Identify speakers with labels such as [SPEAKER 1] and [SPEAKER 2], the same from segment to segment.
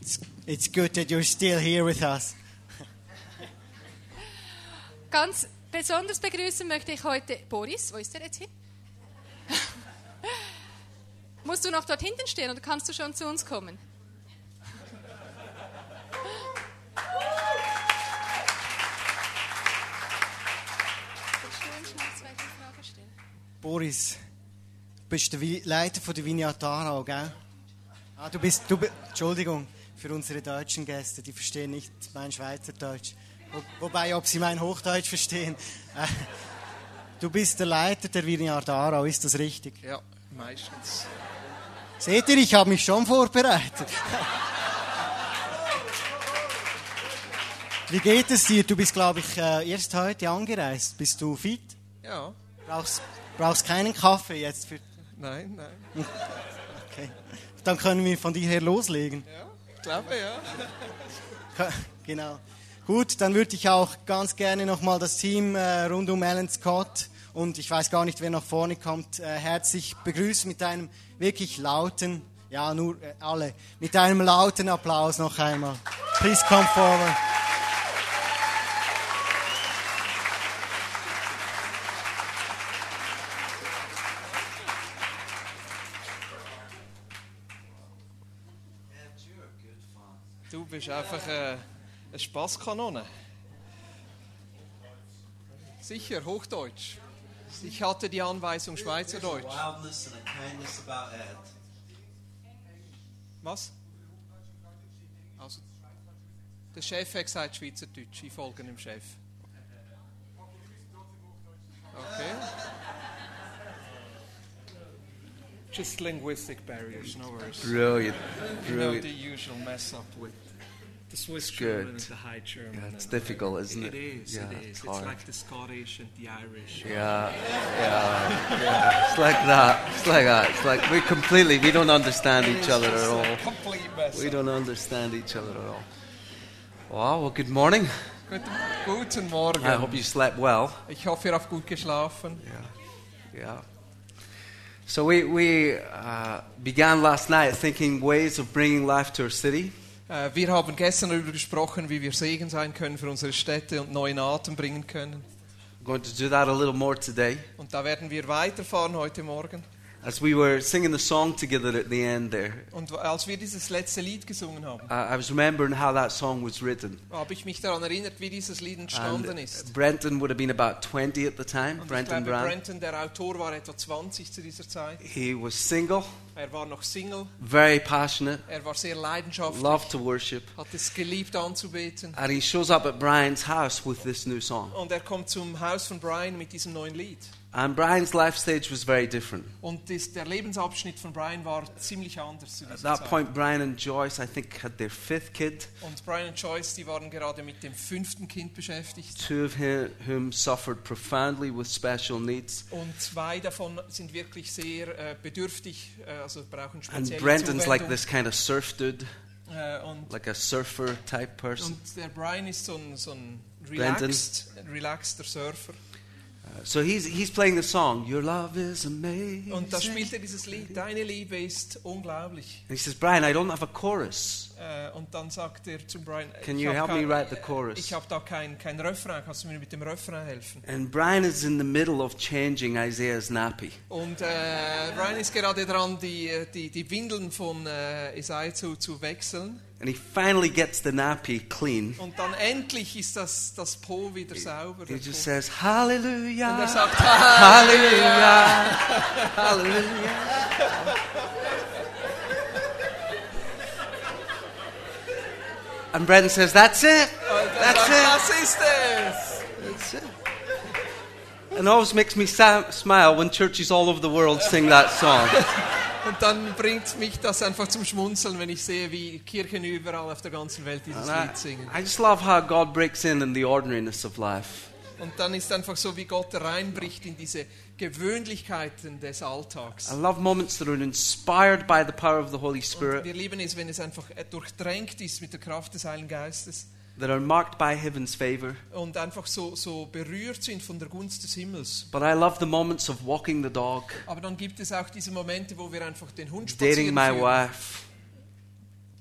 [SPEAKER 1] It's, it's good that you're still here with us.
[SPEAKER 2] Ganz besonders begrüßen möchte ich heute Boris. Wo ist der jetzt hin? Musst du noch dort hinten stehen oder kannst du schon zu uns kommen?
[SPEAKER 1] Boris, du bist der Vi- Leiter von der Vineyard Aarau, gell? Ah, du bist, du, bi- Entschuldigung für unsere deutschen Gäste, die verstehen nicht mein Schweizerdeutsch. Wo, wobei, ob sie mein Hochdeutsch verstehen. Äh, Du bist der Leiter der Vineyard Aarau, ist das richtig?
[SPEAKER 3] Ja, meistens.
[SPEAKER 1] Seht ihr, ich habe mich schon vorbereitet. Wie geht es dir? Du bist, glaube ich, äh, erst heute angereist. Bist du fit?
[SPEAKER 3] Ja,
[SPEAKER 1] Brauchst, brauchst keinen Kaffee jetzt für.
[SPEAKER 3] nein, nein.
[SPEAKER 1] Okay. Dann können wir von dir her loslegen.
[SPEAKER 3] Ja, glaube ja.
[SPEAKER 1] Ka- Genau. Gut, dann würde ich auch ganz gerne nochmal das Team äh, rund um Alan Scott und ich weiß gar nicht, wer nach vorne kommt, äh, herzlich begrüßen mit einem wirklich lauten, ja, nur äh, alle, mit einem lauten Applaus noch einmal. Please come forward.
[SPEAKER 3] Du bist einfach äh, eine Spaßkanone. Sicher, Hochdeutsch. Ich hatte die Anweisung
[SPEAKER 4] There's a
[SPEAKER 3] Schweizerdeutsch.
[SPEAKER 4] wildness and a kindness about Ed.
[SPEAKER 3] Was? Also, der Chef hat gesagt Schweizerdeutsch. Ich folge dem Chef. Okay. Just linguistic barriers, no worries.
[SPEAKER 5] Brilliant.
[SPEAKER 3] You know the
[SPEAKER 5] Brilliant.
[SPEAKER 3] usual mess up with
[SPEAKER 6] The Swiss
[SPEAKER 5] Good.
[SPEAKER 6] German is the High German.
[SPEAKER 5] Yeah, it's
[SPEAKER 6] and-
[SPEAKER 5] difficult, isn't it?
[SPEAKER 6] It is.
[SPEAKER 5] Yeah,
[SPEAKER 6] it
[SPEAKER 5] it's
[SPEAKER 6] is. It's
[SPEAKER 5] hard.
[SPEAKER 6] like the Scottish and the Irish.
[SPEAKER 5] Yeah, yeah, yeah. It's like that. It's like that. It's like we completely we don't understand each other at all.
[SPEAKER 3] complete mess
[SPEAKER 5] We don't understand each other at all. Wow. Well, good morning.
[SPEAKER 3] Guten, guten Morgen.
[SPEAKER 5] I hope you slept well.
[SPEAKER 3] ich hoffe, ihr habt gut geschlafen.
[SPEAKER 5] Yeah, yeah. So we we uh, began last night thinking ways of bringing life to our city.
[SPEAKER 3] Äh, wir haben gestern darüber gesprochen, wie wir Segen sein können für unsere Städte und neuen Atem bringen können.
[SPEAKER 5] I'm going to do that a little more today.
[SPEAKER 3] Und da werden wir weiterfahren heute Morgen.
[SPEAKER 5] As we were singing the song together at the end there,
[SPEAKER 3] Und w- als wir dieses letzte Lied gesungen haben,
[SPEAKER 5] I I was remembering how that song was written.
[SPEAKER 3] habe ich mich daran erinnert, wie dieses Lied entstanden ist.
[SPEAKER 5] And Brenton would have been about 20 at the time.
[SPEAKER 3] Und ich
[SPEAKER 5] Brenton
[SPEAKER 3] glaube,
[SPEAKER 5] Brown.
[SPEAKER 3] Brenton, der Autor, war etwa 20 zu dieser Zeit.
[SPEAKER 5] He was single,
[SPEAKER 3] Er war noch Single,
[SPEAKER 5] very passionate,
[SPEAKER 3] er war sehr leidenschaftlich,
[SPEAKER 5] loved to worship,
[SPEAKER 3] hat es geliebt anzubeten.
[SPEAKER 5] and he shows up at Brian's house with this new song.
[SPEAKER 3] Und er kommt zum Haus von Brian mit diesem neuen Lied.
[SPEAKER 5] And Brian's life stage was very different.
[SPEAKER 3] Und das, der Lebensabschnitt von Brian war ziemlich anders zu
[SPEAKER 5] At
[SPEAKER 3] dieser
[SPEAKER 5] that
[SPEAKER 3] Zeit.
[SPEAKER 5] point, Brian and Joyce, I think, had their fifth kid.
[SPEAKER 3] Und Brian und Joyce, die waren gerade mit dem fünften Kind beschäftigt.
[SPEAKER 5] Two of hi- whom suffered profoundly with special needs.
[SPEAKER 3] Und zwei davon sind wirklich sehr äh, bedürftig, äh, also brauchen
[SPEAKER 5] And
[SPEAKER 3] spezielle
[SPEAKER 5] Brenton's like
[SPEAKER 3] Zuwendung.
[SPEAKER 5] this kind of surf dude,
[SPEAKER 3] Äh, und,
[SPEAKER 5] like a surfer type person.
[SPEAKER 3] und der Brian ist so ein, so ein
[SPEAKER 5] Brenton.
[SPEAKER 3] relaxed, relaxter Surfer.
[SPEAKER 5] So he's, he's playing the song, Your Love is Amazing.
[SPEAKER 3] Und da spielt er dieses Lied, Deine Liebe ist unglaublich.
[SPEAKER 5] And he says, Brian, I don't have a chorus.
[SPEAKER 3] Äh, und dann sagt er zu Brian, äh,
[SPEAKER 5] Can
[SPEAKER 3] ich
[SPEAKER 5] you
[SPEAKER 3] hab
[SPEAKER 5] help me
[SPEAKER 3] kein-
[SPEAKER 5] write the chorus?
[SPEAKER 3] Ich habe da kein, kein Refrain, kannst du mir mit dem Refrain helfen?
[SPEAKER 5] And Brian is in the middle of changing Isaiah's nappy.
[SPEAKER 3] Und äh, Brian ist gerade dran, die, äh, die, die Windeln von äh, Isaiah zu, zu wechseln.
[SPEAKER 5] And he finally gets the nappy clean.
[SPEAKER 3] Und dann endlich ist das, das Po wieder sauber.
[SPEAKER 5] He
[SPEAKER 3] der
[SPEAKER 5] just
[SPEAKER 3] Po.
[SPEAKER 5] says,
[SPEAKER 3] Und er
[SPEAKER 5] Hallelujah!
[SPEAKER 3] sagt,
[SPEAKER 5] Ah.
[SPEAKER 3] "Ha,
[SPEAKER 5] Hallelujah! Hallelujah! And Brendan says, That's it!
[SPEAKER 3] das,
[SPEAKER 5] That's it!
[SPEAKER 3] das ist es.
[SPEAKER 5] That's it! And always makes me sa- smile when churches all over the world sing that song.
[SPEAKER 3] Und dann bringt mich das einfach zum Schmunzeln, wenn ich sehe, wie Kirchen überall auf der ganzen Welt dieses
[SPEAKER 5] And I,
[SPEAKER 3] Lied singen.
[SPEAKER 5] I just love how God breaks in in the ordinariness of life.
[SPEAKER 3] Und dann ist einfach so, wie Gott reinbricht in diese Gewöhnlichkeiten des
[SPEAKER 5] I
[SPEAKER 3] Alltags.
[SPEAKER 5] love moments that are inspired by the power of the Holy
[SPEAKER 3] Und
[SPEAKER 5] Spirit,
[SPEAKER 3] wir lieben es, wenn es einfach äh, durchdrängt ist mit der Kraft des Heiligen Geistes
[SPEAKER 5] that are marked by heaven's favor.
[SPEAKER 3] und einfach so, so berührt sind von der Gunst des Himmels.
[SPEAKER 5] But I love the moments of walking the dog,
[SPEAKER 3] Aber dann gibt es auch diese Momente, wo wir einfach den Hund spazieren
[SPEAKER 5] dating my
[SPEAKER 3] führen.
[SPEAKER 5] wife,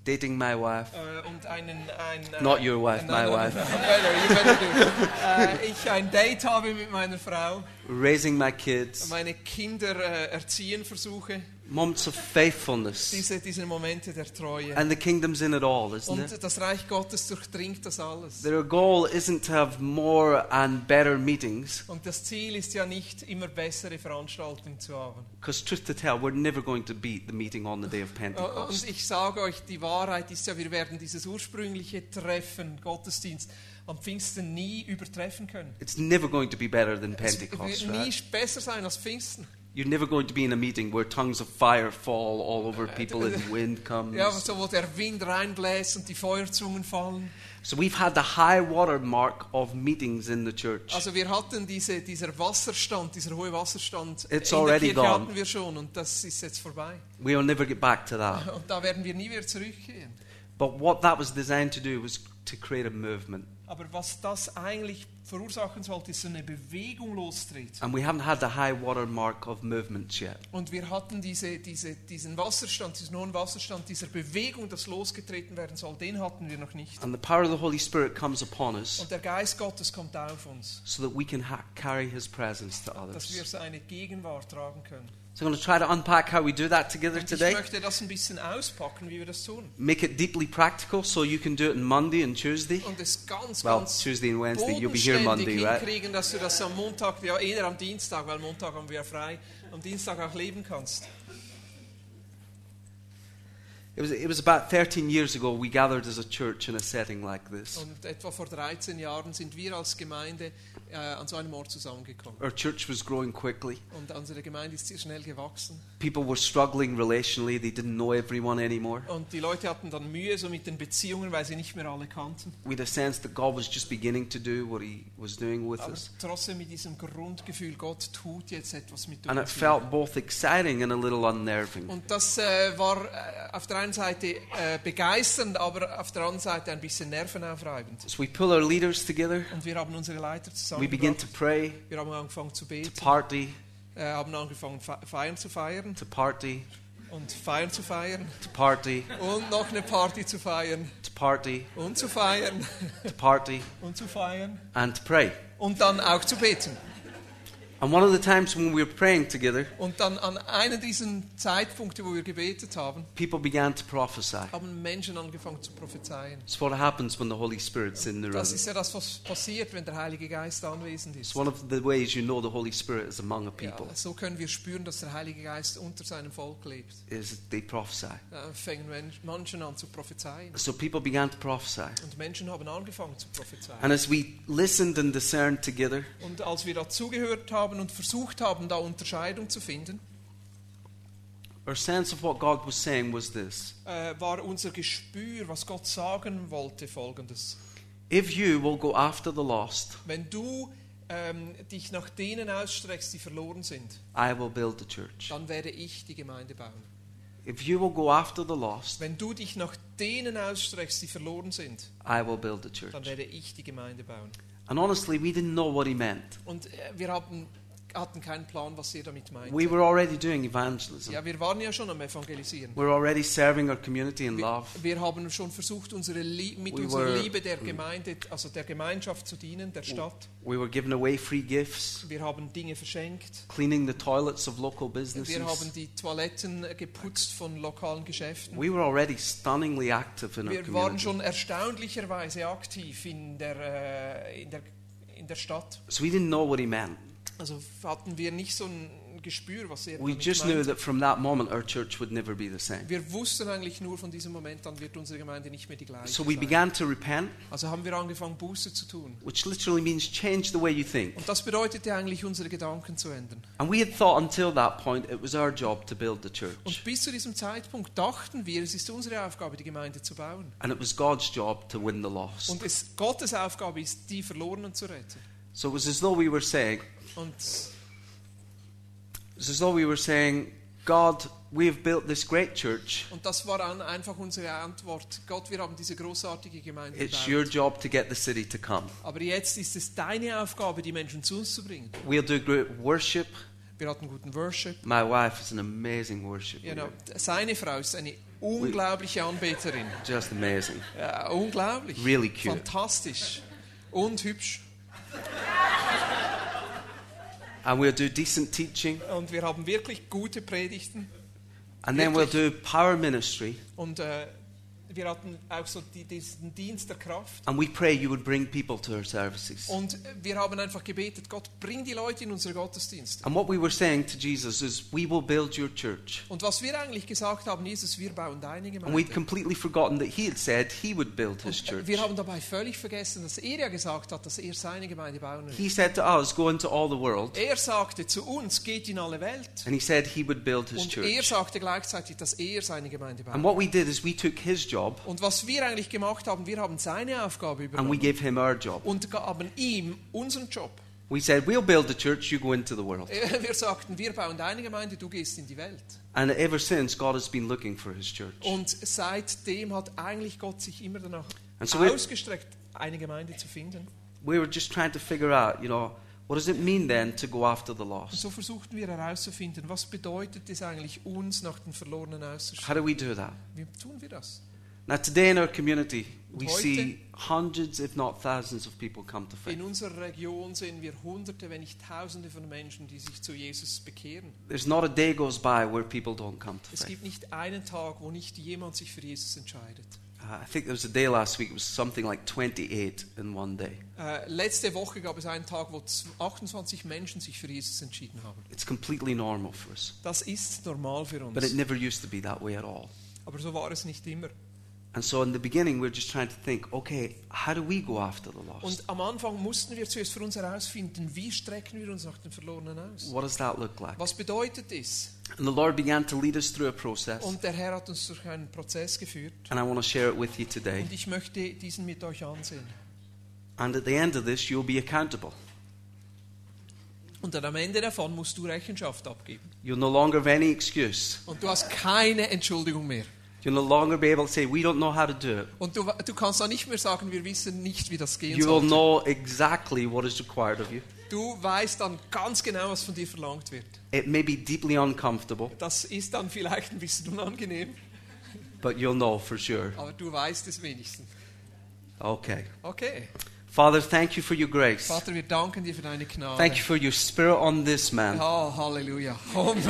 [SPEAKER 5] dating my wife.
[SPEAKER 3] Äh, und einen, ein, äh,
[SPEAKER 5] Not your wife,
[SPEAKER 3] nein,
[SPEAKER 5] my
[SPEAKER 3] nein,
[SPEAKER 5] wife.
[SPEAKER 3] nein, better, you better do. äh, ich ein Date habe mit meiner Frau,
[SPEAKER 5] Raising my kids.
[SPEAKER 3] meine Kinder äh, erziehen versuche,
[SPEAKER 5] Moments of faithfulness.
[SPEAKER 3] diese, diese Momente der Treue.
[SPEAKER 5] And the kingdom's in it all, isn't it?
[SPEAKER 3] Und das Reich Gottes durchdringt das alles.
[SPEAKER 5] Their goal isn't to have more and better meetings,
[SPEAKER 3] Und das Ziel ist ja nicht, immer bessere Veranstaltungen zu haben.
[SPEAKER 5] because truth to tell, we're never going to beat the meeting on the day of
[SPEAKER 3] Äh, Und
[SPEAKER 5] Pentecost.
[SPEAKER 3] ich sage euch, die Wahrheit ist ja, wir werden dieses ursprüngliche Treffen, Gottesdienst, am Pfingsten nie übertreffen können.
[SPEAKER 5] It's never going to be better than
[SPEAKER 3] Es wird
[SPEAKER 5] Pentecost,
[SPEAKER 3] nie
[SPEAKER 5] right?
[SPEAKER 3] besser sein als Pfingsten.
[SPEAKER 5] You're never going to be in a meeting where tongues of fire fall all over people and wind
[SPEAKER 3] Ja,
[SPEAKER 5] comes.
[SPEAKER 3] so wo der Wind reinbläst und die Feuerzungen fallen.
[SPEAKER 5] So we've had the high water mark of meetings in the church.
[SPEAKER 3] Also wir hatten diese, dieser Wasserstand, dieser hohe Wasserstand
[SPEAKER 5] It's
[SPEAKER 3] in
[SPEAKER 5] already
[SPEAKER 3] der Kirche
[SPEAKER 5] gone.
[SPEAKER 3] hatten wir schon und das ist jetzt vorbei.
[SPEAKER 5] We'll never get back to that.
[SPEAKER 3] Und da werden wir nie wieder zurückgehen.
[SPEAKER 5] But what that was designed to do was to create a movement.
[SPEAKER 3] Aber was das eigentlich verursachen sollte, ist so eine Bewegung lostreten.
[SPEAKER 5] And we haven't had the high water mark of movements yet.
[SPEAKER 3] Und wir hatten diese, diese, diesen Wasserstand, diesen hohen Wasserstand, dieser Bewegung, das losgetreten werden soll, den hatten wir noch nicht.
[SPEAKER 5] And the power of the Holy Spirit comes upon us
[SPEAKER 3] Und der Geist Gottes kommt auf uns,
[SPEAKER 5] so that we can ha- carry his presence to
[SPEAKER 3] dass wir
[SPEAKER 5] others.
[SPEAKER 3] seine Gegenwart tragen können.
[SPEAKER 5] So I'm going to try to unpack how we do that together
[SPEAKER 3] Und ich
[SPEAKER 5] today.
[SPEAKER 3] möchte das ein bisschen auspacken, wie wir das tun.
[SPEAKER 5] Make it deeply practical so you can do it on Monday and Tuesday.
[SPEAKER 3] Und es ganz,
[SPEAKER 5] Well,
[SPEAKER 3] ganz
[SPEAKER 5] Tuesday and Wednesday, you'll be here
[SPEAKER 3] bodenständig
[SPEAKER 5] Monday, right?
[SPEAKER 3] hinkriegen, dass du das am Montag, ja eher am Dienstag, weil Montag haben wir ja frei, am Dienstag auch leben kannst.
[SPEAKER 5] It was, it was about 13 years ago we gathered as a church in a setting like this.
[SPEAKER 3] Und etwa vor 13 Jahren sind wir als Gemeinde äh, an so einem Ort zusammengekommen.
[SPEAKER 5] Our church was growing quickly.
[SPEAKER 3] Und unsere Gemeinde ist sehr schnell gewachsen.
[SPEAKER 5] People were struggling relationally, they didn't know everyone anymore.
[SPEAKER 3] Und die Leute hatten dann Mühe so mit den Beziehungen, weil sie nicht mehr alle kannten.
[SPEAKER 5] We had a sense that God was just beginning to do what he was doing with
[SPEAKER 3] Aber
[SPEAKER 5] us.
[SPEAKER 3] trotzdem mit diesem Grundgefühl, Gott tut jetzt etwas mit
[SPEAKER 5] And it
[SPEAKER 3] uns.
[SPEAKER 5] felt both exciting and a little unnerving.
[SPEAKER 3] Und das äh, war äh, auf der einen Seite äh, begeisternd, aber auf der anderen Seite ein bisschen nervenaufreibend.
[SPEAKER 5] So we pull our leaders together,
[SPEAKER 3] Und wir haben unsere Leiter
[SPEAKER 5] we begin
[SPEAKER 3] zusammengebracht.
[SPEAKER 5] to pray,
[SPEAKER 3] Wir haben angefangen zu
[SPEAKER 5] to
[SPEAKER 3] beten,
[SPEAKER 5] party,
[SPEAKER 3] äh, haben angefangen fe- feiern zu feiern
[SPEAKER 5] to party,
[SPEAKER 3] und feiern zu feiern
[SPEAKER 5] to party,
[SPEAKER 3] und noch eine Party zu feiern
[SPEAKER 5] to party,
[SPEAKER 3] und zu feiern
[SPEAKER 5] to party,
[SPEAKER 3] und zu feiern
[SPEAKER 5] and to pray.
[SPEAKER 3] und dann auch zu beten.
[SPEAKER 5] And one of the times when we were praying together,
[SPEAKER 3] Und dann an einem dieser Zeitpunkte, wo wir gebetet haben,
[SPEAKER 5] people began to prophesy.
[SPEAKER 3] haben Menschen angefangen zu prophezeien.
[SPEAKER 5] It's what happens when the Holy Spirit's in the room.
[SPEAKER 3] Das ist ja das, was passiert, wenn der Heilige Geist anwesend
[SPEAKER 5] It's
[SPEAKER 3] ist.
[SPEAKER 5] one of the ways you know the Holy Spirit is among a
[SPEAKER 3] Ja,
[SPEAKER 5] people,
[SPEAKER 3] so können wir spüren, dass der Heilige Geist unter seinem Volk lebt.
[SPEAKER 5] is they prophesy.
[SPEAKER 3] Da fängen Men- Menschen an zu prophezeien.
[SPEAKER 5] So people began to prophesy.
[SPEAKER 3] Und Menschen haben angefangen zu prophezeien.
[SPEAKER 5] And as we listened and discerned together,
[SPEAKER 3] Und als wir dazugehört haben und versucht haben, da Unterscheidung zu finden,
[SPEAKER 5] our sense of what God was saying was this
[SPEAKER 3] äh, war unser Gespür, was Gott sagen wollte, folgendes.
[SPEAKER 5] If you will go after the lost,
[SPEAKER 3] Wenn du ähm, dich nach denen ausstreckst, die verloren sind,
[SPEAKER 5] I will build the church.
[SPEAKER 3] dann werde ich die Gemeinde bauen.
[SPEAKER 5] If you will go after the lost,
[SPEAKER 3] Wenn du dich nach denen ausstreckst, die verloren sind,
[SPEAKER 5] I will build the
[SPEAKER 3] dann
[SPEAKER 5] church.
[SPEAKER 3] werde ich die Gemeinde bauen.
[SPEAKER 5] And honestly, we didn't know what he meant.
[SPEAKER 3] Und äh, wir haben, hatten keinen Plan, was ihr damit meint.
[SPEAKER 5] We were already doing evangelism.
[SPEAKER 3] Ja, wir waren ja schon am Evangelisieren.
[SPEAKER 5] We're already serving our community in
[SPEAKER 3] Wir,
[SPEAKER 5] love.
[SPEAKER 3] wir haben schon versucht, unsere Lie- mit
[SPEAKER 5] We
[SPEAKER 3] unserer
[SPEAKER 5] were- Mm.
[SPEAKER 3] Liebe der Gemeinde, also der Gemeinschaft zu dienen, der Stadt.
[SPEAKER 5] We were giving away free gifts,
[SPEAKER 3] Wir haben Dinge verschenkt.
[SPEAKER 5] cleaning the toilets of local
[SPEAKER 3] Wir haben
[SPEAKER 5] businesses.
[SPEAKER 3] die Toiletten äh, geputzt von lokalen Geschäften.
[SPEAKER 5] We were already stunningly active in our
[SPEAKER 3] Wir waren
[SPEAKER 5] community.
[SPEAKER 3] schon erstaunlicherweise aktiv in der, äh, in der, in der Stadt.
[SPEAKER 5] So we didn't know what he meant.
[SPEAKER 3] Also hatten wir nicht so ein Gespür, was er
[SPEAKER 5] We
[SPEAKER 3] damit
[SPEAKER 5] just knew
[SPEAKER 3] meint.
[SPEAKER 5] that from that moment our church would never be the same.
[SPEAKER 3] Wir wussten eigentlich nur von diesem Moment an wird unsere Gemeinde nicht mehr die gleiche
[SPEAKER 5] So we
[SPEAKER 3] sein.
[SPEAKER 5] began to repent,
[SPEAKER 3] Also haben wir angefangen, Buße zu tun.
[SPEAKER 5] which literally means change the way you think.
[SPEAKER 3] Und das bedeutete eigentlich, unsere Gedanken zu ändern.
[SPEAKER 5] And we had thought until that point it was our job to build the
[SPEAKER 3] Und
[SPEAKER 5] church.
[SPEAKER 3] bis zu diesem Zeitpunkt dachten wir, es ist unsere Aufgabe, die Gemeinde zu bauen.
[SPEAKER 5] And it was God's job to win the lost.
[SPEAKER 3] Und es Gottes Aufgabe ist, die Verlorenen zu retten.
[SPEAKER 5] So it was as though we were saying,
[SPEAKER 3] Und
[SPEAKER 5] it was as though we were saying, God, we have built this great church.
[SPEAKER 3] Und das war dann einfach unsere Antwort. Gott, wir haben diese großartige Gemeinde
[SPEAKER 5] It's
[SPEAKER 3] gebaut.
[SPEAKER 5] your job to get the city to come.
[SPEAKER 3] Aber jetzt ist es deine Aufgabe, die Menschen zu uns zu bringen.
[SPEAKER 5] We'll do great worship.
[SPEAKER 3] Wir hatten guten Worship.
[SPEAKER 5] My wife is an amazing worship
[SPEAKER 3] Genau.
[SPEAKER 5] leader.
[SPEAKER 3] Seine Frau ist eine Unglaubliche Anbeterin.
[SPEAKER 5] Just amazing.
[SPEAKER 3] Ja, unglaublich.
[SPEAKER 5] Really cute.
[SPEAKER 3] Fantastisch. Und hübsch.
[SPEAKER 5] And we'll do decent teaching.
[SPEAKER 3] Und wir haben wirklich gute Predigten.
[SPEAKER 5] And then we'll do power ministry.
[SPEAKER 3] Und äh, wir hatten auch so die, diesen Dienst der Kraft.
[SPEAKER 5] And we pray you would bring people to our services.
[SPEAKER 3] Und wir haben einfach gebetet, Gott, bring die Leute in unsere Gottesdienste.
[SPEAKER 5] And what we were saying to Jesus is, we will build your church.
[SPEAKER 3] Und was wir eigentlich gesagt haben, Jesus, wir bauen deine
[SPEAKER 5] And we'd
[SPEAKER 3] Gemeinde.
[SPEAKER 5] completely forgotten that he had said he would build his
[SPEAKER 3] Und, äh,
[SPEAKER 5] church.
[SPEAKER 3] wir haben dabei völlig vergessen, dass er ja gesagt hat, dass er seine Gemeinde bauen will.
[SPEAKER 5] He said to us, go into all the world.
[SPEAKER 3] Er sagte zu uns, geht in alle Welt.
[SPEAKER 5] And he said he would build his
[SPEAKER 3] Und er
[SPEAKER 5] church.
[SPEAKER 3] sagte gleichzeitig, dass er seine Gemeinde
[SPEAKER 5] And
[SPEAKER 3] baut.
[SPEAKER 5] what we did is we took his job
[SPEAKER 3] Und was wir eigentlich gemacht haben, wir haben seine Aufgabe
[SPEAKER 5] and we
[SPEAKER 3] übernommen
[SPEAKER 5] gave him our job.
[SPEAKER 3] und gaben ihm unseren Job.
[SPEAKER 5] We said, we'll build the church, you go into the world.
[SPEAKER 3] Wir sagten, wir bauen deine Gemeinde, du gehst in die Welt.
[SPEAKER 5] And ever since, God has been looking for his church.
[SPEAKER 3] Und seitdem hat eigentlich Gott sich immer danach
[SPEAKER 5] And so we-
[SPEAKER 3] ausgestreckt, eine Gemeinde zu finden.
[SPEAKER 5] We were just trying to figure out, you know, what does it mean then to go after the
[SPEAKER 3] Und
[SPEAKER 5] lost?
[SPEAKER 3] so versuchten wir herauszufinden, was bedeutet es eigentlich, uns nach den Verlorenen
[SPEAKER 5] How
[SPEAKER 3] auszustrecken.
[SPEAKER 5] do we do that?
[SPEAKER 3] Wie tun wir das?
[SPEAKER 5] Now, today in our community, we
[SPEAKER 3] Heute-
[SPEAKER 5] see hundreds, if not thousands, of people come to
[SPEAKER 3] In
[SPEAKER 5] faith.
[SPEAKER 3] unserer Region sehen wir Hunderte, wenn nicht Tausende von Menschen, die sich zu Jesus bekehren.
[SPEAKER 5] There's not a day goes by where people don't come to
[SPEAKER 3] Es
[SPEAKER 5] faith.
[SPEAKER 3] gibt nicht einen Tag, wo nicht jemand sich für Jesus entscheidet.
[SPEAKER 5] Uh, I think there was a day last week, it was something like 28 in one day.
[SPEAKER 3] Äh, letzte Woche gab es einen Tag, wo z- 28 Menschen sich für Jesus entschieden haben.
[SPEAKER 5] It's completely normal for us.
[SPEAKER 3] Das ist normal für
[SPEAKER 5] But it
[SPEAKER 3] uns.
[SPEAKER 5] never used to be that way at all.
[SPEAKER 3] Aber so war es nicht immer.
[SPEAKER 5] And so in the beginning, we were just trying to think, okay, how do we go after the lost?
[SPEAKER 3] Und am Anfang mussten wir zuerst für uns herausfinden, wie strecken wir uns nach den Verlorenen aus?
[SPEAKER 5] What does that look like?
[SPEAKER 3] Was bedeutet es?
[SPEAKER 5] And the Lord began to lead us through a process.
[SPEAKER 3] Und der Herr hat uns durch einen Prozess geführt.
[SPEAKER 5] And I want to share it with you today.
[SPEAKER 3] Und ich möchte diesen mit euch ansehen.
[SPEAKER 5] And at the end of this, you'll be accountable.
[SPEAKER 3] Und dann am Ende davon musst du Rechenschaft abgeben.
[SPEAKER 5] You'll no longer have any excuse.
[SPEAKER 3] Und du hast keine Entschuldigung mehr.
[SPEAKER 5] You'll no longer be able to say, we don't know how to do it.
[SPEAKER 3] Und du, du kannst dann nicht mehr sagen, wir wissen nicht, wie das gehen
[SPEAKER 5] You will
[SPEAKER 3] soll.
[SPEAKER 5] know exactly what is required of you.
[SPEAKER 3] Du weißt dann ganz genau, was von dir verlangt wird.
[SPEAKER 5] It may be deeply uncomfortable,
[SPEAKER 3] Das ist dann vielleicht ein bisschen unangenehm,
[SPEAKER 5] but you'll know for sure.
[SPEAKER 3] aber du weißt es wenigstens.
[SPEAKER 5] Okay.
[SPEAKER 3] Okay.
[SPEAKER 5] Father, thank you for your grace.
[SPEAKER 3] Vater, wir danken dir für deine Gnade.
[SPEAKER 5] Thank you for your spirit on this man.
[SPEAKER 3] Oh, Halleluja. Komm.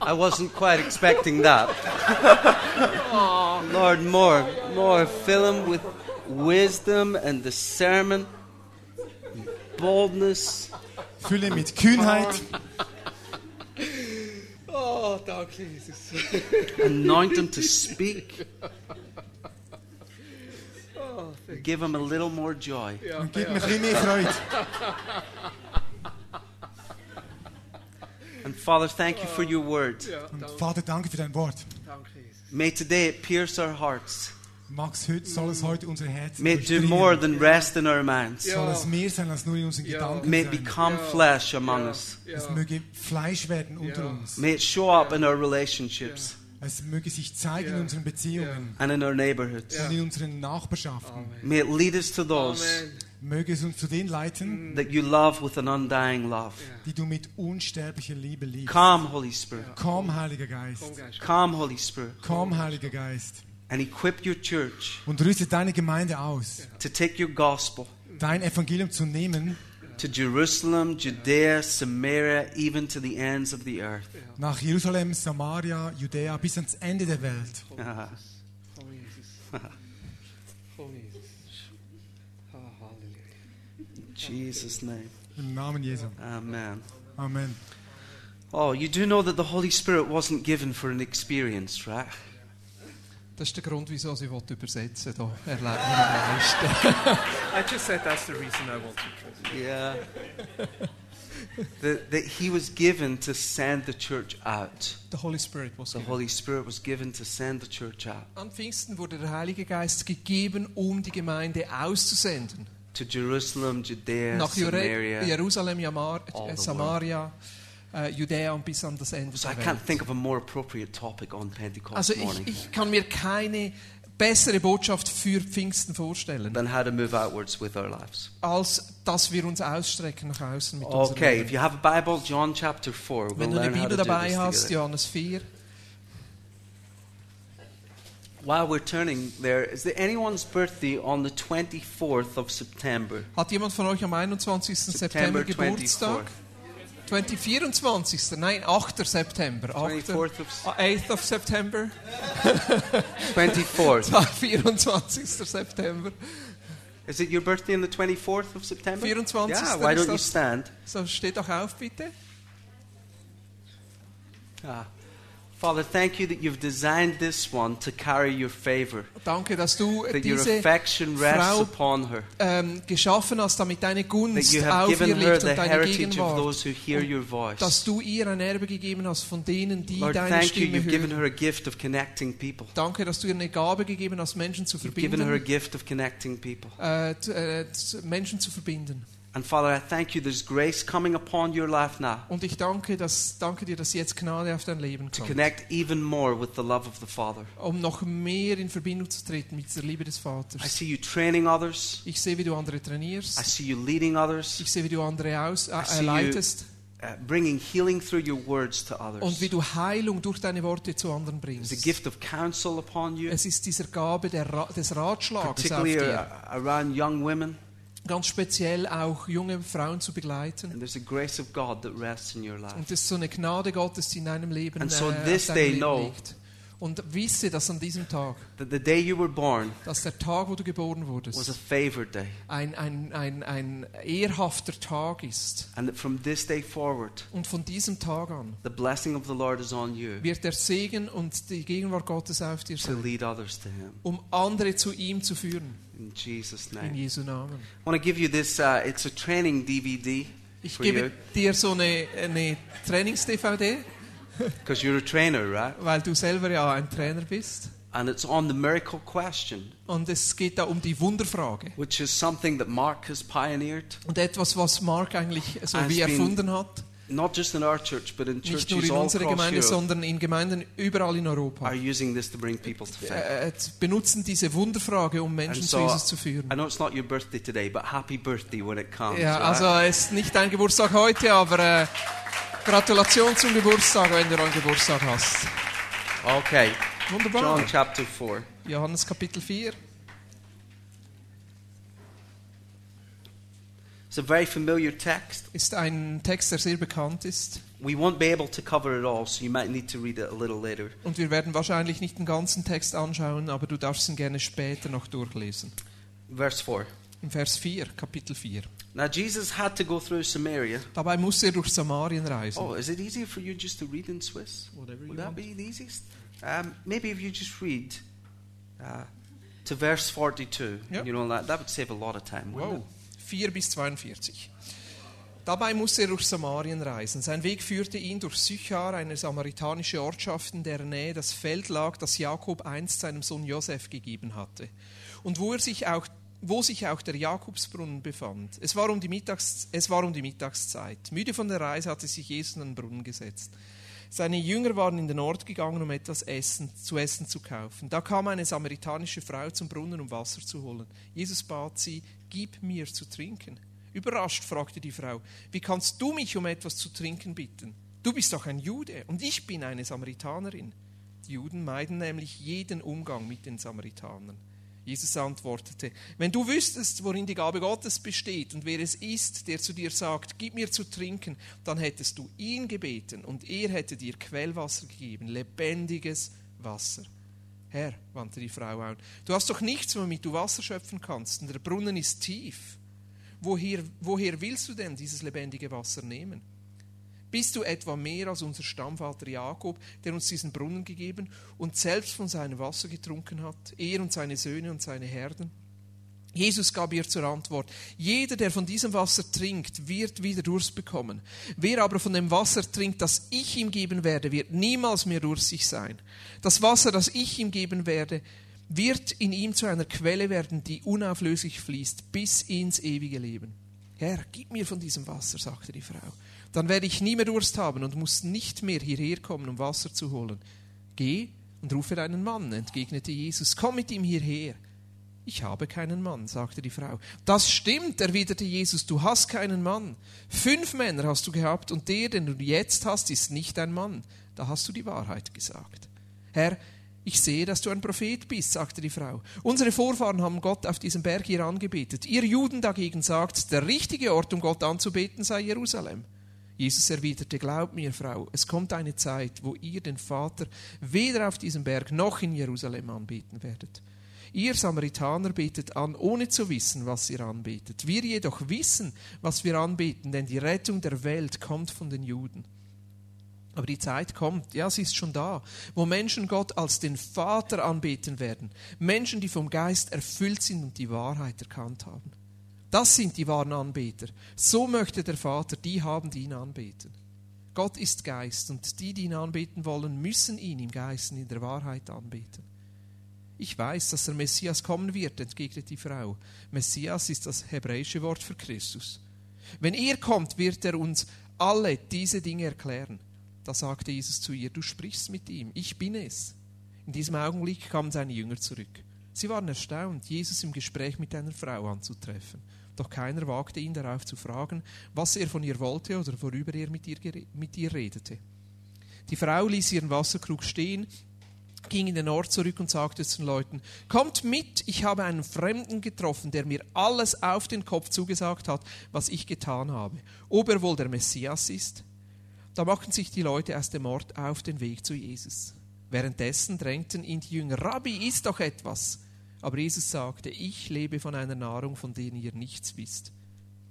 [SPEAKER 5] I wasn't quite expecting that. Lord, more, more. Fill him with wisdom and discernment, boldness.
[SPEAKER 1] Fülle mit Kühnheit,
[SPEAKER 3] Oh, danke, Jesus.
[SPEAKER 5] Anoint him to speak. Give him a little more joy.
[SPEAKER 1] und gib mir ein bisschen mehr Freude.
[SPEAKER 5] And Father, thank you for your word.
[SPEAKER 3] Ja, danke,
[SPEAKER 7] Vater, danke für dein Wort.
[SPEAKER 3] danke, Jesus.
[SPEAKER 5] May today it pierce our hearts.
[SPEAKER 7] Max, heute soll es heute unser Herz
[SPEAKER 5] May it do
[SPEAKER 7] durchdringen.
[SPEAKER 5] more than rest in our minds.
[SPEAKER 7] Soll es mehr sein als nur in unseren Gedanken
[SPEAKER 5] May it
[SPEAKER 7] sein.
[SPEAKER 5] become flesh among us.
[SPEAKER 7] Es möge Fleisch werden unter
[SPEAKER 3] Ja.
[SPEAKER 7] uns.
[SPEAKER 5] May it show up in our relationships
[SPEAKER 7] Es möge sich zeigen in unseren Beziehungen
[SPEAKER 5] and in our neighborhoods.
[SPEAKER 7] und in unseren Nachbarschaften.
[SPEAKER 5] May it lead us to those
[SPEAKER 3] Amen.
[SPEAKER 7] Möge es uns zu denen leiten,
[SPEAKER 5] that you love with an undying love.
[SPEAKER 7] die du mit unsterblicher Liebe liebst.
[SPEAKER 5] Come, Holy Spirit.
[SPEAKER 7] Komm, Heiliger Geist.
[SPEAKER 5] Come, Holy Spirit.
[SPEAKER 7] Komm, Heiliger Geist.
[SPEAKER 5] And equip your church
[SPEAKER 7] Und rüste deine Gemeinde aus,
[SPEAKER 5] to take your gospel
[SPEAKER 7] dein Evangelium zu nehmen,
[SPEAKER 5] to Jerusalem, Judea, Samaria, even to the ends of the earth.
[SPEAKER 7] nach Jerusalem, Samaria, Judäa, bis ans Ende der Welt.
[SPEAKER 5] Ah,
[SPEAKER 3] Komm, Jesus. Komm, Jesus. Ah, Halleluja.
[SPEAKER 5] in Jesus' name.
[SPEAKER 7] Im Namen Jesu.
[SPEAKER 5] Amen.
[SPEAKER 7] Amen.
[SPEAKER 5] Oh, you do know that the Holy Spirit wasn't given for an experience, right?
[SPEAKER 3] Das ist der Grund, wieso sie wollte übersetzen da. Erlebt mir am meisten.
[SPEAKER 6] I just said that's the reason I want to translate.
[SPEAKER 5] Yeah. that, that he was given to send the church out.
[SPEAKER 3] The Holy Spirit was
[SPEAKER 5] The Holy Spirit was given to send the church out
[SPEAKER 3] An Pfingsten wurde der Heilige Geist gegeben, um die Gemeinde auszusenden.
[SPEAKER 5] to Jerusalem, Judea,
[SPEAKER 3] Nach Jure-
[SPEAKER 5] Samaria.
[SPEAKER 3] Jerusalem, Jamar,
[SPEAKER 5] All the
[SPEAKER 3] äh, Samaria, äh, Judäa und bis an das Ende
[SPEAKER 5] So I
[SPEAKER 3] der Welt.
[SPEAKER 5] can't think of a more appropriate topic on
[SPEAKER 3] Also
[SPEAKER 5] Pentecost
[SPEAKER 3] ich,
[SPEAKER 5] morning.
[SPEAKER 3] ich kann mir keine bessere Botschaft für Pfingsten vorstellen,
[SPEAKER 5] than how to move outwards with our lives.
[SPEAKER 3] als dass wir uns ausstrecken nach außen mit unserem
[SPEAKER 5] Okay, if
[SPEAKER 3] Leben.
[SPEAKER 5] you have a Bible, John chapter 4. We'll
[SPEAKER 3] Wenn du eine
[SPEAKER 5] learn how
[SPEAKER 3] Bibel
[SPEAKER 5] to do
[SPEAKER 3] dabei
[SPEAKER 5] this
[SPEAKER 3] hast,
[SPEAKER 5] together.
[SPEAKER 3] Johannes 4,
[SPEAKER 5] While we're turning there, is there anyone's birthday on the 24th of September?
[SPEAKER 3] hat jemand von euch am 21. September,
[SPEAKER 5] September
[SPEAKER 3] Geburtstag? 24. Nein, 8. September. 8.
[SPEAKER 5] 24th of-
[SPEAKER 3] Ah, 8th of September.
[SPEAKER 5] 24th.
[SPEAKER 3] 24. September.
[SPEAKER 5] Is it your birthday on the 24th of September?
[SPEAKER 3] 24th
[SPEAKER 5] Yeah, why
[SPEAKER 3] is
[SPEAKER 5] don't you
[SPEAKER 3] das-
[SPEAKER 5] stand?
[SPEAKER 3] So, steht doch auf, bitte.
[SPEAKER 5] Ah. Father, thank you that you've designed this one to carry your favor,
[SPEAKER 3] Danke, dass du
[SPEAKER 5] that your
[SPEAKER 3] diese
[SPEAKER 5] affection rests
[SPEAKER 3] Frau
[SPEAKER 5] upon her,
[SPEAKER 3] ähm, geschaffen hast, damit deine
[SPEAKER 5] that
[SPEAKER 3] Gunst
[SPEAKER 5] you have
[SPEAKER 3] auf ihr
[SPEAKER 5] given her
[SPEAKER 3] liegt
[SPEAKER 5] the
[SPEAKER 3] und deine
[SPEAKER 5] heritage of
[SPEAKER 3] Gegenwart.
[SPEAKER 5] those who hear your voice.
[SPEAKER 3] Dass du ihr ein Erbe gegeben hast von denen, die
[SPEAKER 5] Lord,
[SPEAKER 3] deine
[SPEAKER 5] thank you,
[SPEAKER 3] Stimme
[SPEAKER 5] you've given
[SPEAKER 3] hören.
[SPEAKER 5] her a gift of connecting people.
[SPEAKER 3] Danke, dass du ihr eine Gabe gegeben hast, Menschen zu
[SPEAKER 5] You've given her a
[SPEAKER 3] verbinden.
[SPEAKER 5] gift of connecting people.
[SPEAKER 3] Äh, zu- äh, zu- Menschen zu verbinden.
[SPEAKER 5] And Father, I thank you there's grace coming upon your life now
[SPEAKER 3] Und ich danke, dass, danke dir, dass jetzt Gnade auf dein Leben
[SPEAKER 5] to
[SPEAKER 3] kommt,
[SPEAKER 5] connect even more with the love of the Father.
[SPEAKER 3] um noch mehr in Verbindung zu treten mit der Liebe des
[SPEAKER 5] I
[SPEAKER 3] Vaters.
[SPEAKER 5] see you training others.
[SPEAKER 3] Ich sehe, wie du andere
[SPEAKER 5] I
[SPEAKER 3] trainierst.
[SPEAKER 5] see you leading others.
[SPEAKER 3] Ich sehe, wie du andere aus, äh,
[SPEAKER 5] see
[SPEAKER 3] äh,
[SPEAKER 5] you-
[SPEAKER 3] leitest.
[SPEAKER 5] Uh, bringing healing through your words to
[SPEAKER 3] Und
[SPEAKER 5] others.
[SPEAKER 3] wie du Heilung durch deine Worte zu anderen
[SPEAKER 5] There's
[SPEAKER 3] bringst.
[SPEAKER 5] a gift of counsel upon you,
[SPEAKER 3] Es ist dieser Gabe der Ra des Ratschlags auf
[SPEAKER 5] particularly
[SPEAKER 3] dir.
[SPEAKER 5] ar- around young women.
[SPEAKER 3] Ganz speziell auch junge Frauen zu begleiten.
[SPEAKER 5] And there's a grace of God that rests in your life.
[SPEAKER 3] Und das ist so eine Gnade Gottes, die in deinem Leben,
[SPEAKER 5] And so
[SPEAKER 3] äh, auf
[SPEAKER 5] this
[SPEAKER 3] deinem
[SPEAKER 5] they
[SPEAKER 3] Leben
[SPEAKER 5] know.
[SPEAKER 3] liegt. Und wisse, dass an diesem Tag,
[SPEAKER 5] That the day you were born
[SPEAKER 3] dass der Tag, wo du geboren
[SPEAKER 5] was a
[SPEAKER 3] wurdest,
[SPEAKER 5] favored day.
[SPEAKER 3] ein, ein, ein, ein ehrhafter Tag ist.
[SPEAKER 5] And that from this day forward,
[SPEAKER 3] Und von diesem Tag an
[SPEAKER 5] the blessing of the Lord is on you
[SPEAKER 3] wird der Segen und die Gegenwart Gottes auf dir
[SPEAKER 5] to
[SPEAKER 3] sein,
[SPEAKER 5] lead others to Him.
[SPEAKER 3] um andere zu ihm zu führen.
[SPEAKER 5] In Jesus'
[SPEAKER 3] In
[SPEAKER 5] name.
[SPEAKER 3] Jesu Namen.
[SPEAKER 5] I want to give you this, uh, it's a training DVD
[SPEAKER 3] Ich
[SPEAKER 5] for you.
[SPEAKER 3] gebe dir so eine, eine Trainings-DVD,
[SPEAKER 5] Because you're a trainer, right?
[SPEAKER 3] weil du selber ja ein Trainer bist.
[SPEAKER 5] And it's on the miracle question,
[SPEAKER 3] Und es geht da um die Wunderfrage.
[SPEAKER 5] which is something that Mark has pioneered,
[SPEAKER 3] Und etwas, was Mark eigentlich so
[SPEAKER 5] Has
[SPEAKER 3] wie
[SPEAKER 5] been-
[SPEAKER 3] erfunden hat.
[SPEAKER 5] not just in our church, but in
[SPEAKER 3] Nicht nur
[SPEAKER 5] churches
[SPEAKER 3] in
[SPEAKER 5] all
[SPEAKER 3] unserer
[SPEAKER 5] across
[SPEAKER 3] Gemeinde,
[SPEAKER 5] Europe,
[SPEAKER 3] sondern in Gemeinden überall in Europa.
[SPEAKER 5] are using this to bring people to faith.
[SPEAKER 3] Äh, äh, benutzen diese Wunderfrage, um
[SPEAKER 5] And
[SPEAKER 3] Menschen zu
[SPEAKER 5] so,
[SPEAKER 3] Jesus zu führen.
[SPEAKER 5] I know it's not your birthday today, but happy birthday when it comes.
[SPEAKER 3] Ja,
[SPEAKER 5] right?
[SPEAKER 3] also es ist nicht dein Geburtstag heute, aber äh, Gratulation zum Geburtstag, wenn du einen Geburtstag hast.
[SPEAKER 5] Okay.
[SPEAKER 3] Wunderbar.
[SPEAKER 5] John chapter 4.
[SPEAKER 3] Johannes Kapitel 4.
[SPEAKER 5] It's a very familiar text.
[SPEAKER 3] ist ein Text, der sehr bekannt ist.
[SPEAKER 5] We won't be able to cover it all, so you might need to read it a little later.
[SPEAKER 3] Und wir werden wahrscheinlich nicht den ganzen Text anschauen, aber du darfst ihn gerne später noch durchlesen.
[SPEAKER 5] Verse 4.
[SPEAKER 3] Im Vers 4, Kapitel 4.
[SPEAKER 5] Now Jesus had to go through Samaria.
[SPEAKER 3] Dabei musste er durch Samarien reisen.
[SPEAKER 5] Oh, is it easier for you just to read in Swiss?
[SPEAKER 3] Whatever you
[SPEAKER 5] Would that
[SPEAKER 3] want.
[SPEAKER 5] be the easiest? Um, maybe if you just read uh, to verse 42,
[SPEAKER 3] Yeah.
[SPEAKER 5] you know, that, that would save a lot of time. wouldn't
[SPEAKER 3] Wow. 4 bis 42. Dabei musste er durch Samarien reisen. Sein Weg führte ihn durch Sychar, eine samaritanische Ortschaft, in der Nähe das Feld lag, das Jakob einst seinem Sohn Josef gegeben hatte. Und wo, er sich auch, wo sich auch der Jakobsbrunnen befand. Es war, um die Mittags, es war um die Mittagszeit. Müde von der Reise hatte sich Jesus an den Brunnen gesetzt. Seine Jünger waren in den Ort gegangen, um etwas essen, zu essen zu kaufen. Da kam eine samaritanische Frau zum Brunnen, um Wasser zu holen. Jesus bat sie, gib mir zu trinken. Überrascht fragte die Frau, wie kannst du mich um etwas zu trinken bitten? Du bist doch ein Jude und ich bin eine Samaritanerin. Die Juden meiden nämlich jeden Umgang mit den Samaritanern. Jesus antwortete, wenn du wüsstest, worin die Gabe Gottes besteht und wer es ist, der zu dir sagt, gib mir zu trinken, dann hättest du ihn gebeten und er hätte dir Quellwasser gegeben, lebendiges Wasser. Herr, wandte die Frau an, du hast doch nichts, womit du Wasser schöpfen kannst, und der Brunnen ist tief. Woher, woher willst du denn dieses lebendige Wasser nehmen? Bist du etwa mehr als unser Stammvater Jakob, der uns diesen Brunnen gegeben und selbst von seinem Wasser getrunken hat, er und seine Söhne und seine Herden? Jesus gab ihr zur Antwort, jeder, der von diesem Wasser trinkt, wird wieder Durst bekommen. Wer aber von dem Wasser trinkt, das ich ihm geben werde, wird niemals mehr durstig sein. Das Wasser, das ich ihm geben werde, wird in ihm zu einer Quelle werden, die unauflöslich fließt bis ins ewige Leben. Herr, gib mir von diesem Wasser, sagte die Frau. Dann werde ich nie mehr Durst haben und muss nicht mehr hierher kommen, um Wasser zu holen. Geh und rufe einen Mann, entgegnete Jesus, komm mit ihm hierher. Ich habe keinen Mann, sagte die Frau. Das stimmt, erwiderte Jesus, du hast keinen Mann. Fünf Männer hast du gehabt und der, den du jetzt hast, ist nicht ein Mann. Da hast du die Wahrheit gesagt. Herr, ich sehe, dass du ein Prophet bist, sagte die Frau. Unsere Vorfahren haben Gott auf diesem Berg hier angebetet. Ihr Juden dagegen sagt, der richtige Ort, um Gott anzubeten, sei Jerusalem. Jesus erwiderte, Glaub mir, Frau, es kommt eine Zeit, wo ihr den Vater weder auf diesem Berg noch in Jerusalem anbeten werdet. Ihr Samaritaner betet an, ohne zu wissen, was ihr anbetet. Wir jedoch wissen, was wir anbeten, denn die Rettung der Welt kommt von den Juden. Aber die Zeit kommt, ja, sie ist schon da, wo Menschen Gott als den Vater anbeten werden. Menschen, die vom Geist erfüllt sind und die Wahrheit erkannt haben. Das sind die wahren Anbeter. So möchte der Vater die haben, die ihn anbeten. Gott ist Geist und die, die ihn anbeten wollen, müssen ihn im Geist und in der Wahrheit anbeten. Ich weiß, dass der Messias kommen wird, entgegnet die Frau. Messias ist das hebräische Wort für Christus. Wenn er kommt, wird er uns alle diese Dinge erklären. Da sagte Jesus zu ihr, du sprichst mit ihm, ich bin es. In diesem Augenblick kamen seine Jünger zurück. Sie waren erstaunt, Jesus im Gespräch mit einer Frau anzutreffen. Doch keiner wagte ihn darauf zu fragen, was er von ihr wollte oder worüber er mit ihr, gere- mit ihr redete. Die Frau ließ ihren Wasserkrug stehen, ging in den Ort zurück und sagte zu den Leuten, kommt mit, ich habe einen Fremden getroffen, der mir alles auf den Kopf zugesagt hat, was ich getan habe. Ob er wohl der Messias ist? Da machten sich die Leute aus dem Ort auf den Weg zu Jesus. Währenddessen drängten ihn die Jünger, Rabbi, isst doch etwas. Aber Jesus sagte, ich lebe von einer Nahrung, von denen ihr nichts wisst.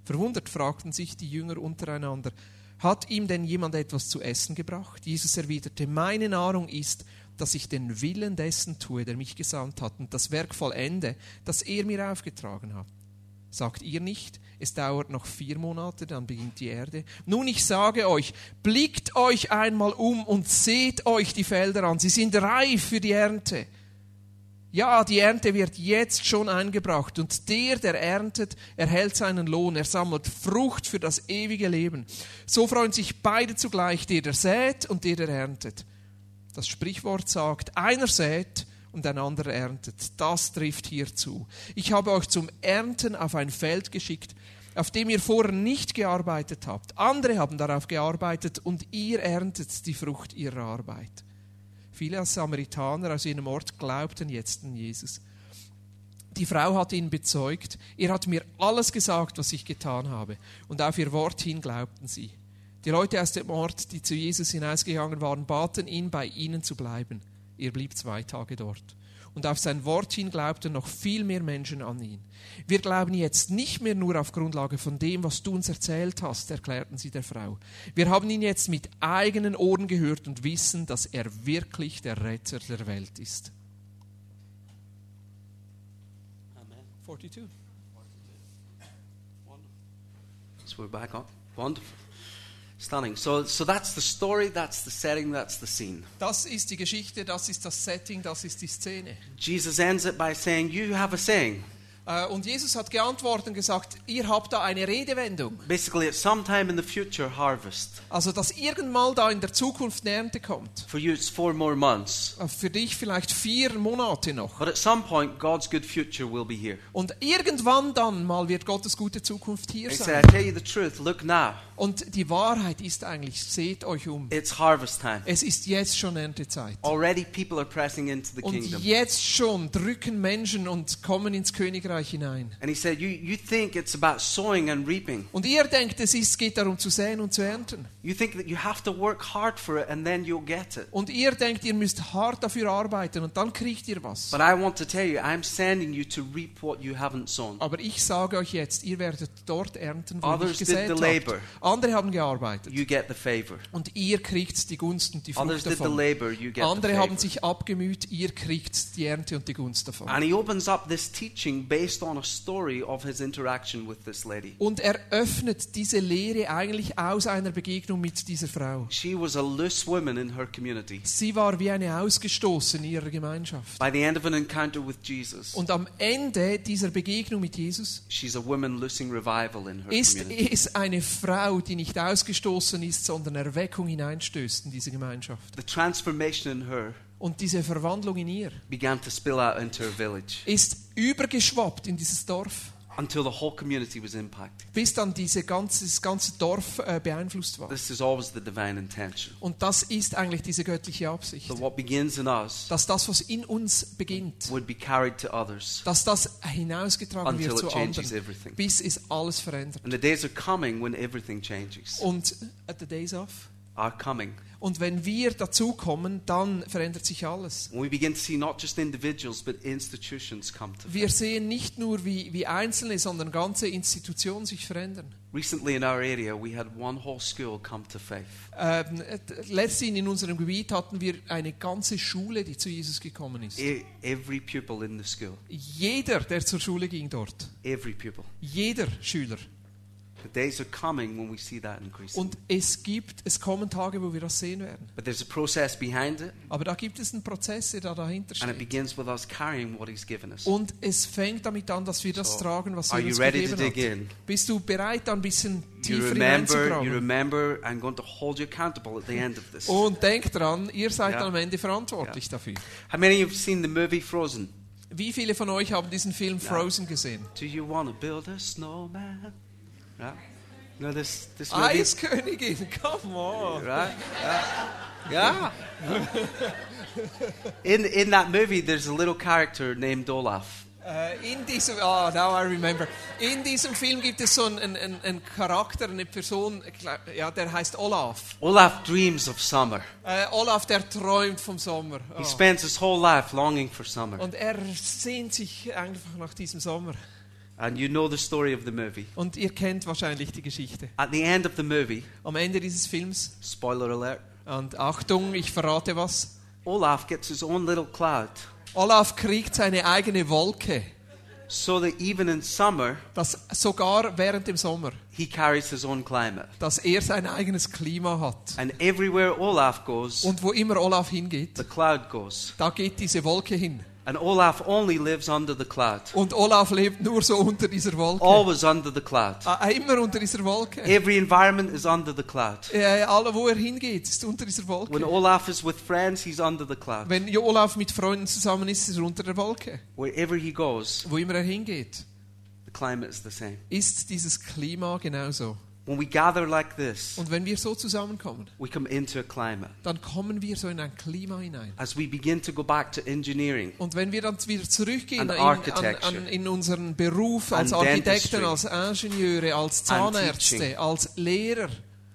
[SPEAKER 3] Verwundert fragten sich die Jünger untereinander, hat ihm denn jemand etwas zu essen gebracht? Jesus erwiderte, meine Nahrung ist, dass ich den Willen dessen tue, der mich gesandt hat, und das Werk vollende, das er mir aufgetragen hat. Sagt ihr nicht, es dauert noch vier Monate, dann beginnt die Erde? Nun, ich sage euch, blickt euch einmal um und seht euch die Felder an, sie sind reif für die Ernte. Ja, die Ernte wird jetzt schon eingebracht und der, der erntet, erhält seinen Lohn, er sammelt Frucht für das ewige Leben. So freuen sich beide zugleich, der, der sät und der, der erntet. Das Sprichwort sagt, einer sät und ein anderer erntet. Das trifft hier zu. Ich habe euch zum Ernten auf ein Feld geschickt, auf dem ihr vorher nicht gearbeitet habt. Andere haben darauf gearbeitet und ihr erntet die Frucht ihrer Arbeit. Viele Samaritaner aus jenem Ort glaubten jetzt an Jesus. Die Frau hat ihn bezeugt, er hat mir alles gesagt, was ich getan habe. Und auf ihr Wort hin glaubten sie. Die Leute aus dem Ort, die zu Jesus hinausgegangen waren, baten ihn, bei ihnen zu bleiben. Er blieb zwei Tage dort. Und auf sein Wort hin glaubten noch viel mehr Menschen an ihn. Wir glauben jetzt nicht mehr nur auf Grundlage von dem, was du uns erzählt hast, erklärten sie der Frau. Wir haben ihn jetzt mit eigenen Ohren gehört und wissen, dass er wirklich der Retter der Welt ist. 42.
[SPEAKER 5] So we're back on. Wonderful. Stunning. So, so that's the story, that's the setting, that's the scene.
[SPEAKER 3] Das ist die Geschichte, das ist das Setting, das ist die Szene.
[SPEAKER 5] Jesus ends it by saying, You have a saying.
[SPEAKER 3] Äh, Und Jesus hat geantwortet und gesagt, ihr habt da eine Redewendung.
[SPEAKER 5] Basically, at some time in the future, harvest.
[SPEAKER 3] Also, dass irgendwann mal da in der Zukunft eine Ernte kommt.
[SPEAKER 5] For you, it's four more months.
[SPEAKER 3] Äh, Für dich vielleicht vier Monate noch.
[SPEAKER 5] But at some point, God's good future will be here.
[SPEAKER 3] Und irgendwann dann mal wird Gottes gute Zukunft hier
[SPEAKER 5] He
[SPEAKER 3] sein.
[SPEAKER 5] said, I tell you the truth, look now.
[SPEAKER 3] Und die Wahrheit ist eigentlich, seht euch um.
[SPEAKER 5] It's harvest time.
[SPEAKER 3] Es ist jetzt schon Erntezeit.
[SPEAKER 5] Already people are pressing into the
[SPEAKER 3] Und
[SPEAKER 5] kingdom.
[SPEAKER 3] jetzt schon drücken Menschen und kommen ins Königreich hinein.
[SPEAKER 5] And he said, you, you think it's about sowing and reaping.
[SPEAKER 3] Und ihr denkt, es ist, geht darum zu säen und zu ernten.
[SPEAKER 5] You think that you have to work hard for it and then you'll get it.
[SPEAKER 3] Und ihr denkt, ihr müsst hart dafür arbeiten und dann kriegt ihr was.
[SPEAKER 5] But I want to tell you, I'm sending you to reap what you haven't sown.
[SPEAKER 3] Aber ich sage euch jetzt, ihr werdet dort ernten, wo ihr
[SPEAKER 5] Others did
[SPEAKER 3] gesät
[SPEAKER 5] the labor.
[SPEAKER 3] habt. Andere haben gearbeitet.
[SPEAKER 5] You get the favor.
[SPEAKER 3] Und ihr kriegt die Gunst und die Frucht
[SPEAKER 5] Others did the
[SPEAKER 3] davon.
[SPEAKER 5] labor, you get the
[SPEAKER 3] Andere haben
[SPEAKER 5] favor.
[SPEAKER 3] sich abgemüht, ihr kriegt die Ernte und die Gunst davon.
[SPEAKER 5] And he opens up this teaching based on a story of his interaction with this lady.
[SPEAKER 3] Und er öffnet diese Lehre eigentlich aus einer Begegnung mit dieser Frau.
[SPEAKER 5] She was a loose woman in her community.
[SPEAKER 3] Sie war wie eine Ausgestoßene in ihrer Gemeinschaft.
[SPEAKER 5] By the end of an encounter with Jesus,
[SPEAKER 3] Und am Ende dieser Begegnung mit Jesus
[SPEAKER 5] she's a woman loosing revival in her
[SPEAKER 3] ist
[SPEAKER 5] community.
[SPEAKER 3] es eine Frau, die nicht ausgestoßen ist, sondern Erweckung hineinstößt in diese Gemeinschaft.
[SPEAKER 5] The transformation in her
[SPEAKER 3] Und diese Verwandlung in ihr
[SPEAKER 5] began to spill out into her village
[SPEAKER 3] ist übergeschwappt in dieses Dorf,
[SPEAKER 5] until the whole community was impacted.
[SPEAKER 3] bis dann diese ganze, das ganze Dorf äh, beeinflusst war.
[SPEAKER 5] This is always the divine intention.
[SPEAKER 3] Und das ist eigentlich diese göttliche Absicht.
[SPEAKER 5] That what begins in us
[SPEAKER 3] Dass das, was in uns beginnt,
[SPEAKER 5] would be carried to others.
[SPEAKER 3] dass das hinausgetragen
[SPEAKER 5] Until
[SPEAKER 3] wird zu
[SPEAKER 5] it changes
[SPEAKER 3] anderen,
[SPEAKER 5] everything.
[SPEAKER 3] bis es alles verändert.
[SPEAKER 5] And the days are coming when everything changes.
[SPEAKER 3] Und at the days off.
[SPEAKER 5] Are coming.
[SPEAKER 3] Und wenn wir dazukommen, dann verändert sich alles.
[SPEAKER 5] When we begin to see not just individuals but institutions come to
[SPEAKER 3] Wir sehen nicht nur, wie, wie Einzelne, sondern ganze Institutionen sich verändern.
[SPEAKER 5] Recently in our area, we had one whole school come to faith.
[SPEAKER 3] Ähm, äh, letzthin in unserem Gebiet hatten wir eine ganze Schule, die zu Jesus gekommen ist.
[SPEAKER 5] E- every pupil in the school,
[SPEAKER 3] Jeder, der zur Schule ging dort,
[SPEAKER 5] every pupil.
[SPEAKER 3] jeder Schüler.
[SPEAKER 5] The days are coming when we see that increasing.
[SPEAKER 3] Und es gibt, es kommen Tage, wo wir das sehen werden.
[SPEAKER 5] but there's a process behind it,
[SPEAKER 3] Aber da gibt es einen Prozess, der da dahinter
[SPEAKER 5] and it
[SPEAKER 3] steht.
[SPEAKER 5] begins with us carrying what He's given us.
[SPEAKER 3] Und es fängt damit an, dass wir das
[SPEAKER 5] So,
[SPEAKER 3] tragen, was
[SPEAKER 5] are
[SPEAKER 3] er
[SPEAKER 5] you
[SPEAKER 3] uns
[SPEAKER 5] ready to
[SPEAKER 3] gegeben
[SPEAKER 5] dig in?
[SPEAKER 3] hat. Bist du bereit, da ein bisschen
[SPEAKER 5] You
[SPEAKER 3] tiefer
[SPEAKER 5] remember, you
[SPEAKER 3] hineinzugraben?
[SPEAKER 5] remember, I'm going to hold you accountable at the end of this.
[SPEAKER 3] Und denk dran, ihr seid
[SPEAKER 5] Ja.
[SPEAKER 3] am Ende verantwortlich
[SPEAKER 5] Ja.
[SPEAKER 3] dafür.
[SPEAKER 5] How many of you have seen the movie Frozen?
[SPEAKER 3] Wie viele von euch haben diesen Film Frozen gesehen?
[SPEAKER 5] Do you want to build a snowman? Right? No, this, this movie.
[SPEAKER 3] Eiskönigin, come on!
[SPEAKER 5] Right? Yeah. in in that movie, there's a little character named Olaf.
[SPEAKER 3] Äh, in diesem, ah, now I remember. In diesem Film gibt es so einen, einen, einen Charakter, eine Person, ich glaub, ja, der heißt Olaf.
[SPEAKER 5] Olaf dreams of summer.
[SPEAKER 3] Äh, Olaf, der träumt vom Sommer.
[SPEAKER 5] He
[SPEAKER 3] Ah.
[SPEAKER 5] spends his whole life longing for summer.
[SPEAKER 3] Und er sehnt sich einfach nach diesem Sommer.
[SPEAKER 5] And you know the story of the movie.
[SPEAKER 3] Und ihr kennt wahrscheinlich die Geschichte.
[SPEAKER 5] At the end of the movie,
[SPEAKER 3] Am Ende dieses Films,
[SPEAKER 5] spoiler alert,
[SPEAKER 3] und Achtung, ich verrate was,
[SPEAKER 5] Olaf gets his own little cloud
[SPEAKER 3] Olaf kriegt seine eigene Wolke,
[SPEAKER 5] so that even in summer,
[SPEAKER 3] dass sogar während dem Sommer,
[SPEAKER 5] he carries his own climate.
[SPEAKER 3] dass er sein eigenes Klima hat.
[SPEAKER 5] And everywhere Olaf goes,
[SPEAKER 3] Und wo immer Olaf hingeht,
[SPEAKER 5] the cloud goes.
[SPEAKER 3] da geht diese Wolke hin.
[SPEAKER 5] And Olaf only lives under the cloud.
[SPEAKER 3] Und Olaf lebt nur so unter dieser Wolke.
[SPEAKER 5] Always under the cloud.
[SPEAKER 3] Ah, Immer unter dieser Wolke.
[SPEAKER 5] Every environment is under the cloud.
[SPEAKER 3] Äh, alle, wo er hingeht, ist unter dieser
[SPEAKER 5] When
[SPEAKER 3] Wolke.
[SPEAKER 5] Olaf is with friends, he's under the cloud.
[SPEAKER 3] Wenn Jo- Olaf mit Freunden zusammen ist, ist er unter der Wolke.
[SPEAKER 5] Wherever he goes,
[SPEAKER 3] Wo immer er hingeht,
[SPEAKER 5] the climate is the same.
[SPEAKER 3] ist dieses Klima genauso.
[SPEAKER 5] When we gather like this,
[SPEAKER 3] Und wenn wir so zusammenkommen,
[SPEAKER 5] we come into a climate.
[SPEAKER 3] dann kommen wir so in ein Klima hinein.
[SPEAKER 5] As we begin to go back to engineering,
[SPEAKER 3] Und wenn wir dann wieder zurückgehen
[SPEAKER 5] And
[SPEAKER 3] in, an,
[SPEAKER 5] architecture.
[SPEAKER 3] an, in unseren Beruf als
[SPEAKER 5] And
[SPEAKER 3] Architekten,
[SPEAKER 5] dentistry.
[SPEAKER 3] als Ingenieure, als
[SPEAKER 5] And
[SPEAKER 3] Zahnärzte,
[SPEAKER 5] teaching.
[SPEAKER 3] als Lehrer,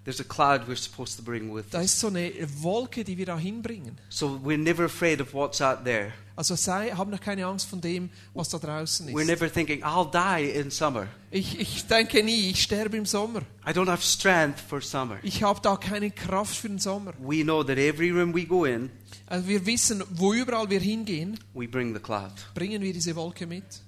[SPEAKER 5] there's a cloud we're supposed to bring with
[SPEAKER 3] da
[SPEAKER 5] us.
[SPEAKER 3] ist so eine Wolke, die wir da hinbringen.
[SPEAKER 5] So we're never afraid of what's out there.
[SPEAKER 3] Also sei, hab noch keine Angst von dem, was da draußen
[SPEAKER 5] We're
[SPEAKER 3] ist.
[SPEAKER 5] never thinking, I'll die in summer.
[SPEAKER 3] Ich, ich denke nie, ich sterbe im Sommer.
[SPEAKER 5] I don't have strength for summer.
[SPEAKER 3] Ich habe da keine Kraft für den Sommer.
[SPEAKER 5] We know that every room we go in,
[SPEAKER 3] Also wir wissen, wo überall wir hingehen,
[SPEAKER 5] we bring the cloud.
[SPEAKER 3] bringen wir diese Wolke mit.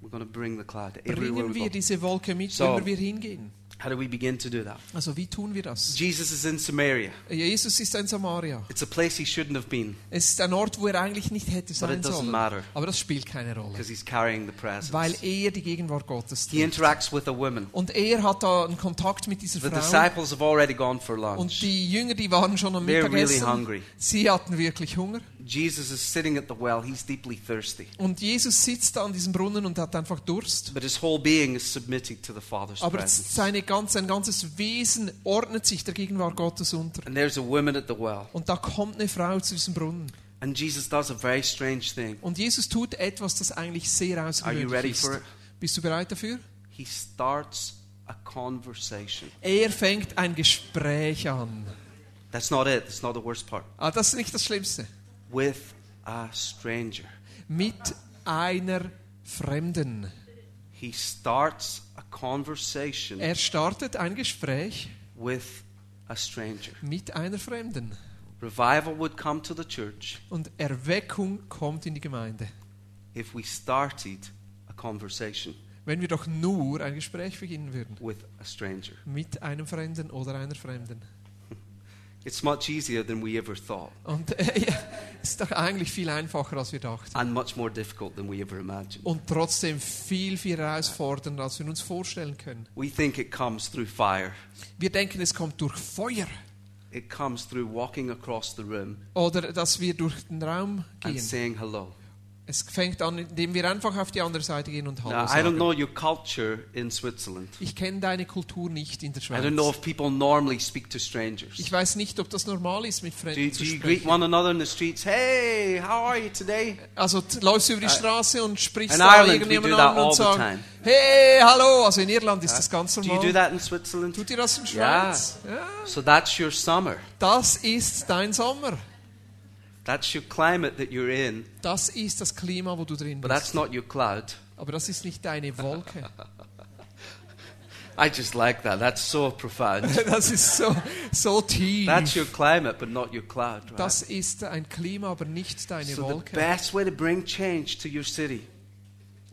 [SPEAKER 5] We're going to bring the cloud everywhere
[SPEAKER 3] Bringen
[SPEAKER 5] we
[SPEAKER 3] wir
[SPEAKER 5] go.
[SPEAKER 3] diese Wolke mit,
[SPEAKER 5] So.
[SPEAKER 3] wo immer wir hingehen.
[SPEAKER 5] How do we begin to do that?
[SPEAKER 3] Also wie tun wir das?
[SPEAKER 5] Jesus is in Samaria.
[SPEAKER 3] Jesus ist ein Samaria.
[SPEAKER 5] It's a place he shouldn't have been
[SPEAKER 3] Es ist ein Ort, wo er eigentlich nicht hätte
[SPEAKER 5] But
[SPEAKER 3] sein
[SPEAKER 5] it doesn't
[SPEAKER 3] sollen.
[SPEAKER 5] matter.
[SPEAKER 3] Aber das spielt keine Rolle,
[SPEAKER 5] because he's carrying the presence.
[SPEAKER 3] weil er die Gegenwart Gottes
[SPEAKER 5] He
[SPEAKER 3] trägt.
[SPEAKER 5] interacts with a woman.
[SPEAKER 3] Und er hat da einen Kontakt mit dieser
[SPEAKER 5] The
[SPEAKER 3] Frau.
[SPEAKER 5] disciples have already gone for
[SPEAKER 3] Und
[SPEAKER 5] lunch.
[SPEAKER 3] die Jünger, die waren schon am
[SPEAKER 5] They're really
[SPEAKER 3] Mittagessen.
[SPEAKER 5] hungry.
[SPEAKER 3] Sie hatten wirklich Hunger.
[SPEAKER 5] Jesus is sitting at the well. He's deeply thirsty.
[SPEAKER 3] Und Jesus sitzt da an diesem Brunnen und hat einfach Durst.
[SPEAKER 5] But his whole being is submitted to the Father's
[SPEAKER 3] Aber
[SPEAKER 5] presence.
[SPEAKER 3] seine ganze, sein ganzes Wesen ordnet sich der Gegenwart Gottes unter.
[SPEAKER 5] And there's a woman at the well.
[SPEAKER 3] Und da kommt eine Frau zu diesem Brunnen.
[SPEAKER 5] And Jesus does a very strange thing.
[SPEAKER 3] Und Jesus tut etwas, das eigentlich sehr
[SPEAKER 5] Are you ready
[SPEAKER 3] außergewöhnlich ist.
[SPEAKER 5] for it?
[SPEAKER 3] Bist du bereit dafür?
[SPEAKER 5] He starts a conversation.
[SPEAKER 3] Er fängt ein Gespräch an.
[SPEAKER 5] That's not it. That's not the worst part.
[SPEAKER 3] Ah, das ist nicht das Schlimmste.
[SPEAKER 5] With a stranger.
[SPEAKER 3] Mit einer Fremden.
[SPEAKER 5] He starts a conversation
[SPEAKER 3] Er startet ein Gespräch
[SPEAKER 5] with a stranger.
[SPEAKER 3] mit einer Fremden.
[SPEAKER 5] Revival would come to the church
[SPEAKER 3] Und Erweckung kommt in die Gemeinde.
[SPEAKER 5] if we started a conversation
[SPEAKER 3] Wenn wir doch nur ein Gespräch beginnen würden.
[SPEAKER 5] with a stranger.
[SPEAKER 3] Mit einem Fremden oder einer Fremden.
[SPEAKER 5] It's much easier than we ever thought
[SPEAKER 3] Und äh, ja, ist doch eigentlich viel einfacher, als wir dachten.
[SPEAKER 5] and much more difficult than we ever imagined.
[SPEAKER 3] Und trotzdem viel, viel herausfordernder, als wir uns vorstellen können.
[SPEAKER 5] We think it comes through fire,
[SPEAKER 3] Wir denken, es kommt durch Feuer.
[SPEAKER 5] it comes through walking across the room
[SPEAKER 3] Oder dass wir durch den Raum
[SPEAKER 5] and
[SPEAKER 3] gehen.
[SPEAKER 5] saying hello.
[SPEAKER 3] Es fängt an, indem wir einfach auf die andere Seite gehen und Hallo
[SPEAKER 5] Now, I don't
[SPEAKER 3] sagen.
[SPEAKER 5] know your culture in Switzerland.
[SPEAKER 3] Ich kenne deine Kultur nicht in der
[SPEAKER 5] I don't know
[SPEAKER 3] Schweiz.
[SPEAKER 5] if people normally speak to strangers.
[SPEAKER 3] Ich weiß nicht, ob das normal ist, mit
[SPEAKER 5] Do,
[SPEAKER 3] Fremden zu
[SPEAKER 5] do you greet
[SPEAKER 3] sprechen.
[SPEAKER 5] one another in the streets? Hey, how are you today?
[SPEAKER 3] Also t- läufst du über die Straße und sprichst
[SPEAKER 5] in
[SPEAKER 3] da
[SPEAKER 5] Ireland we
[SPEAKER 3] irgendjemand
[SPEAKER 5] do that
[SPEAKER 3] an und
[SPEAKER 5] all the
[SPEAKER 3] sagst,
[SPEAKER 5] time.
[SPEAKER 3] hey, hallo. Also in Irland ist das ganz
[SPEAKER 5] Do you do
[SPEAKER 3] normal.
[SPEAKER 5] that in Switzerland?
[SPEAKER 3] Tut ihr das in der
[SPEAKER 5] Yeah.
[SPEAKER 3] Schweiz? Ja.
[SPEAKER 5] So that's your summer.
[SPEAKER 3] Das ist dein Sommer.
[SPEAKER 5] That's your climate that you're in,
[SPEAKER 3] Das ist das Klima, wo du drin
[SPEAKER 5] but
[SPEAKER 3] bist.
[SPEAKER 5] that's not your cloud.
[SPEAKER 3] Aber das ist nicht deine Wolke.
[SPEAKER 5] I just like that. That's so profound.
[SPEAKER 3] Das ist so, so tief.
[SPEAKER 5] That's your climate, but not your cloud. Right?
[SPEAKER 3] Das ist ein Klima, aber nicht deine
[SPEAKER 5] so the
[SPEAKER 3] Wolke.
[SPEAKER 5] best way to bring change to your city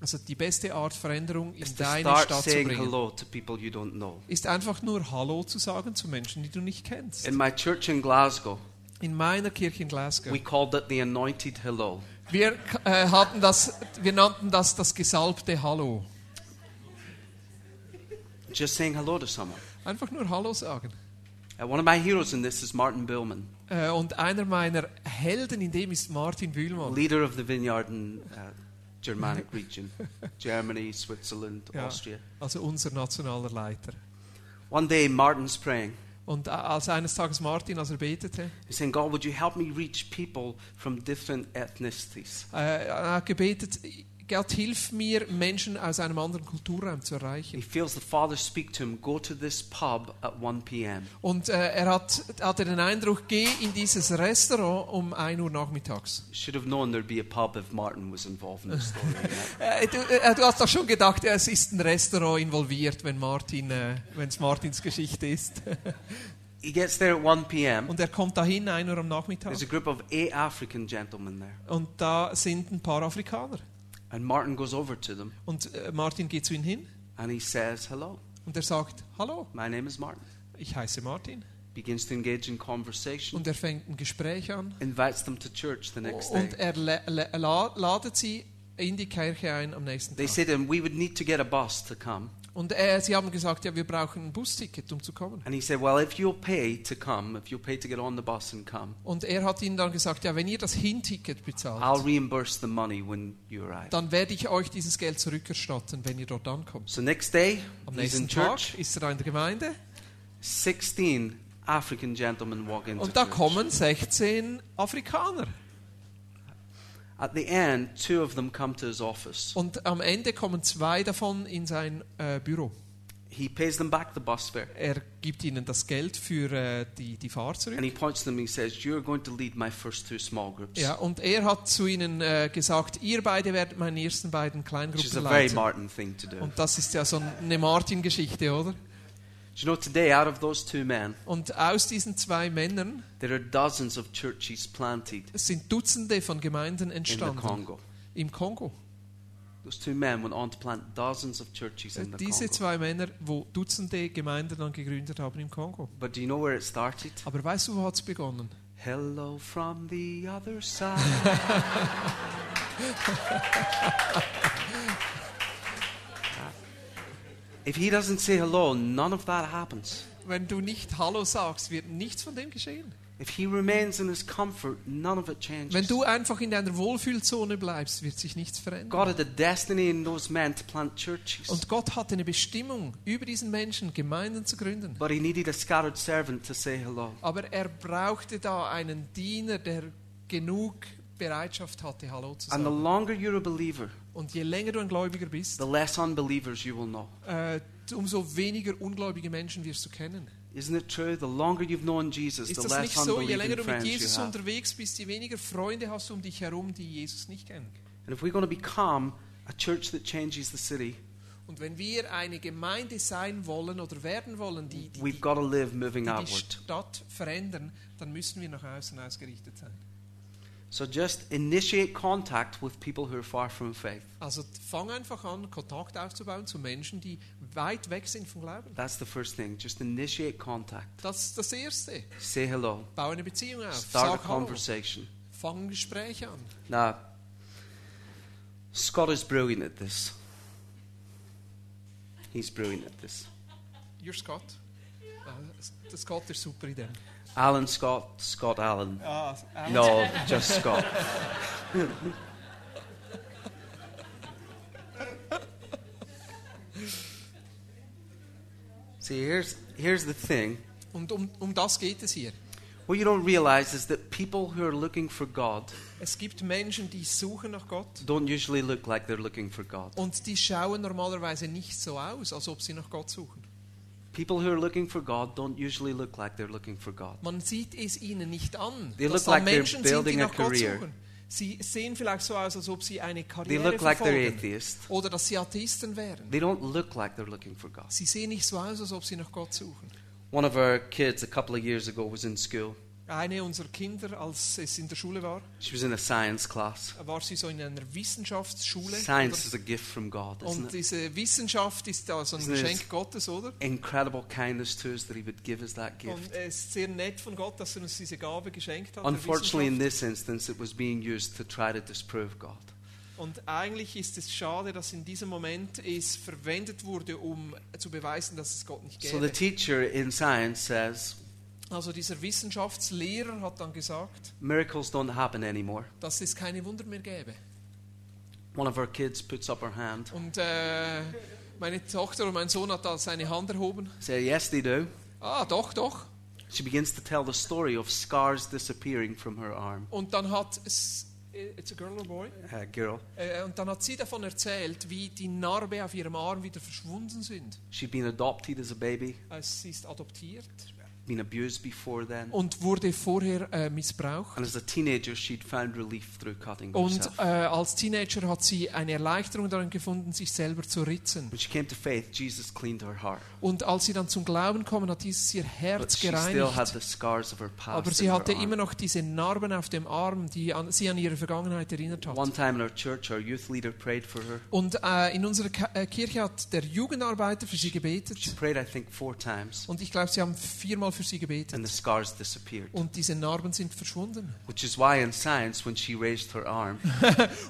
[SPEAKER 3] Also die beste Art, Veränderung in
[SPEAKER 5] is to
[SPEAKER 3] deine
[SPEAKER 5] start
[SPEAKER 3] Stadt zu
[SPEAKER 5] saying
[SPEAKER 3] bringen,
[SPEAKER 5] hello to people you don't know.
[SPEAKER 3] ist einfach nur Hallo zu sagen zu Menschen, die du nicht kennst.
[SPEAKER 5] In my church in Glasgow,
[SPEAKER 3] In meiner Kirche in Glasgow.
[SPEAKER 5] we called it the anointed hello.
[SPEAKER 3] Wir, k- äh, hatten das, wir nannten das das gesalbte Hallo.
[SPEAKER 5] Just saying hello to someone.
[SPEAKER 3] Einfach nur Hallo sagen.
[SPEAKER 5] Uh, one of my heroes in this is Martin Billman,
[SPEAKER 3] Äh, und einer meiner Helden in dem ist Martin Wühlmann.
[SPEAKER 5] leader of the vineyard in uh, Germanic region, Germany, Switzerland,
[SPEAKER 3] Ja,
[SPEAKER 5] Austria.
[SPEAKER 3] also unser nationaler Leiter.
[SPEAKER 5] One day, Martin's praying.
[SPEAKER 3] Und äh, als eines Tages Martin, als er betete,
[SPEAKER 5] He's saying, God, would you help me reach people from different ethnicities?
[SPEAKER 3] äh, er hat gebetet, Gott, hilf mir, Menschen aus einem anderen Kulturraum zu
[SPEAKER 5] He
[SPEAKER 3] erreichen.
[SPEAKER 5] feels the Father speak to him, go to this pub at 1 p.m.
[SPEAKER 3] Und äh, er hat, hatte den Eindruck, geh in dieses Restaurant um 1 Uhr nachmittags.
[SPEAKER 5] Should have known there'd be a pub if Martin was involved in the story. you know.
[SPEAKER 3] Äh, du, äh, du hast doch schon gedacht, es ist ein Restaurant involviert, wenn Martin, äh, es Martins Geschichte ist.
[SPEAKER 5] He gets there at 1 p.m.
[SPEAKER 3] Und er kommt dahin, 1 Uhr am Nachmittag.
[SPEAKER 5] There's a group of eight African gentlemen there.
[SPEAKER 3] Und da sind ein paar Afrikaner.
[SPEAKER 5] And Martin goes over to them
[SPEAKER 3] Und äh, Martin geht zu ihnen hin
[SPEAKER 5] and he says, Hello,
[SPEAKER 3] und er sagt, hallo,
[SPEAKER 5] my name is Martin.
[SPEAKER 3] ich heiße Martin.
[SPEAKER 5] Begins to engage in conversation,
[SPEAKER 3] Und er fängt ein Gespräch an
[SPEAKER 5] invites them to church the next day.
[SPEAKER 3] und er le- le- la- ladet sie in die Kirche ein am nächsten
[SPEAKER 5] They
[SPEAKER 3] Tag.
[SPEAKER 5] say to him, We would need to get a bus to come.
[SPEAKER 3] Und äh, sie haben gesagt, ja, wir brauchen ein Busticket, um zu kommen.
[SPEAKER 5] And he said, Well, if you'll pay to come, if you'll pay to get on the bus and come,
[SPEAKER 3] Und er hat ihnen dann gesagt, ja, wenn ihr das Hinticket bezahlt,
[SPEAKER 5] I'll reimburse the money when you arrive.
[SPEAKER 3] dann werde ich euch dieses Geld zurückerstatten, wenn ihr dort ankommt.
[SPEAKER 5] So next day,
[SPEAKER 3] Am
[SPEAKER 5] he's in
[SPEAKER 3] nächsten
[SPEAKER 5] church.
[SPEAKER 3] Tag ist er in der Gemeinde
[SPEAKER 5] 16 African gentlemen walk into
[SPEAKER 3] und da
[SPEAKER 5] church.
[SPEAKER 3] kommen 16 Afrikaner.
[SPEAKER 5] At the end, two of them come to his office.
[SPEAKER 3] Und am Ende kommen zwei davon in sein äh, Büro.
[SPEAKER 5] He pays them back the bus fare.
[SPEAKER 3] Er gibt ihnen das Geld für äh, die, die Fahrt
[SPEAKER 5] And
[SPEAKER 3] zurück.
[SPEAKER 5] he points to them and he says, You're going to lead my first two small groups.
[SPEAKER 3] Ja, und er hat zu ihnen äh, gesagt, ihr beide werdet meine ersten beiden
[SPEAKER 5] Which is
[SPEAKER 3] Kleingruppen
[SPEAKER 5] a very
[SPEAKER 3] leiten.
[SPEAKER 5] Martin thing to do. Do
[SPEAKER 3] Und das ist ja so eine Martin-Geschichte, oder?
[SPEAKER 5] you know, today, out of those two men,
[SPEAKER 3] Und aus diesen zwei Männern
[SPEAKER 5] there are dozens of churches planted
[SPEAKER 3] sind Dutzende von Gemeinden
[SPEAKER 5] in the
[SPEAKER 3] entstanden.
[SPEAKER 5] Congo.
[SPEAKER 3] Im Kongo.
[SPEAKER 5] Those two men went on to plant dozens of churches in the
[SPEAKER 3] Diese
[SPEAKER 5] Congo.
[SPEAKER 3] zwei Männer, wo Dutzende Gemeinden dann gegründet haben im Kongo.
[SPEAKER 5] But do you know where it started?
[SPEAKER 3] Aber weißt du, wo hat es begonnen?
[SPEAKER 5] Hello from the other side. if he doesn't say hello, none of that happens.
[SPEAKER 3] Wenn du nicht Hallo sagst, wird nichts von dem geschehen.
[SPEAKER 5] If he remains in his comfort, none of it changes.
[SPEAKER 3] Wenn du einfach in deiner Wohlfühlzone bleibst, wird sich nichts verändern.
[SPEAKER 5] God had a destiny in those men to plant churches,
[SPEAKER 3] Und Gott hatte eine Bestimmung, über diesen Menschen Gemeinden zu gründen.
[SPEAKER 5] but he needed a scattered servant to say hello.
[SPEAKER 3] Aber er brauchte da einen Diener, der genug Bereitschaft hatte, Hallo zu
[SPEAKER 5] And the
[SPEAKER 3] sagen.
[SPEAKER 5] longer you're a believer,
[SPEAKER 3] Und je länger du ein Gläubiger bist,
[SPEAKER 5] the less unbelievers you will know.
[SPEAKER 3] äh, umso weniger ungläubige Menschen wirst du kennen.
[SPEAKER 5] Isn't it true? The longer you've known Jesus,
[SPEAKER 3] Ist
[SPEAKER 5] the
[SPEAKER 3] das nicht
[SPEAKER 5] less
[SPEAKER 3] so? Je länger du
[SPEAKER 5] unbelieving
[SPEAKER 3] mit
[SPEAKER 5] friends
[SPEAKER 3] Jesus
[SPEAKER 5] you have.
[SPEAKER 3] unterwegs bist, je weniger Freunde hast du um dich herum, die Jesus nicht kennen.
[SPEAKER 5] And if we're going to become a church that changes the city,
[SPEAKER 3] Und wenn wir eine Gemeinde sein wollen oder werden wollen, die die, die,
[SPEAKER 5] we've got to live
[SPEAKER 3] die,
[SPEAKER 5] moving
[SPEAKER 3] die
[SPEAKER 5] outward.
[SPEAKER 3] Stadt verändern, dann müssen wir nach außen ausgerichtet sein.
[SPEAKER 5] So just initiate contact with people who are far from faith.
[SPEAKER 3] Also fang einfach an, Kontakt aufzubauen zu Menschen, die weit weg sind vom Glauben.
[SPEAKER 5] That's the first thing. Just initiate contact.
[SPEAKER 3] Das ist das Erste.
[SPEAKER 5] Say hello.
[SPEAKER 3] Bau eine Beziehung auf.
[SPEAKER 5] Start a
[SPEAKER 3] Sag Hallo.
[SPEAKER 5] conversation.
[SPEAKER 3] Fang ein Gespräch an.
[SPEAKER 5] Now, Scott is brilliant at this. He's brilliant at this.
[SPEAKER 3] You're Scott. Der Scott ist super in dem.
[SPEAKER 5] Alan Scott, Scott Allen.
[SPEAKER 3] Ah, äh,
[SPEAKER 5] No, just Scott. See, here's, here's the thing.
[SPEAKER 3] Und um, um das geht es hier.
[SPEAKER 5] What you don't realize is that people who are looking for God
[SPEAKER 3] Es gibt Menschen, die suchen nach Gott
[SPEAKER 5] don't usually look like they're looking for God.
[SPEAKER 3] und die schauen normalerweise nicht so aus, als ob sie nach Gott suchen.
[SPEAKER 5] People who are looking for God don't usually look like they're looking for God.
[SPEAKER 3] Man sieht es ihnen nicht an,
[SPEAKER 5] They
[SPEAKER 3] dass
[SPEAKER 5] look
[SPEAKER 3] da
[SPEAKER 5] like they're
[SPEAKER 3] Menschen sind, die
[SPEAKER 5] building a
[SPEAKER 3] nach Gott
[SPEAKER 5] career.
[SPEAKER 3] suchen. Sie sehen vielleicht so aus, als ob sie eine
[SPEAKER 5] They
[SPEAKER 3] Karriere
[SPEAKER 5] look like they're
[SPEAKER 3] verfolgen
[SPEAKER 5] atheists.
[SPEAKER 3] oder dass sie Atheisten wären.
[SPEAKER 5] They don't look like they're looking for God.
[SPEAKER 3] Sie sehen nicht so aus, als ob sie nach Gott suchen.
[SPEAKER 5] One of our kids a couple of years ago was in school.
[SPEAKER 3] Eine unserer Kinder, als es in der Schule war,
[SPEAKER 5] She was in a science class.
[SPEAKER 3] war sie so in einer Wissenschaftsschule.
[SPEAKER 5] Science is a gift from God,
[SPEAKER 3] oder?
[SPEAKER 5] isn't
[SPEAKER 3] Und
[SPEAKER 5] it?
[SPEAKER 3] diese Wissenschaft ist also ein
[SPEAKER 5] Isn't it-
[SPEAKER 3] Geschenk Gottes, oder?
[SPEAKER 5] Incredible kindness to us that He would give us that
[SPEAKER 3] Und äh,
[SPEAKER 5] gift.
[SPEAKER 3] es ist sehr nett von Gott, dass er uns diese Gabe geschenkt hat. der
[SPEAKER 5] Unfortunately, in
[SPEAKER 3] Wissenschaft.
[SPEAKER 5] this instance, it was being used to try to disprove God.
[SPEAKER 3] Und eigentlich ist es schade, dass in diesem Moment es verwendet wurde, um zu beweisen, dass es Gott nicht
[SPEAKER 5] So the
[SPEAKER 3] gäbe.
[SPEAKER 5] teacher in science says
[SPEAKER 3] Also dieser Wissenschaftslehrer hat dann gesagt,
[SPEAKER 5] miracles don't happen anymore.
[SPEAKER 3] dass es keine Wunder mehr gäbe.
[SPEAKER 5] One of our kids puts up her hand.
[SPEAKER 3] Und äh, meine Tochter und mein Sohn hat da seine Hand erhoben.
[SPEAKER 5] Say yes, they do.
[SPEAKER 3] Ah, doch, doch.
[SPEAKER 5] She begins to tell the story of scars disappearing from her arm.
[SPEAKER 3] Und dann hat es, äh, it's a girl or boy?
[SPEAKER 5] Uh, girl,
[SPEAKER 3] Äh, und dann hat sie davon erzählt, wie die Narbe auf ihrem Arm wieder verschwunden sind.
[SPEAKER 5] she'd been adopted as a baby,
[SPEAKER 3] Äh, Sie ist adoptiert
[SPEAKER 5] been abused before then,
[SPEAKER 3] und wurde vorher äh, missbraucht.
[SPEAKER 5] and as a teenager, she'd found relief through cutting
[SPEAKER 3] Und
[SPEAKER 5] herself.
[SPEAKER 3] äh, als Teenager hat sie eine Erleichterung darin gefunden, sich selber zu ritzen.
[SPEAKER 5] When she came to faith, Jesus cleaned her heart,
[SPEAKER 3] Und als sie dann zum Glauben kommen, hat dieses ihr
[SPEAKER 5] but
[SPEAKER 3] Herz
[SPEAKER 5] she still had
[SPEAKER 3] gereinigt.
[SPEAKER 5] the scars of her
[SPEAKER 3] Aber
[SPEAKER 5] past. in
[SPEAKER 3] sie
[SPEAKER 5] her
[SPEAKER 3] hatte
[SPEAKER 5] arm.
[SPEAKER 3] immer noch diese Narben auf dem Arm, die an, sie an ihre Vergangenheit erinnert
[SPEAKER 5] One
[SPEAKER 3] hat.
[SPEAKER 5] time in our church, our youth leader prayed for her.
[SPEAKER 3] Und äh, in unserer Ka äh, Kirche hat der Jugendarbeiter für sie
[SPEAKER 5] She
[SPEAKER 3] gebetet.
[SPEAKER 5] prayed, I think, four times,
[SPEAKER 3] Und ich glaube, sie haben viermal für sie
[SPEAKER 5] and the
[SPEAKER 3] gebetet.
[SPEAKER 5] scars disappeared.
[SPEAKER 3] Und diese Narben sind verschwunden.
[SPEAKER 5] Which is why, in science, when she raised her arm,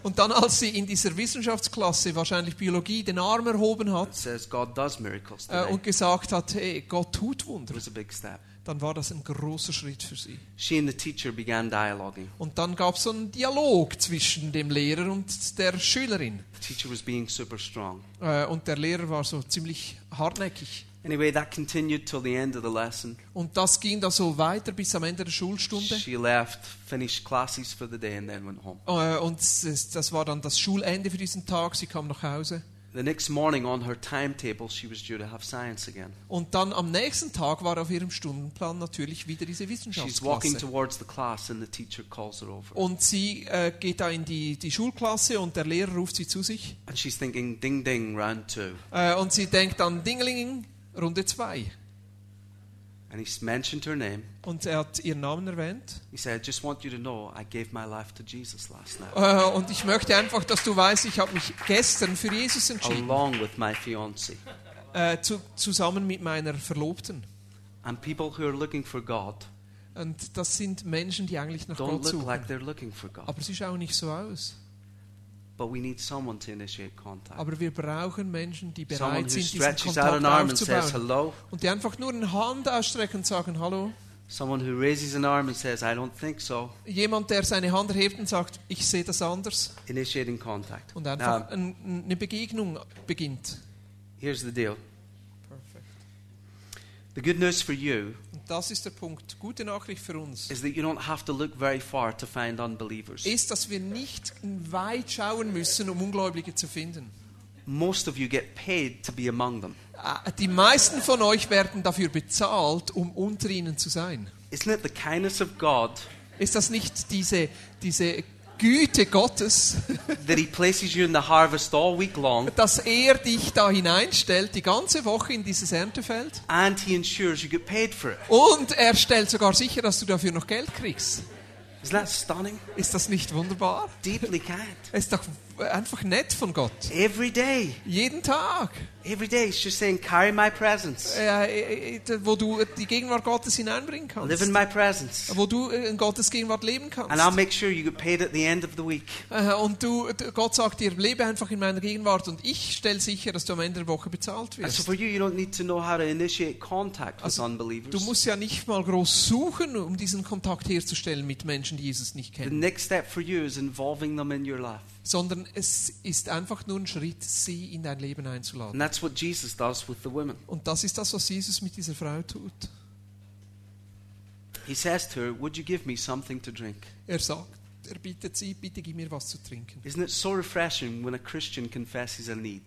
[SPEAKER 3] Und dann, als sie in dieser Wissenschaftsklasse, wahrscheinlich Biologie, den Arm erhoben
[SPEAKER 5] it
[SPEAKER 3] hat
[SPEAKER 5] says God does miracles
[SPEAKER 3] äh,
[SPEAKER 5] today.
[SPEAKER 3] und gesagt hat, hey, Gott tut Wunder,
[SPEAKER 5] It was a big step.
[SPEAKER 3] dann war das ein großer Schritt für sie.
[SPEAKER 5] She and the teacher began dialoguing.
[SPEAKER 3] Und dann gab es so einen Dialog zwischen dem Lehrer und der Schülerin.
[SPEAKER 5] The teacher was being super strong.
[SPEAKER 3] Äh, Und der Lehrer war so ziemlich hartnäckig.
[SPEAKER 5] Anyway, that continued till the end of the lesson.
[SPEAKER 3] Und das ging dann so weiter bis am Ende der Schulstunde.
[SPEAKER 5] She left, finished classes for the day, and then went home.
[SPEAKER 3] Äh, Und es- das war dann das Schulende für diesen Tag. Sie kam nach Hause.
[SPEAKER 5] The next morning, on her timetable, she was due to have science again.
[SPEAKER 3] Und dann am nächsten Tag war auf ihrem Stundenplan natürlich wieder diese
[SPEAKER 5] She's walking
[SPEAKER 3] Wissenschaftsklasse.
[SPEAKER 5] towards the class, and the teacher calls her over.
[SPEAKER 3] Und sie äh, geht da in die, die Schulklasse und der Lehrer ruft sie zu sich.
[SPEAKER 5] And she's thinking, ding ding, round two.
[SPEAKER 3] Äh, und sie denkt an Dingeling, Runde 2.
[SPEAKER 5] And he's mentioned her name.
[SPEAKER 3] Und er hat ihren Namen erwähnt.
[SPEAKER 5] He said, I just want you to know I gave my life to Jesus last night,
[SPEAKER 3] Äh, und ich möchte einfach, dass du weißt, ich habe mich gestern für Jesus entschieden,
[SPEAKER 5] along with my fiancée.
[SPEAKER 3] äh, zu, zusammen mit meiner Verlobten.
[SPEAKER 5] And people who are looking for God
[SPEAKER 3] Und das sind Menschen, die eigentlich nach
[SPEAKER 5] don't
[SPEAKER 3] Gott
[SPEAKER 5] look like
[SPEAKER 3] suchen.
[SPEAKER 5] they're looking for God.
[SPEAKER 3] Aber sie schauen nicht so aus.
[SPEAKER 5] But we need someone to initiate contact.
[SPEAKER 3] Aber wir brauchen Menschen, die
[SPEAKER 5] Someone
[SPEAKER 3] bereit
[SPEAKER 5] who
[SPEAKER 3] sind, diesen
[SPEAKER 5] stretches out
[SPEAKER 3] Kontakt
[SPEAKER 5] an arm and says
[SPEAKER 3] aufzubauen.
[SPEAKER 5] hello.
[SPEAKER 3] Und die einfach nur eine Hand ausstrecken und sagen Hallo.
[SPEAKER 5] Someone who raises an arm and says, I don't think so.
[SPEAKER 3] Jemand, der seine Hand erhebt und sagt, ich sehe das anders.
[SPEAKER 5] Initiating contact.
[SPEAKER 3] Und
[SPEAKER 5] Now,
[SPEAKER 3] einfach ein, eine Begegnung beginnt.
[SPEAKER 5] here's the deal. The good news for you
[SPEAKER 3] Und das ist der Punkt. Gute Nachricht für uns
[SPEAKER 5] is that you don't have to look very far to find unbelievers.
[SPEAKER 3] ist, dass wir nicht weit schauen müssen, um Ungläubige zu finden.
[SPEAKER 5] Most of you get paid to be among them.
[SPEAKER 3] Ah, Die meisten von euch werden dafür bezahlt, um unter ihnen zu sein.
[SPEAKER 5] Isn't it the kindness of God
[SPEAKER 3] Ist das nicht diese, diese Güte Gottes,
[SPEAKER 5] that He places you in the harvest all week long
[SPEAKER 3] dass er dich da hineinstellt, die ganze Woche in dieses Erntefeld?
[SPEAKER 5] and He ensures you get paid for it?
[SPEAKER 3] Und er stellt sogar sicher, dass du dafür noch Geld kriegst.
[SPEAKER 5] Isn't that stunning?
[SPEAKER 3] Ist das nicht wunderbar?
[SPEAKER 5] Deeply kind.
[SPEAKER 3] Es ist doch einfach nett von Gott.
[SPEAKER 5] Every day,
[SPEAKER 3] Jeden Tag,
[SPEAKER 5] every day, it's just saying, carry my presence,
[SPEAKER 3] äh, äh, wo du die Gegenwart Gottes hineinbringen
[SPEAKER 5] live
[SPEAKER 3] kannst.
[SPEAKER 5] in my presence,
[SPEAKER 3] Wo du äh, in Gottes Gegenwart leben
[SPEAKER 5] and I'll
[SPEAKER 3] kannst.
[SPEAKER 5] make sure you get paid at the end of the week.
[SPEAKER 3] Äh, Und du, d- Gott sagt dir, lebe einfach in meiner Gegenwart und ich stelle sicher, dass du am Ende der Woche bezahlt
[SPEAKER 5] And so
[SPEAKER 3] wirst.
[SPEAKER 5] for you, you don't need to know how to initiate contact with
[SPEAKER 3] Also, Du
[SPEAKER 5] unbelievers.
[SPEAKER 3] musst ja nicht mal groß suchen, um diesen Kontakt herzustellen mit Menschen, die Jesus nicht
[SPEAKER 5] The
[SPEAKER 3] kennen,
[SPEAKER 5] next step for you is involving them in your life.
[SPEAKER 3] sondern es ist einfach nur ein Schritt, sie in dein Leben
[SPEAKER 5] And
[SPEAKER 3] einzuladen.
[SPEAKER 5] that's what Jesus does with the women.
[SPEAKER 3] Und das ist das, was Jesus mit dieser Frau tut.
[SPEAKER 5] He says to her, Would you give me something to drink?
[SPEAKER 3] Er sagt, er bittet sie, bitte gib mir was zu trinken.
[SPEAKER 5] Isn't it so refreshing when a Christian confesses a need?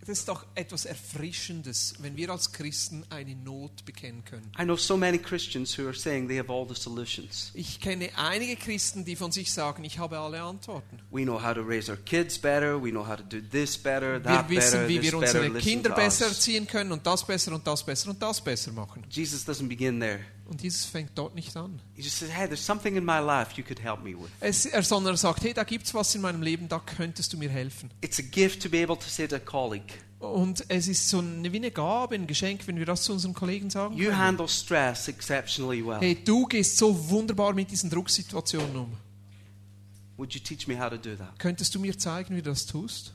[SPEAKER 3] Das ist doch etwas Erfrischendes, wenn wir als Christen eine Not bekennen können.
[SPEAKER 5] I know so many Christians who are saying they have all the solutions.
[SPEAKER 3] Ich kenne einige Christen, die von sich sagen, ich habe alle Antworten.
[SPEAKER 5] We know how to raise our kids better, we know how to do this better,
[SPEAKER 3] Wir
[SPEAKER 5] that better,
[SPEAKER 3] wissen, wie
[SPEAKER 5] this
[SPEAKER 3] wir
[SPEAKER 5] better,
[SPEAKER 3] unsere
[SPEAKER 5] listen
[SPEAKER 3] Kinder
[SPEAKER 5] to
[SPEAKER 3] besser
[SPEAKER 5] us.
[SPEAKER 3] erziehen können und das besser und das besser und das besser machen.
[SPEAKER 5] Jesus doesn't begin there.
[SPEAKER 3] Und Jesus fängt dort nicht an.
[SPEAKER 5] He just says, Hey, there's something in my life you could help me with.
[SPEAKER 3] Es, er, sondern er sagt, hey, da gibt's was in meinem Leben, da könntest du mir helfen.
[SPEAKER 5] It's a gift to be able to say to a colleague,
[SPEAKER 3] Und es ist so eine, wie eine Gabe, ein Geschenk, wenn wir das zu unseren Kollegen sagen
[SPEAKER 5] You
[SPEAKER 3] können.
[SPEAKER 5] handle stress exceptionally well.
[SPEAKER 3] Hey, du gehst so wunderbar mit diesen Drucksituationen um.
[SPEAKER 5] Would you teach me how to do that?
[SPEAKER 3] Könntest du mir zeigen, wie du das tust?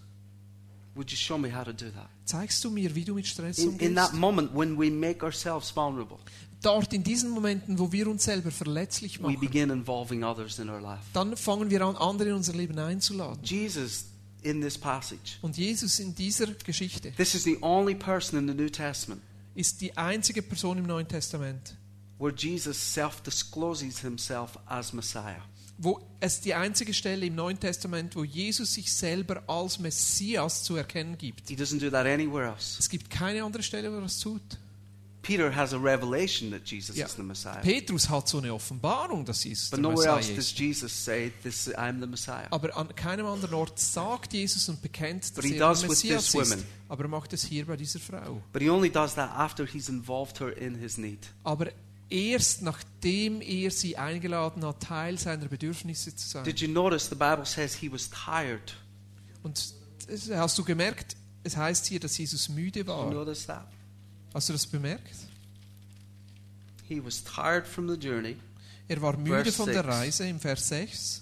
[SPEAKER 5] Would you show me how to do that?
[SPEAKER 3] Zeigst du mir, wie du mit Stress
[SPEAKER 5] In, in that
[SPEAKER 3] umgehst?
[SPEAKER 5] moment when we make ourselves vulnerable,
[SPEAKER 3] Dort in diesen Momenten, wo wir uns selber verletzlich
[SPEAKER 5] we
[SPEAKER 3] machen,
[SPEAKER 5] begin involving others in our life.
[SPEAKER 3] dann fangen wir an, andere in unser Leben einzuladen.
[SPEAKER 5] Jesus, in this passage,
[SPEAKER 3] Und Jesus in dieser Geschichte
[SPEAKER 5] this is the only person in the New Testament
[SPEAKER 3] ist die einzige Person im Neuen Testament,
[SPEAKER 5] where Jesus self discloses himself as Messiah.
[SPEAKER 3] wo es die einzige Stelle im Neuen Testament, wo Jesus sich selber als Messias zu erkennen gibt.
[SPEAKER 5] He doesn't do that anywhere else.
[SPEAKER 3] Es gibt keine andere Stelle, wo er das tut.
[SPEAKER 5] Peter has a revelation that Jesus
[SPEAKER 3] Ja.
[SPEAKER 5] is the Messiah.
[SPEAKER 3] Petrus hat so eine Offenbarung, dass Jesus
[SPEAKER 5] But
[SPEAKER 3] der
[SPEAKER 5] nowhere
[SPEAKER 3] Messias
[SPEAKER 5] else does
[SPEAKER 3] ist.
[SPEAKER 5] Jesus say, this, I'm the Messiah.
[SPEAKER 3] Aber an keinem anderen Ort sagt Jesus und bekennt,
[SPEAKER 5] But
[SPEAKER 3] dass
[SPEAKER 5] he
[SPEAKER 3] er
[SPEAKER 5] does
[SPEAKER 3] der
[SPEAKER 5] with
[SPEAKER 3] Messias
[SPEAKER 5] this
[SPEAKER 3] ist.
[SPEAKER 5] woman.
[SPEAKER 3] Aber er macht es hier bei dieser Frau.
[SPEAKER 5] But he only does that after he's involved her in his need.
[SPEAKER 3] Aber erst nachdem er sie eingeladen hat, Teil seiner Bedürfnisse zu sein.
[SPEAKER 5] Did you notice the Bible says he was tired?
[SPEAKER 3] Und das hast du gemerkt, es heißt hier, dass Jesus müde
[SPEAKER 5] You
[SPEAKER 3] war.
[SPEAKER 5] notice that?
[SPEAKER 3] Hast du das bemerkt?
[SPEAKER 5] He was tired from the journey
[SPEAKER 3] Er war müde
[SPEAKER 5] Vers
[SPEAKER 3] von der
[SPEAKER 5] sechs.
[SPEAKER 3] Reise im Vers 6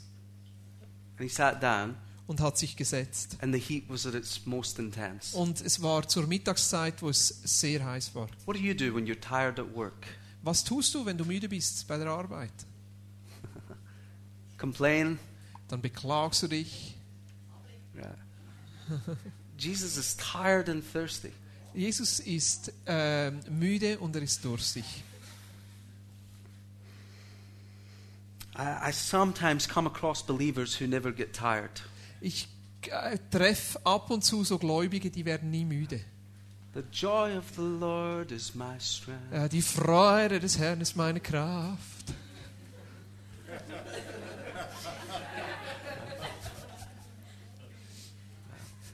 [SPEAKER 5] and he sat down
[SPEAKER 3] und hat sich gesetzt.
[SPEAKER 5] and the heat was at its most intense.
[SPEAKER 3] Und es war zur Mittagszeit, wo es sehr heiß war.
[SPEAKER 5] What do you do when you're tired at work?
[SPEAKER 3] Was tust du, wenn du müde bist bei der Arbeit?
[SPEAKER 5] Complain?
[SPEAKER 3] Dann beklagst du dich.
[SPEAKER 5] Yeah. Jesus is tired and thirsty.
[SPEAKER 3] Jesus ist ähm, müde und er ist durstig.
[SPEAKER 5] I, I sometimes come across believers who never get tired.
[SPEAKER 3] Ich äh, treffe ab und zu so Gläubige, die werden nie müde.
[SPEAKER 5] The joy of the Lord is my strength.
[SPEAKER 3] Äh, die Freude des Herrn ist meine Kraft.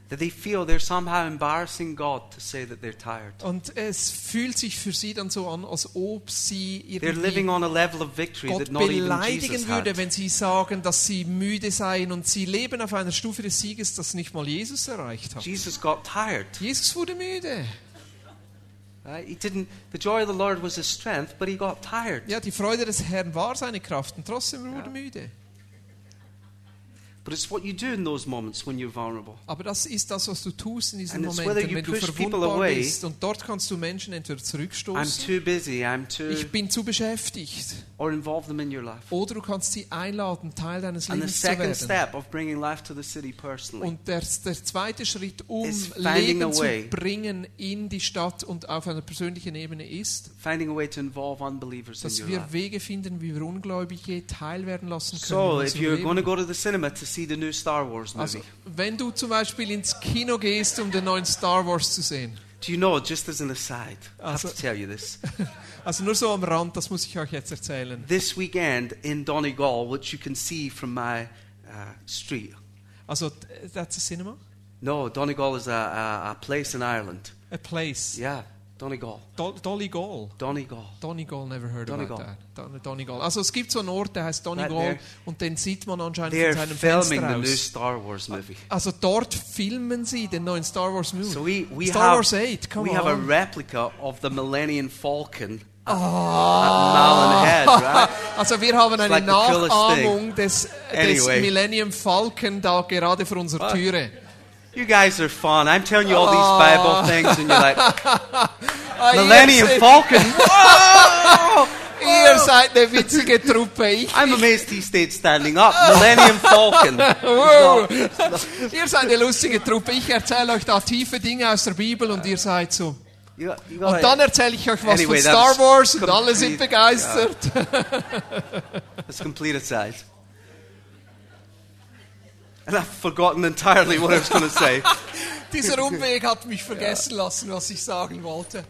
[SPEAKER 5] That they feel they're somehow embarrassing God to say that they're tired.
[SPEAKER 3] Und es fühlt sich für sie dann so an, als ob sie
[SPEAKER 5] They're living
[SPEAKER 3] irgendwie
[SPEAKER 5] on a level of victory
[SPEAKER 3] Gott
[SPEAKER 5] that not even
[SPEAKER 3] beleidigen
[SPEAKER 5] Jesus had.
[SPEAKER 3] würde, wenn sie sagen, dass sie müde seien und sie leben auf einer Stufe des Sieges, das nicht mal Jesus erreicht hat.
[SPEAKER 5] Jesus got tired.
[SPEAKER 3] Jesus wurde müde.
[SPEAKER 5] Right? He didn't. The joy of the Lord was his strength, but he got tired.
[SPEAKER 3] Ja, die Freude des Herrn war seine Kraft und trotzdem wurde er müde.
[SPEAKER 5] But it's what you do in those moments when you're vulnerable.
[SPEAKER 3] Aber das ist das, was du tust in diesen
[SPEAKER 5] And it's whether
[SPEAKER 3] Momenten,
[SPEAKER 5] you
[SPEAKER 3] wenn du
[SPEAKER 5] push people
[SPEAKER 3] verwundbar
[SPEAKER 5] away.
[SPEAKER 3] bist. Und dort kannst du Menschen entweder
[SPEAKER 5] I'm
[SPEAKER 3] zurückstoßen,
[SPEAKER 5] too busy. I'm too.
[SPEAKER 3] ich bin zu beschäftigt,
[SPEAKER 5] Or involve them in your life.
[SPEAKER 3] oder du kannst sie einladen, Teil deines
[SPEAKER 5] And the
[SPEAKER 3] Lebens zu
[SPEAKER 5] second
[SPEAKER 3] werden.
[SPEAKER 5] step of bringing life to the city personally
[SPEAKER 3] Und der, der zweite Schritt, um
[SPEAKER 5] Is finding
[SPEAKER 3] Leben
[SPEAKER 5] a
[SPEAKER 3] zu
[SPEAKER 5] way.
[SPEAKER 3] bringen in die Stadt und auf einer persönlichen Ebene ist,
[SPEAKER 5] finding a way to involve unbelievers in
[SPEAKER 3] dass
[SPEAKER 5] your
[SPEAKER 3] wir
[SPEAKER 5] life.
[SPEAKER 3] Wege finden, wie wir Ungläubige teilwerden lassen können. in
[SPEAKER 5] So, if
[SPEAKER 3] unserem
[SPEAKER 5] you're
[SPEAKER 3] Leben.
[SPEAKER 5] going to go to the cinema to see the new Star Wars movie,
[SPEAKER 3] also, wenn du zum Beispiel ins Kino gehst, um den neuen Star Wars zu sehen,
[SPEAKER 5] do you know? Just as an aside, I have
[SPEAKER 3] Also-
[SPEAKER 5] to tell you this.
[SPEAKER 3] also nur so am Rand, das muss ich euch jetzt erzählen.
[SPEAKER 5] This weekend in Donegal, which you can see from my uh, street.
[SPEAKER 3] Also, t- that's a cinema?
[SPEAKER 5] No, Donegal is a, a, a place in Ireland.
[SPEAKER 3] A place.
[SPEAKER 5] Yeah. Donegal.
[SPEAKER 3] Dol Doligol.
[SPEAKER 5] Donegal.
[SPEAKER 3] Donegal, never heard
[SPEAKER 5] Donegal.
[SPEAKER 3] about that. Don Donegal. Also es gibt so einen Ort, der heißt Donegal
[SPEAKER 5] Right there.
[SPEAKER 3] und den sieht man anscheinend
[SPEAKER 5] They're
[SPEAKER 3] von seinem
[SPEAKER 5] filming
[SPEAKER 3] Fenster
[SPEAKER 5] the new
[SPEAKER 3] aus.
[SPEAKER 5] Star Wars movie.
[SPEAKER 3] Also dort filmen sie den neuen Star Wars Movie.
[SPEAKER 5] So we, we
[SPEAKER 3] Star
[SPEAKER 5] have,
[SPEAKER 3] Wars 8, come on.
[SPEAKER 5] we have a replica of the Millennium Falcon at, at
[SPEAKER 3] Ah.
[SPEAKER 5] Malin Head, right?
[SPEAKER 3] Also wir haben eine
[SPEAKER 5] like the coolest
[SPEAKER 3] Nachahmung des, des
[SPEAKER 5] Anyway.
[SPEAKER 3] Millennium Falcon da gerade vor unserer
[SPEAKER 5] Ah.
[SPEAKER 3] Türe.
[SPEAKER 5] You guys are fun. I'm telling you all these Bible things, and you're like,
[SPEAKER 3] Ah,
[SPEAKER 5] Millennium
[SPEAKER 3] ihr, seid,
[SPEAKER 5] Falcon? Whoa!
[SPEAKER 3] ihr seid eine witzige Truppe. Ich,
[SPEAKER 5] I'm amazed he stayed standing up. Millennium Falcon.
[SPEAKER 3] wow. ihr seid eine lustige Truppe. Ich erzähle euch da tiefe Dinge aus der Bibel und ihr seid so.
[SPEAKER 5] You got- you got
[SPEAKER 3] Und
[SPEAKER 5] it.
[SPEAKER 3] dann erzähle ich euch was
[SPEAKER 5] Anyway,
[SPEAKER 3] von
[SPEAKER 5] that
[SPEAKER 3] Star
[SPEAKER 5] was
[SPEAKER 3] Wars und alle sind
[SPEAKER 5] complete-
[SPEAKER 3] begeistert.
[SPEAKER 5] It's complete aside. And I've forgotten entirely what I was going to say.
[SPEAKER 3] Dieser Umweg hat mich vergessen lassen, was ich sagen wollte.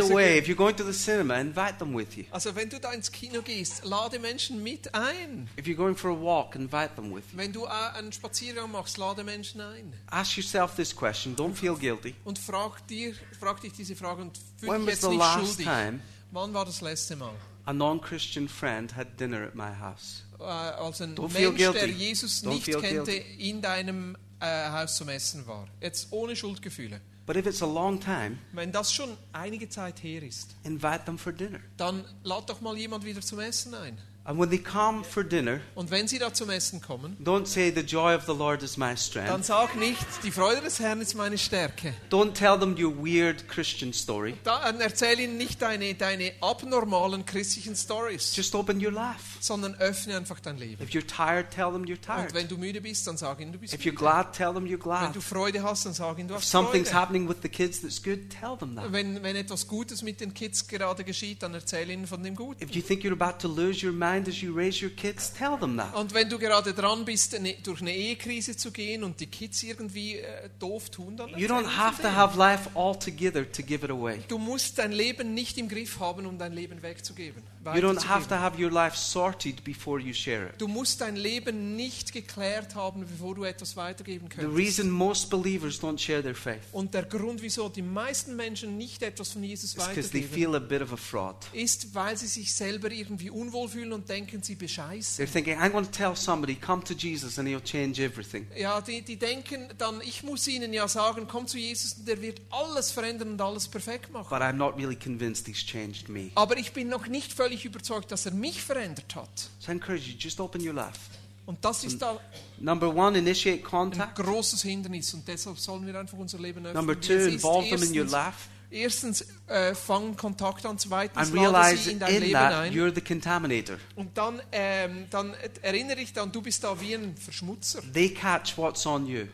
[SPEAKER 3] Ja,
[SPEAKER 5] a
[SPEAKER 3] so
[SPEAKER 5] way.
[SPEAKER 3] gut.
[SPEAKER 5] If you're going to the cinema, invite them with you.
[SPEAKER 3] Also wenn du da ins Kino gehst, lade Menschen mit ein.
[SPEAKER 5] If you're going for a walk, invite them with you.
[SPEAKER 3] Wenn du äh, einen Spaziergang machst, lade Menschen ein.
[SPEAKER 5] Ask yourself this question. Don't feel guilty.
[SPEAKER 3] Und frag, dir, frag dich diese Frage und fühl
[SPEAKER 5] When
[SPEAKER 3] dich
[SPEAKER 5] was
[SPEAKER 3] jetzt
[SPEAKER 5] the
[SPEAKER 3] nicht
[SPEAKER 5] last
[SPEAKER 3] schuldig.
[SPEAKER 5] time
[SPEAKER 3] Wann war das letzte Mal?
[SPEAKER 5] a non-Christian friend had dinner at my house?
[SPEAKER 3] Äh, als ein
[SPEAKER 5] Don't feel
[SPEAKER 3] Mensch, der
[SPEAKER 5] guilty.
[SPEAKER 3] Jesus
[SPEAKER 5] Don't
[SPEAKER 3] nicht
[SPEAKER 5] feel
[SPEAKER 3] kannte,
[SPEAKER 5] guilty.
[SPEAKER 3] in deinem äh, Haus zum Essen war. Jetzt ohne Schuldgefühle.
[SPEAKER 5] But if it's a long time,
[SPEAKER 3] Wenn das schon einige Zeit her ist,
[SPEAKER 5] invite them for dinner.
[SPEAKER 3] dann lad doch mal jemand wieder zum Essen ein.
[SPEAKER 5] And when they come for dinner,
[SPEAKER 3] Und wenn sie da zum Essen kommen,
[SPEAKER 5] don't say the joy of the Lord is my
[SPEAKER 3] dann
[SPEAKER 5] strength.
[SPEAKER 3] sag nicht, die Freude des Herrn ist meine Stärke.
[SPEAKER 5] Don't tell them your weird Christian story.
[SPEAKER 3] Da, äh, erzähl ihnen nicht deine, deine abnormalen christlichen Stories,
[SPEAKER 5] Just open your laugh.
[SPEAKER 3] sondern öffne einfach dein Leben.
[SPEAKER 5] If you're tired, tell them you're
[SPEAKER 3] Und wenn
[SPEAKER 5] tired.
[SPEAKER 3] du müde bist, dann sag ihnen, du bist
[SPEAKER 5] If you're
[SPEAKER 3] müde.
[SPEAKER 5] glad, tell them you're
[SPEAKER 3] Wenn
[SPEAKER 5] glad.
[SPEAKER 3] du Freude hast, dann sag ihnen, du
[SPEAKER 5] If
[SPEAKER 3] hast
[SPEAKER 5] something's
[SPEAKER 3] Freude.
[SPEAKER 5] happening with the kids that's good, tell them that.
[SPEAKER 3] Wenn, wenn etwas Gutes mit den Kids gerade geschieht, dann erzähl ihnen von dem Guten.
[SPEAKER 5] If you think you're about to lose your mind as you raise your kids, tell them that.
[SPEAKER 3] Und wenn du gerade dran bist, eine, durch eine Ehekrise zu gehen und die Kids irgendwie äh, doof tun, dann
[SPEAKER 5] You
[SPEAKER 3] erzähl
[SPEAKER 5] don't
[SPEAKER 3] ihnen von
[SPEAKER 5] have to
[SPEAKER 3] dem.
[SPEAKER 5] have life all together to give it away.
[SPEAKER 3] Du musst dein Leben nicht im Griff haben, um dein Leben wegzugeben.
[SPEAKER 5] You don't
[SPEAKER 3] weiterzugeben.
[SPEAKER 5] have to have your life sorted before you share it.
[SPEAKER 3] Du musst dein Leben nicht geklärt haben, bevor du etwas weitergeben
[SPEAKER 5] The
[SPEAKER 3] könntest.
[SPEAKER 5] reason most believers don't share their faith
[SPEAKER 3] Und der Grund, wieso die meisten Menschen nicht etwas von Jesus
[SPEAKER 5] is because they
[SPEAKER 3] weitergeben,
[SPEAKER 5] feel a bit of a fraud.
[SPEAKER 3] ist, weil sie sich selber irgendwie unwohl fühlen und denken, sie bescheißen.
[SPEAKER 5] They're thinking, I'm going to tell somebody, come to Jesus and he'll change everything.
[SPEAKER 3] Ja, die, die denken dann, ich muss ihnen ja sagen, komm zu Jesus und der wird alles verändern und alles perfekt machen.
[SPEAKER 5] But I'm not really convinced he's changed me.
[SPEAKER 3] Aber ich bin noch nicht völlig überzeugt, dass er mich verändert hat.
[SPEAKER 5] So I encourage you, just open your life.
[SPEAKER 3] Und das ist da
[SPEAKER 5] Number one, initiate
[SPEAKER 3] ein
[SPEAKER 5] contact.
[SPEAKER 3] großes Hindernis und deshalb sollen wir einfach unser Leben öffnen.
[SPEAKER 5] Number
[SPEAKER 3] wie
[SPEAKER 5] two,
[SPEAKER 3] es ist.
[SPEAKER 5] involve them in your
[SPEAKER 3] Erstens,
[SPEAKER 5] life
[SPEAKER 3] erstens äh, fang Kontakt an, zweitens
[SPEAKER 5] and
[SPEAKER 3] lade
[SPEAKER 5] realize
[SPEAKER 3] sie in
[SPEAKER 5] in
[SPEAKER 3] dein Leben
[SPEAKER 5] that
[SPEAKER 3] ein.
[SPEAKER 5] you're the contaminator.
[SPEAKER 3] Und dann, ähm, dann erinnere ich dann, du bist da wie ein Verschmutzer.
[SPEAKER 5] They catch what's on you.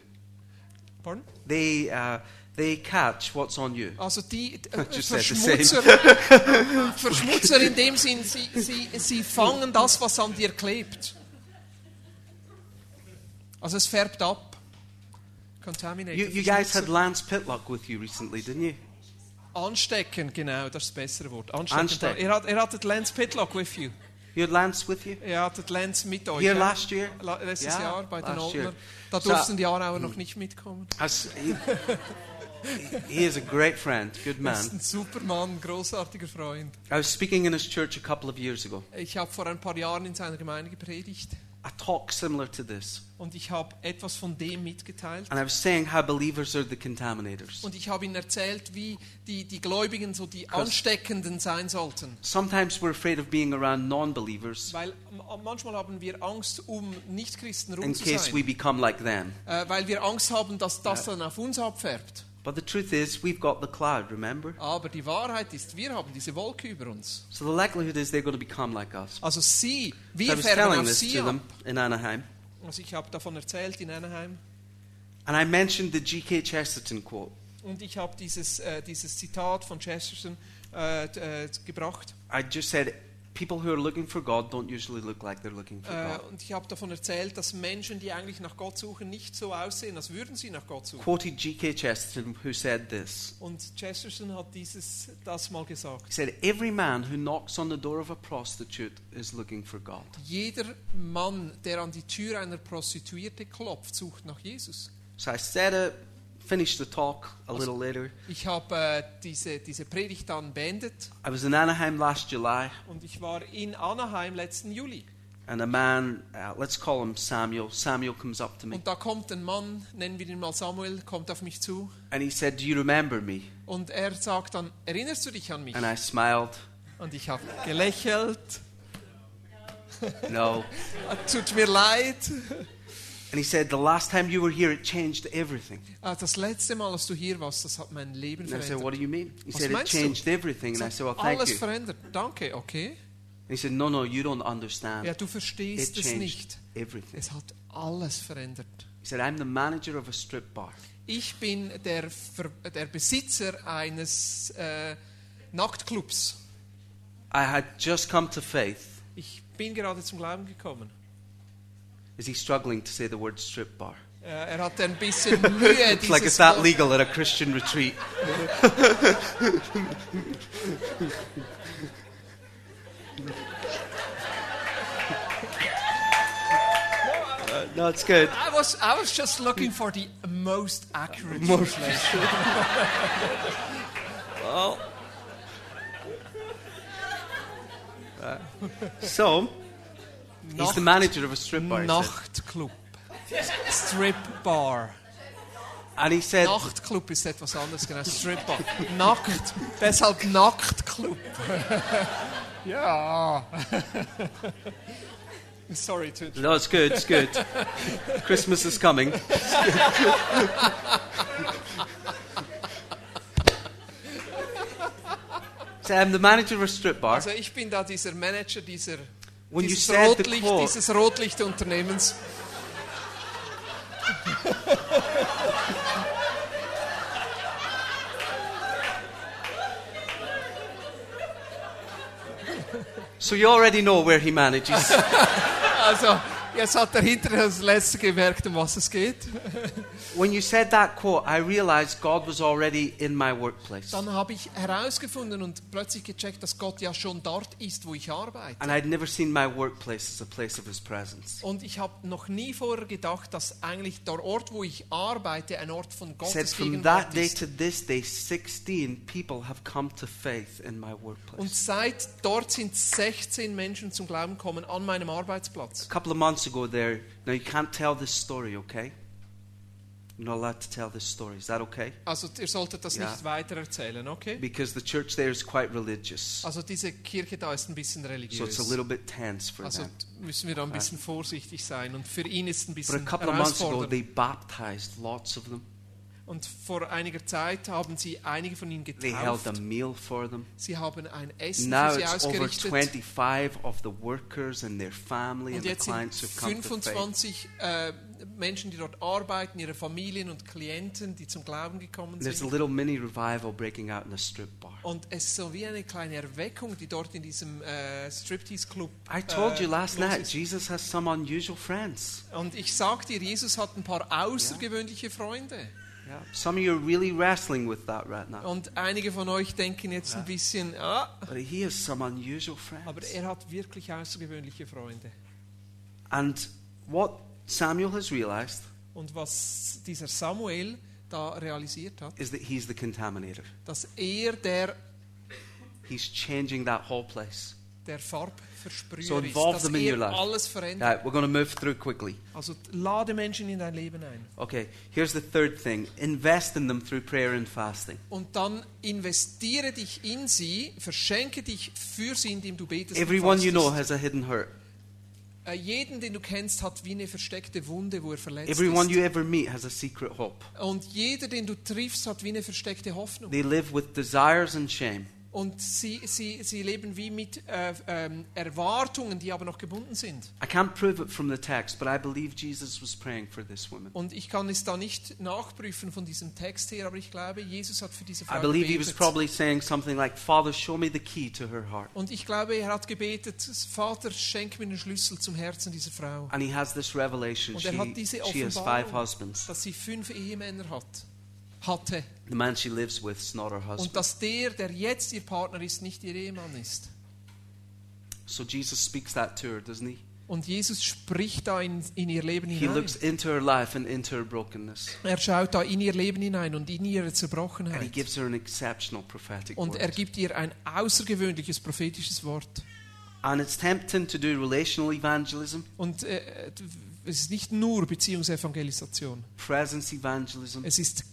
[SPEAKER 3] Pardon?
[SPEAKER 5] They, uh, they catch what's on you.
[SPEAKER 3] Also die äh,
[SPEAKER 5] Just said the
[SPEAKER 3] Verschmutzer, Verschmutzer in dem Sinn, sie, sie, sie fangen das, was an dir klebt. Also es färbt ab. Contaminated.
[SPEAKER 5] You, you guys had
[SPEAKER 3] Verschmutzer.
[SPEAKER 5] Lance Pitlock with you recently, didn't you?
[SPEAKER 3] Anstecken, genau, das ist das bessere Wort. Anstecken.
[SPEAKER 5] Anstecken.
[SPEAKER 3] Ihr, hat, ihr hattet Lance Pitlock with you.
[SPEAKER 5] You had Lance with you?
[SPEAKER 3] Ihr hattet Lance mit euch.
[SPEAKER 5] Here
[SPEAKER 3] ja?
[SPEAKER 5] last year?
[SPEAKER 3] La- Letztes
[SPEAKER 5] Yeah,
[SPEAKER 3] Jahr bei den
[SPEAKER 5] last year.
[SPEAKER 3] Ordnern. Da
[SPEAKER 5] So-
[SPEAKER 3] durften die Aarauer noch nicht mitkommen.
[SPEAKER 5] As- he, he is a great friend, good
[SPEAKER 3] Das ist
[SPEAKER 5] man.
[SPEAKER 3] ein super Mann, großartiger Freund.
[SPEAKER 5] I was speaking in his church a couple of years ago.
[SPEAKER 3] Ich habe vor ein paar Jahren in seiner Gemeinde gepredigt
[SPEAKER 5] A talk similar to this.
[SPEAKER 3] und ich habe etwas von dem mitgeteilt.
[SPEAKER 5] And I was saying how believers are the contaminators.
[SPEAKER 3] Und ich habe ihnen erzählt, wie die, die Gläubigen so die Ansteckenden sein sollten.
[SPEAKER 5] Sometimes we're afraid of being around non believers
[SPEAKER 3] Weil m- manchmal haben wir Angst, um Nichtchristen
[SPEAKER 5] in
[SPEAKER 3] rum zu
[SPEAKER 5] case we
[SPEAKER 3] sein.
[SPEAKER 5] become like them.
[SPEAKER 3] Äh, weil wir Angst haben, dass das dann auf uns abfärbt.
[SPEAKER 5] But the truth is, we've got the cloud, remember?
[SPEAKER 3] Aber die Wahrheit ist, wir haben diese Wolke über uns.
[SPEAKER 5] So the likelihood is they're going to become like us.
[SPEAKER 3] Also sie,
[SPEAKER 5] So I
[SPEAKER 3] wir
[SPEAKER 5] was
[SPEAKER 3] färben
[SPEAKER 5] telling
[SPEAKER 3] auf
[SPEAKER 5] this
[SPEAKER 3] sie
[SPEAKER 5] to
[SPEAKER 3] ab.
[SPEAKER 5] them in Anaheim.
[SPEAKER 3] Also ich habe davon erzählt in Anaheim.
[SPEAKER 5] And I mentioned the G.K. Chesterton quote.
[SPEAKER 3] Und ich habe dieses, äh, dieses Zitat von Chesterton äh, d- äh, gebracht.
[SPEAKER 5] I just said, people who are looking for God don't usually look like they're looking for
[SPEAKER 3] Äh,
[SPEAKER 5] God.
[SPEAKER 3] und ich habe davon erzählt, dass Menschen, die eigentlich nach Gott suchen, nicht so aussehen, als würden sie nach Gott suchen.
[SPEAKER 5] Quoted G.K. Chesterton, who said this.
[SPEAKER 3] Und Chesterton hat dieses das mal gesagt.
[SPEAKER 5] He said, Every man who knocks on the door of a prostitute is looking for God.
[SPEAKER 3] Jeder Mann, der an die Tür einer Prostituierte klopft, sucht nach Jesus.
[SPEAKER 5] So I said it, finish the talk a little later.
[SPEAKER 3] Ich habe äh, diese, diese Predigt dann beendet
[SPEAKER 5] I was in Anaheim last July,
[SPEAKER 3] und ich war in Anaheim letzten Juli.
[SPEAKER 5] and a man, uh, let's call him Samuel, Samuel comes up to me
[SPEAKER 3] Und da kommt ein Mann, nennen wir ihn mal Samuel, kommt auf mich zu
[SPEAKER 5] and he said, Do you remember me?
[SPEAKER 3] und er sagt dann, erinnerst du dich an mich?
[SPEAKER 5] And I smiled,
[SPEAKER 3] Und ich habe gelächelt,
[SPEAKER 5] No.
[SPEAKER 3] "Ah, tut mir leid.
[SPEAKER 5] And he said, The last time you were here, it changed everything.
[SPEAKER 3] Ah, Das letzte Mal, als du hier warst, das hat mein Leben
[SPEAKER 5] And I said,
[SPEAKER 3] verändert.
[SPEAKER 5] What do you mean? He
[SPEAKER 3] Was
[SPEAKER 5] said, It
[SPEAKER 3] meinst du?
[SPEAKER 5] changed everything. And I
[SPEAKER 3] Das
[SPEAKER 5] said,
[SPEAKER 3] hat
[SPEAKER 5] Well, thank
[SPEAKER 3] alles
[SPEAKER 5] you. And
[SPEAKER 3] verändert. Danke, okay.
[SPEAKER 5] he said, No, no, you don't
[SPEAKER 3] Ja,
[SPEAKER 5] understand.
[SPEAKER 3] du
[SPEAKER 5] It
[SPEAKER 3] verstehst es
[SPEAKER 5] changed
[SPEAKER 3] nicht.
[SPEAKER 5] everything.
[SPEAKER 3] Es hat alles verändert.
[SPEAKER 5] He said, I'm the manager of a strip bar.
[SPEAKER 3] Ich bin der, Ver der Besitzer eines äh, Nachtclubs.
[SPEAKER 5] I had just come to faith.
[SPEAKER 3] Ich bin gerade zum Glauben gekommen.
[SPEAKER 5] Is he struggling to say the word strip bar?
[SPEAKER 3] Äh, er hatte ein bisschen Mühe,
[SPEAKER 5] It's like, is
[SPEAKER 3] dieses
[SPEAKER 5] that
[SPEAKER 3] Wort-
[SPEAKER 5] legal at a Christian retreat? Uh, no, it's good.
[SPEAKER 3] I was, I was just looking for the most accurate translation.
[SPEAKER 5] So, he's the manager of a strip bar. he said.
[SPEAKER 3] Nachtclub. Strip Bar.
[SPEAKER 5] And he said,
[SPEAKER 3] Nachtclub ist etwas anderes, genau. Strip Bar. Nackt. Deshalb Nachtclub. ja. Sorry to
[SPEAKER 5] No, it's good, it's good. Christmas is coming. so I'm the manager of a strip bar.
[SPEAKER 3] Also ich bin da dieser Manager dieser
[SPEAKER 5] When you
[SPEAKER 3] dieses,
[SPEAKER 5] said the
[SPEAKER 3] Rotlicht,
[SPEAKER 5] quote-
[SPEAKER 3] dieses Rotlichtunternehmens.
[SPEAKER 5] So you already know where he manages.
[SPEAKER 3] Also jetzt hat er hinter das letzte gemerkt, um was es geht.
[SPEAKER 5] when you said that quote, I realized God was already in my workplace.
[SPEAKER 3] Dann habe ich herausgefunden und plötzlich gecheckt, dass Gott ja schon dort ist, wo ich arbeite.
[SPEAKER 5] And I'd never seen my workplace as a place of his presence.
[SPEAKER 3] Und ich habe noch nie vorher gedacht, dass eigentlich der Ort, wo ich arbeite, ein Ort von
[SPEAKER 5] He said,
[SPEAKER 3] Gottes
[SPEAKER 5] From that
[SPEAKER 3] Gegenwart
[SPEAKER 5] day
[SPEAKER 3] ist.
[SPEAKER 5] to this day, 16 people have come to faith in my
[SPEAKER 3] Und
[SPEAKER 5] workplace.
[SPEAKER 3] seit dort sind 16 Menschen zum Glauben gekommen an meinem Arbeitsplatz.
[SPEAKER 5] A couple of months ago, there, now you can't tell this story, okay? You're not allowed to tell this story. Is that okay?
[SPEAKER 3] Also ihr solltet das
[SPEAKER 5] Ja.
[SPEAKER 3] nicht weiter erzählen, okay?
[SPEAKER 5] Because the church there is quite religious.
[SPEAKER 3] Also diese Kirche da ist ein bisschen
[SPEAKER 5] So it's
[SPEAKER 3] religiös.
[SPEAKER 5] a little bit tense for
[SPEAKER 3] also
[SPEAKER 5] them.
[SPEAKER 3] müssen wir da ein bisschen vorsichtig sein und für ihn ist ein
[SPEAKER 5] But a
[SPEAKER 3] bisschen
[SPEAKER 5] couple of months ago,
[SPEAKER 3] herausfordernd.
[SPEAKER 5] they baptized lots of them.
[SPEAKER 3] Und vor einiger Zeit haben sie einige von ihnen
[SPEAKER 5] They held a
[SPEAKER 3] getauft.
[SPEAKER 5] meal for them.
[SPEAKER 3] Sie haben ein Essen
[SPEAKER 5] Now
[SPEAKER 3] für sie
[SPEAKER 5] it's over
[SPEAKER 3] ausgerichtet.
[SPEAKER 5] 25 of the workers and their family
[SPEAKER 3] Und
[SPEAKER 5] and the
[SPEAKER 3] jetzt sind
[SPEAKER 5] clients who've come to faith.
[SPEAKER 3] 25 äh, Menschen, die dort arbeiten, ihre Familien und Klienten, die zum Glauben gekommen
[SPEAKER 5] There's a
[SPEAKER 3] sind.
[SPEAKER 5] little mini revival breaking out in a strip bar.
[SPEAKER 3] Und es ist so wie eine kleine Erweckung, die dort in diesem äh, Striptease-Club äh,
[SPEAKER 5] I told you last
[SPEAKER 3] los
[SPEAKER 5] night,
[SPEAKER 3] ist.
[SPEAKER 5] Jesus has some unusual friends.
[SPEAKER 3] Und ich sag dir, Jesus hat ein paar außergewöhnliche Freunde.
[SPEAKER 5] Yeah. Some of you are really wrestling with that right now.
[SPEAKER 3] Und einige von euch denken jetzt ein bisschen, ah,
[SPEAKER 5] But he has some unusual
[SPEAKER 3] aber
[SPEAKER 5] friends.
[SPEAKER 3] er hat wirklich außergewöhnliche Freunde.
[SPEAKER 5] And what Samuel has realized
[SPEAKER 3] Und was dieser Samuel da realisiert hat,
[SPEAKER 5] is that he's the contaminator.
[SPEAKER 3] dass er der,
[SPEAKER 5] He's changing that whole place.
[SPEAKER 3] der Farbversprüher
[SPEAKER 5] So
[SPEAKER 3] ist,
[SPEAKER 5] involve
[SPEAKER 3] dass
[SPEAKER 5] them in your
[SPEAKER 3] er
[SPEAKER 5] life.
[SPEAKER 3] alles verändert.
[SPEAKER 5] Right, we're going to move through quickly.
[SPEAKER 3] Also lade Menschen in dein Leben ein.
[SPEAKER 5] Okay, here's the third thing invest in them through prayer and fasting.
[SPEAKER 3] Und dann investiere dich in sie, verschenke dich für sie, indem du betest. und
[SPEAKER 5] Everyone you know
[SPEAKER 3] fastest.
[SPEAKER 5] has a hidden hurt.
[SPEAKER 3] Äh, Jeden, den du kennst, hat wie eine versteckte Wunde, wo er verletzt
[SPEAKER 5] Everyone
[SPEAKER 3] ist.
[SPEAKER 5] you ever meet has a secret hope.
[SPEAKER 3] Und jeder, den du triffst, hat wie eine versteckte Hoffnung.
[SPEAKER 5] They live with desires and shame.
[SPEAKER 3] Und sie, sie, sie leben wie mit äh, ähm, Erwartungen, die aber noch gebunden sind.
[SPEAKER 5] I can't prove it from the text, but I believe Jesus was praying for this woman.
[SPEAKER 3] Und ich kann es da nicht nachprüfen von diesem Text her, aber ich glaube, Jesus hat für diese
[SPEAKER 5] I
[SPEAKER 3] Frau
[SPEAKER 5] believe he was
[SPEAKER 3] gebetet.
[SPEAKER 5] probably saying something like, Father, show me the key to her heart.
[SPEAKER 3] Und ich glaube, er hat gebetet, Vater, schenk mir den Schlüssel zum Herzen dieser Frau.
[SPEAKER 5] And he has this revelation.
[SPEAKER 3] Und
[SPEAKER 5] She,
[SPEAKER 3] er hat diese
[SPEAKER 5] she has five
[SPEAKER 3] Offenbarung,
[SPEAKER 5] husbands.
[SPEAKER 3] dass sie fünf Ehemänner hat, hatte.
[SPEAKER 5] The man she lives with is not her
[SPEAKER 3] Und
[SPEAKER 5] husband.
[SPEAKER 3] dass der, der jetzt ihr Partner ist, nicht ihr Ehemann ist.
[SPEAKER 5] So Jesus speaks that to her, doesn't he?
[SPEAKER 3] Und Jesus spricht da in, in ihr Leben
[SPEAKER 5] He
[SPEAKER 3] hinein.
[SPEAKER 5] looks into her life and into her brokenness.
[SPEAKER 3] Er schaut da in ihr Leben hinein und in ihre
[SPEAKER 5] And he
[SPEAKER 3] Zerbrochenheit.
[SPEAKER 5] gives her an exceptional prophetic
[SPEAKER 3] Und er
[SPEAKER 5] word.
[SPEAKER 3] gibt ihr ein außergewöhnliches prophetisches Wort.
[SPEAKER 5] And it's tempting to do relational evangelism,
[SPEAKER 3] Und äh, es ist nicht nur Beziehungsevangelisation.
[SPEAKER 5] presence evangelism,
[SPEAKER 3] Es ist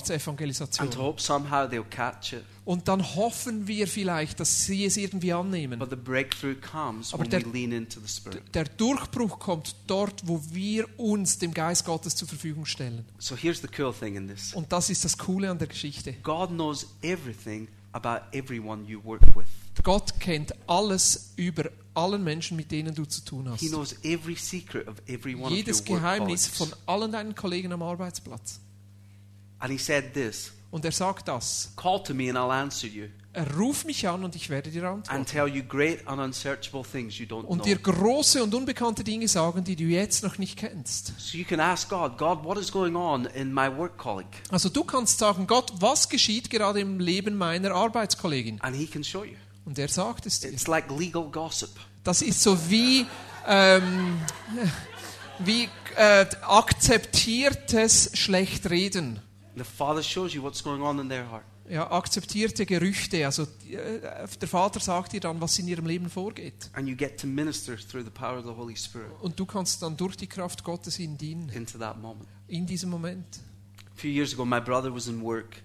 [SPEAKER 5] and
[SPEAKER 3] Gegenwartsevangelisation.
[SPEAKER 5] hope somehow they'll catch it.
[SPEAKER 3] Und dann hoffen wir vielleicht, dass sie es irgendwie annehmen.
[SPEAKER 5] But the breakthrough comes
[SPEAKER 3] Aber
[SPEAKER 5] when
[SPEAKER 3] der-
[SPEAKER 5] we lean into the Spirit.
[SPEAKER 3] Der Durchbruch kommt dort, wo wir uns dem Geist Gottes zur Verfügung stellen.
[SPEAKER 5] So here's the cool thing in this
[SPEAKER 3] Und das ist das Coole an der Geschichte.
[SPEAKER 5] God knows everything about everyone you work with,
[SPEAKER 3] Gott kennt alles über allen Menschen, mit denen du zu tun hast.
[SPEAKER 5] He knows every secret of every one of your
[SPEAKER 3] Jedes
[SPEAKER 5] work
[SPEAKER 3] Geheimnis
[SPEAKER 5] colleagues.
[SPEAKER 3] von allen deinen Kollegen am Arbeitsplatz.
[SPEAKER 5] And He said this
[SPEAKER 3] Und er sagt das.
[SPEAKER 5] Call to me and I'll answer you
[SPEAKER 3] Er ruft mich an und ich werde dir
[SPEAKER 5] and
[SPEAKER 3] antworten.
[SPEAKER 5] tell you great and unsearchable things you don't
[SPEAKER 3] Und
[SPEAKER 5] know.
[SPEAKER 3] dir große und unbekannte Dinge sagen, die du jetzt noch nicht kennst.
[SPEAKER 5] So you can ask God, God, what is going on in my work colleague?
[SPEAKER 3] Also du kannst sagen, Gott, was geschieht gerade im Leben meiner Arbeitskollegin?
[SPEAKER 5] And He can show you.
[SPEAKER 3] Und er sagt es dir.
[SPEAKER 5] It's like legal gossip.
[SPEAKER 3] Das ist so wie, ähm, wie äh, akzeptiertes Schlechtreden.
[SPEAKER 5] The Father shows you what's going on in their heart.
[SPEAKER 3] Ja, akzeptierte Gerüchte. Also äh, der Vater sagt dir dann, was in ihrem Leben vorgeht.
[SPEAKER 5] And you get to minister through the power of the Holy Spirit
[SPEAKER 3] Und du kannst dann durch die Kraft Gottes ihnen dienen,
[SPEAKER 5] into that moment.
[SPEAKER 3] in diesem Moment.
[SPEAKER 5] A few years ago, my brother was in work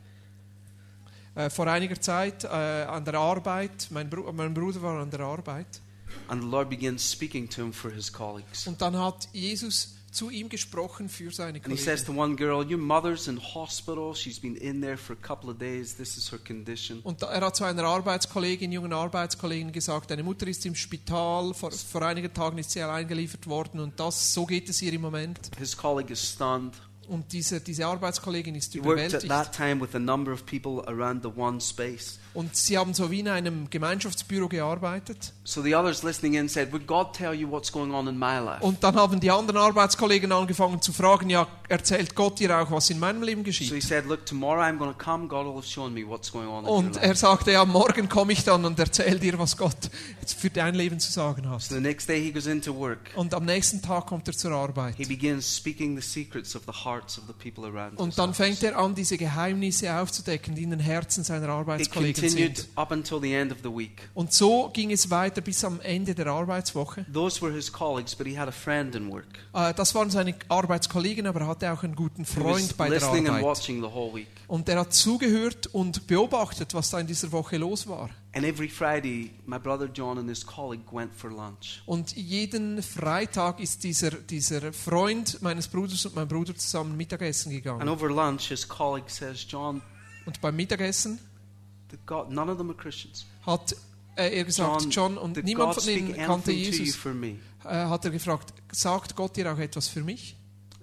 [SPEAKER 3] Äh, vor einiger Zeit äh, an der Arbeit, mein, Bru mein Bruder war an der Arbeit,
[SPEAKER 5] and the Lord began speaking to him for his colleagues.
[SPEAKER 3] und dann hat Jesus zu ihm gesprochen für seine
[SPEAKER 5] And he says
[SPEAKER 3] Kollegen.
[SPEAKER 5] to one girl, Your mother's in hospital. She's been in there for a couple of days. This is her condition.
[SPEAKER 3] Und da- er hat zu einer Arbeitskollegin, jungen Arbeitskollegin gesagt, deine Mutter ist im Spital, vor, vor einigen Tagen ist sie allein geliefert worden und das, so geht es ihr im Moment.
[SPEAKER 5] His colleague is stunned.
[SPEAKER 3] Und diese, diese Arbeitskollegin ist
[SPEAKER 5] He worked at
[SPEAKER 3] überwältigt.
[SPEAKER 5] that time with a number of people around the one space.
[SPEAKER 3] Und sie haben so wie in einem Gemeinschaftsbüro gearbeitet.
[SPEAKER 5] So the others listening in said, Would God tell you what's going on in my life?
[SPEAKER 3] Und dann haben die anderen Arbeitskollegen angefangen zu fragen, ja, erzählt Gott dir auch, was in meinem Leben
[SPEAKER 5] So he
[SPEAKER 3] geschieht?
[SPEAKER 5] said, Look, tomorrow I'm going to come. God will have shown me what's going on in your
[SPEAKER 3] Und
[SPEAKER 5] life.
[SPEAKER 3] er sagte, ja, morgen komme ich dann und erzähl dir, was Gott jetzt für dein Leben zu sagen
[SPEAKER 5] So
[SPEAKER 3] hat.
[SPEAKER 5] the next day he goes into work.
[SPEAKER 3] Und am nächsten Tag kommt er zur Arbeit.
[SPEAKER 5] He begins speaking the secrets of the hearts of the people around
[SPEAKER 3] Und
[SPEAKER 5] his
[SPEAKER 3] dann
[SPEAKER 5] office.
[SPEAKER 3] fängt er an, diese Geheimnisse aufzudecken, die in den Herzen seiner
[SPEAKER 5] It
[SPEAKER 3] Arbeitskollegen
[SPEAKER 5] continued
[SPEAKER 3] sind.
[SPEAKER 5] up until the end of the week.
[SPEAKER 3] Und so ging es weiter bis am Ende der Arbeitswoche.
[SPEAKER 5] Those were his colleagues, but he had a friend in work
[SPEAKER 3] Äh, Das waren seine Arbeitskollegen, aber er hatte auch einen guten
[SPEAKER 5] who was
[SPEAKER 3] Freund bei der
[SPEAKER 5] listening and
[SPEAKER 3] Arbeit.
[SPEAKER 5] watching the whole week.
[SPEAKER 3] Und er hat zugehört und beobachtet, was da in dieser Woche los war.
[SPEAKER 5] And every Friday, my brother John and his colleague went for lunch.
[SPEAKER 3] Und jeden Freitag ist dieser, dieser Freund meines Bruders und mein Bruder zusammen Mittagessen
[SPEAKER 5] And
[SPEAKER 3] gegangen.
[SPEAKER 5] over lunch, his colleague says, John,
[SPEAKER 3] Und beim Mittagessen
[SPEAKER 5] the God, none of them are Christians.
[SPEAKER 3] hat äh, er gesagt, John, und
[SPEAKER 5] did
[SPEAKER 3] niemand
[SPEAKER 5] God
[SPEAKER 3] von
[SPEAKER 5] speak
[SPEAKER 3] ihnen
[SPEAKER 5] anything
[SPEAKER 3] kannte
[SPEAKER 5] to you
[SPEAKER 3] Jesus,
[SPEAKER 5] for me?
[SPEAKER 3] äh, hat er gefragt, sagt Gott dir auch etwas für mich?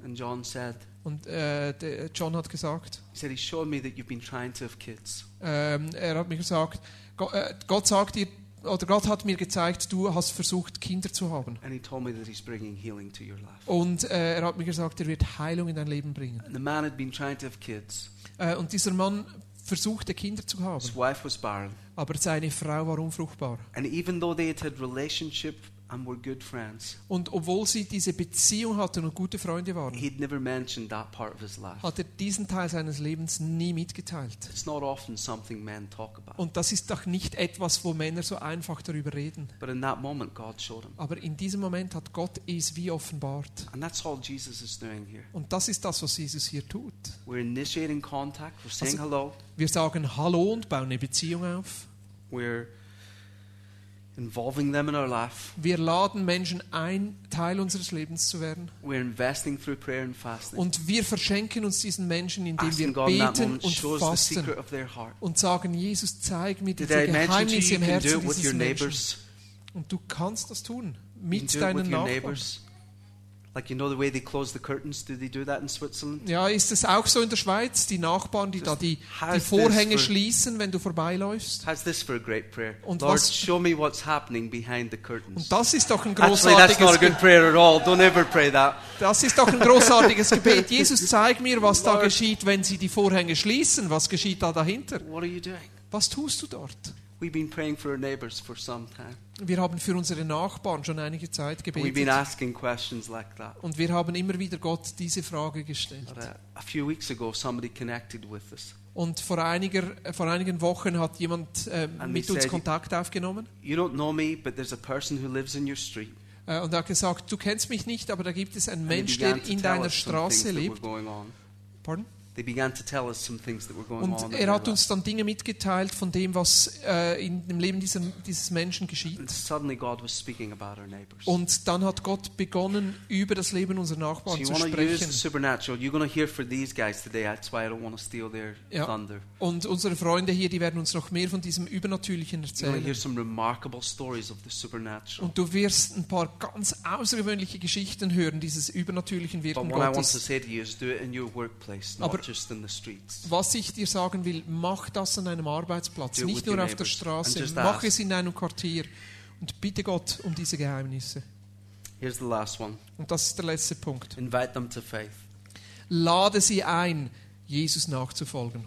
[SPEAKER 5] And John said,
[SPEAKER 3] Und äh, der John hat gesagt,
[SPEAKER 5] he said, he showed me that you've been trying to have kids.
[SPEAKER 3] ähm, er hat mir gesagt, Go, äh, Gott sagt dir, oder Gott hat mir gezeigt, du hast versucht, Kinder zu haben.
[SPEAKER 5] And he told me that he's bringing healing to your life.
[SPEAKER 3] Und äh, er hat mir gesagt, er wird Heilung in dein Leben bringen.
[SPEAKER 5] And the man had been trying to have kids.
[SPEAKER 3] Äh, und dieser Mann versuchte, Kinder zu haben,
[SPEAKER 5] His wife was barren.
[SPEAKER 3] aber seine Frau war unfruchtbar.
[SPEAKER 5] And even though they had had relationship and were good friends,
[SPEAKER 3] Und obwohl sie diese Beziehung hatten und gute Freunde waren,
[SPEAKER 5] he'd never mentioned that part of his life.
[SPEAKER 3] hat er diesen Teil seines Lebens nie mitgeteilt.
[SPEAKER 5] It's not often something men talk about.
[SPEAKER 3] Und das ist doch nicht etwas, wo Männer so einfach darüber reden.
[SPEAKER 5] But in that moment, God showed him.
[SPEAKER 3] Aber in diesem Moment hat Gott es wie offenbart.
[SPEAKER 5] And that's all Jesus is doing here.
[SPEAKER 3] Und das ist das, was Jesus hier tut.
[SPEAKER 5] We're initiating contact, we're saying
[SPEAKER 3] Also-
[SPEAKER 5] hello,
[SPEAKER 3] Wir sagen Hallo und bauen eine Beziehung auf.
[SPEAKER 5] we're involving them in our life,
[SPEAKER 3] Wir laden Menschen ein, Teil unseres Lebens zu werden.
[SPEAKER 5] we're investing through prayer and fasting,
[SPEAKER 3] Und wir verschenken uns diesen Menschen, indem
[SPEAKER 5] asking
[SPEAKER 3] wir
[SPEAKER 5] God in that
[SPEAKER 3] beten
[SPEAKER 5] moment,
[SPEAKER 3] und
[SPEAKER 5] show us the
[SPEAKER 3] fasten
[SPEAKER 5] secret of their heart.
[SPEAKER 3] und sagen, Jesus, zeig mir
[SPEAKER 5] Did
[SPEAKER 3] diese
[SPEAKER 5] I mention to you,
[SPEAKER 3] Geheimnisse
[SPEAKER 5] you
[SPEAKER 3] im
[SPEAKER 5] can do
[SPEAKER 3] Herzen
[SPEAKER 5] it with your
[SPEAKER 3] dieses Menschen.
[SPEAKER 5] neighbors?
[SPEAKER 3] Und du kannst das tun,
[SPEAKER 5] You can
[SPEAKER 3] mit
[SPEAKER 5] do it with
[SPEAKER 3] deinen
[SPEAKER 5] your
[SPEAKER 3] Nachbarn.
[SPEAKER 5] neighbors. Like you know the way they close the curtains? Do they do that in Switzerland?
[SPEAKER 3] Ja, ist es auch so in der Schweiz, die Nachbarn, die da die,
[SPEAKER 5] How's
[SPEAKER 3] die
[SPEAKER 5] this
[SPEAKER 3] Vorhänge
[SPEAKER 5] for-
[SPEAKER 3] schließen, wenn du vorbeiläufst?
[SPEAKER 5] How's this for a great prayer?
[SPEAKER 3] Und
[SPEAKER 5] Lord,
[SPEAKER 3] was-
[SPEAKER 5] show me what's happening behind the curtains.
[SPEAKER 3] Und das ist doch ein
[SPEAKER 5] Actually, that's not a
[SPEAKER 3] großartiges, Ge
[SPEAKER 5] good prayer at all. Don't ever pray that.
[SPEAKER 3] das ist doch ein großartiges Gebet. Jesus, zeig mir, was da geschieht, wenn sie die Vorhänge schließen. Was geschieht da dahinter?
[SPEAKER 5] What are you doing?
[SPEAKER 3] Was tust du dort?
[SPEAKER 5] We've been praying for our neighbors for some time.
[SPEAKER 3] Wir haben für unsere Nachbarn schon einige Zeit
[SPEAKER 5] We've been
[SPEAKER 3] gebetet.
[SPEAKER 5] asking questions like that.
[SPEAKER 3] Und wir haben immer wieder Gott diese Frage gestellt.
[SPEAKER 5] But, uh, a few weeks ago, somebody connected with us.
[SPEAKER 3] Und vor, einiger, äh, vor einigen Wochen hat jemand äh,
[SPEAKER 5] An
[SPEAKER 3] mit
[SPEAKER 5] mich
[SPEAKER 3] uns
[SPEAKER 5] sehr-
[SPEAKER 3] Kontakt aufgenommen
[SPEAKER 5] You don't know me, but there's a person who lives in your street.
[SPEAKER 3] äh, und hat gesagt, du kennst mich nicht, aber da gibt es einen
[SPEAKER 5] And they
[SPEAKER 3] Mensch,
[SPEAKER 5] began
[SPEAKER 3] der
[SPEAKER 5] to
[SPEAKER 3] in
[SPEAKER 5] tell
[SPEAKER 3] deiner
[SPEAKER 5] us some things
[SPEAKER 3] Straße
[SPEAKER 5] that were
[SPEAKER 3] lebt.
[SPEAKER 5] going on.
[SPEAKER 3] Pardon?
[SPEAKER 5] They began to tell us some things that were going on.
[SPEAKER 3] Und
[SPEAKER 5] in
[SPEAKER 3] er
[SPEAKER 5] their
[SPEAKER 3] hat uns
[SPEAKER 5] life.
[SPEAKER 3] dann Dinge mitgeteilt von dem, was äh, in dem Leben diesem, dieses Menschen geschieht.
[SPEAKER 5] And suddenly God was speaking about our neighbors.
[SPEAKER 3] Und dann hat Gott begonnen, über das Leben unserer
[SPEAKER 5] So
[SPEAKER 3] Nachbarn
[SPEAKER 5] you
[SPEAKER 3] zu
[SPEAKER 5] want to use the
[SPEAKER 3] sprechen.
[SPEAKER 5] supernatural. You're going to hear for these guys today. That's why I don't want to steal their
[SPEAKER 3] Ja.
[SPEAKER 5] thunder.
[SPEAKER 3] Und unsere Freunde hier, die werden uns noch mehr von diesem Übernatürlichen
[SPEAKER 5] You're going to hear
[SPEAKER 3] erzählen.
[SPEAKER 5] some remarkable stories of the supernatural.
[SPEAKER 3] Und du wirst ein paar ganz außergewöhnliche Geschichten hören, dieses übernatürlichen
[SPEAKER 5] But
[SPEAKER 3] Wirken
[SPEAKER 5] what I want to
[SPEAKER 3] Gottes.
[SPEAKER 5] say to you is do it in your workplace,
[SPEAKER 3] Aber-
[SPEAKER 5] not just in the streets.
[SPEAKER 3] Was ich dir sagen will, mach das an einem Arbeitsplatz,
[SPEAKER 5] Do it
[SPEAKER 3] nicht
[SPEAKER 5] with your
[SPEAKER 3] nur auf der
[SPEAKER 5] neighbors. And
[SPEAKER 3] Straße,
[SPEAKER 5] just
[SPEAKER 3] mach
[SPEAKER 5] ask.
[SPEAKER 3] es in deinem Quartier und bitte Gott um diese Geheimnisse.
[SPEAKER 5] Here's the last one.
[SPEAKER 3] Und das ist der letzte Punkt.
[SPEAKER 5] Invite them to faith.
[SPEAKER 3] Lade sie ein, Jesus nachzufolgen.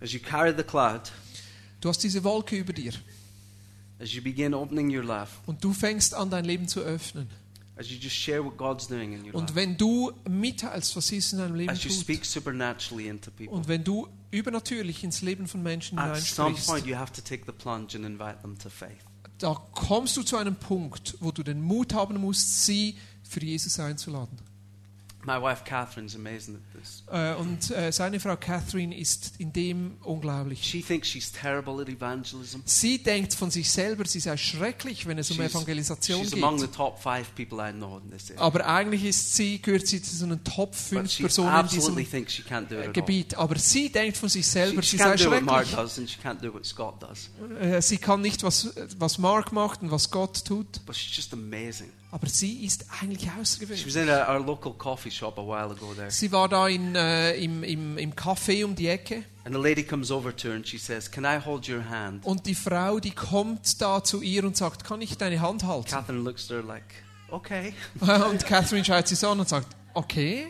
[SPEAKER 5] As you carry the cloud,
[SPEAKER 3] Du hast diese Wolke über dir
[SPEAKER 5] as you begin opening your life,
[SPEAKER 3] und du fängst an, dein Leben zu öffnen.
[SPEAKER 5] as you just share what God's doing in your
[SPEAKER 3] Und
[SPEAKER 5] life,
[SPEAKER 3] wenn du mitteilst, was Jesus in deinem Leben
[SPEAKER 5] as you
[SPEAKER 3] tut,
[SPEAKER 5] speak supernaturally into people,
[SPEAKER 3] und wenn du übernatürlich ins Leben von Menschen
[SPEAKER 5] at some point
[SPEAKER 3] hineinsprichst,
[SPEAKER 5] you have to take the plunge and invite them to faith.
[SPEAKER 3] da kommst du zu einem Punkt, wo du den Mut haben musst, sie für Jesus einzuladen.
[SPEAKER 5] My wife Catherine's amazing at this.
[SPEAKER 3] Äh, Und äh, seine Frau Catherine ist in dem unglaublich.
[SPEAKER 5] She thinks she's terrible at evangelism.
[SPEAKER 3] Sie denkt von sich selber, sie sei schrecklich, wenn es um Evangelisation
[SPEAKER 5] she's among the
[SPEAKER 3] geht.
[SPEAKER 5] top five people I know in this area.
[SPEAKER 3] Aber eigentlich ist sie, gehört sie zu so einen Top
[SPEAKER 5] But
[SPEAKER 3] 5
[SPEAKER 5] she
[SPEAKER 3] Personen in diesem
[SPEAKER 5] absolutely thinks she can't
[SPEAKER 3] äh,
[SPEAKER 5] do it at all. She,
[SPEAKER 3] Gebiet. Aber sie denkt von sich selber, sie
[SPEAKER 5] she
[SPEAKER 3] sei
[SPEAKER 5] can't do what Mark
[SPEAKER 3] schrecklich.
[SPEAKER 5] does and she can't do what Scott does.
[SPEAKER 3] Äh, Sie kann nicht, was, was Mark macht und was Gott tut.
[SPEAKER 5] But she's just amazing.
[SPEAKER 3] Aber sie ist eigentlich
[SPEAKER 5] She
[SPEAKER 3] außergewöhnlich.
[SPEAKER 5] was in our, our local coffee shop a while ago there.
[SPEAKER 3] Sie war da in, äh, im, im, im Café um die Ecke
[SPEAKER 5] And a lady comes over to her and she says, Can I hold your hand?
[SPEAKER 3] und die Frau, die kommt da zu ihr und sagt, kann ich deine Hand halten?
[SPEAKER 5] Catherine looks at her like, Okay.
[SPEAKER 3] Und Catherine schaut sie so an und sagt, okay.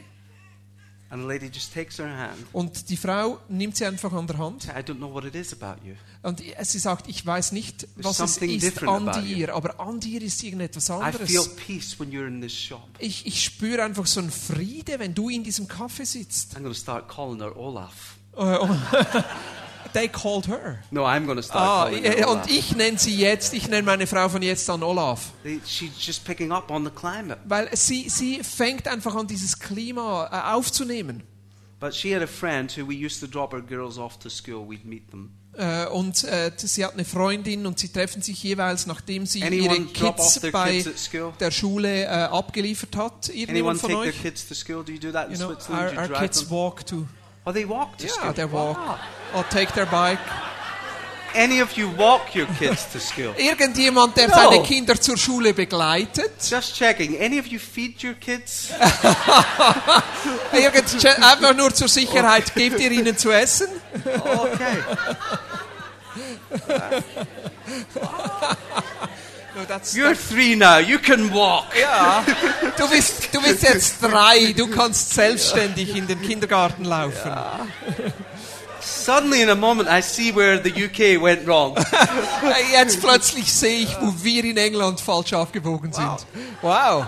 [SPEAKER 5] And the lady just takes her hand.
[SPEAKER 3] Und die Frau nimmt sie einfach an der Hand
[SPEAKER 5] I don't know what it is about you.
[SPEAKER 3] und sie sagt, ich weiß nicht, was es
[SPEAKER 5] something
[SPEAKER 3] ist
[SPEAKER 5] different
[SPEAKER 3] an
[SPEAKER 5] about you.
[SPEAKER 3] dir, aber an dir ist irgendetwas
[SPEAKER 5] I feel
[SPEAKER 3] anderes.
[SPEAKER 5] peace when you're in this shop.
[SPEAKER 3] Ich, ich spüre einfach so einen Friede, wenn du in diesem Café sitzt.
[SPEAKER 5] I'm going to start calling her Olaf.
[SPEAKER 3] Äh, They called her.
[SPEAKER 5] No, I'm going to start
[SPEAKER 3] Ah,
[SPEAKER 5] calling
[SPEAKER 3] äh,
[SPEAKER 5] her Olaf.
[SPEAKER 3] und ich nenne sie jetzt, ich nenne meine Frau von jetzt an Olaf.
[SPEAKER 5] They- She's just picking up on the climate.
[SPEAKER 3] Weil sie, sie fängt einfach an, dieses Klima äh, aufzunehmen.
[SPEAKER 5] But she had a friend who we used to drop our girls off to school. We'd meet them.
[SPEAKER 3] Äh, und äh, sie hat eine Freundin und sie treffen sich jeweils, nachdem sie ihre
[SPEAKER 5] Anyone drop off
[SPEAKER 3] Kids
[SPEAKER 5] their
[SPEAKER 3] bei
[SPEAKER 5] kids at school?
[SPEAKER 3] der Schule äh, abgeliefert hat.
[SPEAKER 5] Anyone
[SPEAKER 3] Irgendjemand
[SPEAKER 5] take
[SPEAKER 3] von
[SPEAKER 5] their
[SPEAKER 3] euch?
[SPEAKER 5] kids to school? Do you do that in
[SPEAKER 3] You know,
[SPEAKER 5] Switzerland?
[SPEAKER 3] our,
[SPEAKER 5] Do you
[SPEAKER 3] our
[SPEAKER 5] drive
[SPEAKER 3] kids
[SPEAKER 5] them?
[SPEAKER 3] walk to...
[SPEAKER 5] Oh, they walk to
[SPEAKER 3] Yeah,
[SPEAKER 5] school.
[SPEAKER 3] they walk.
[SPEAKER 5] Wow.
[SPEAKER 3] Or take their bike.
[SPEAKER 5] Any of you walk your kids to school?
[SPEAKER 3] Irgendjemand, der
[SPEAKER 5] No.
[SPEAKER 3] seine Kinder zur Schule begleitet.
[SPEAKER 5] Just checking. Any of you feed your kids?
[SPEAKER 3] Irgend, einfach nur zur Sicherheit, gebt ihr ihnen zu essen.
[SPEAKER 5] Oh, okay.
[SPEAKER 3] No, that's,
[SPEAKER 5] You're three now. You can walk.
[SPEAKER 3] Ja, du bist, du bist jetzt drei, du kannst selbstständig in den Kindergarten laufen.
[SPEAKER 5] Suddenly, in a moment, I see where the UK went wrong.
[SPEAKER 3] Äh, Jetzt plötzlich sehe ich, wo wir in England falsch abgebogen sind. Wow.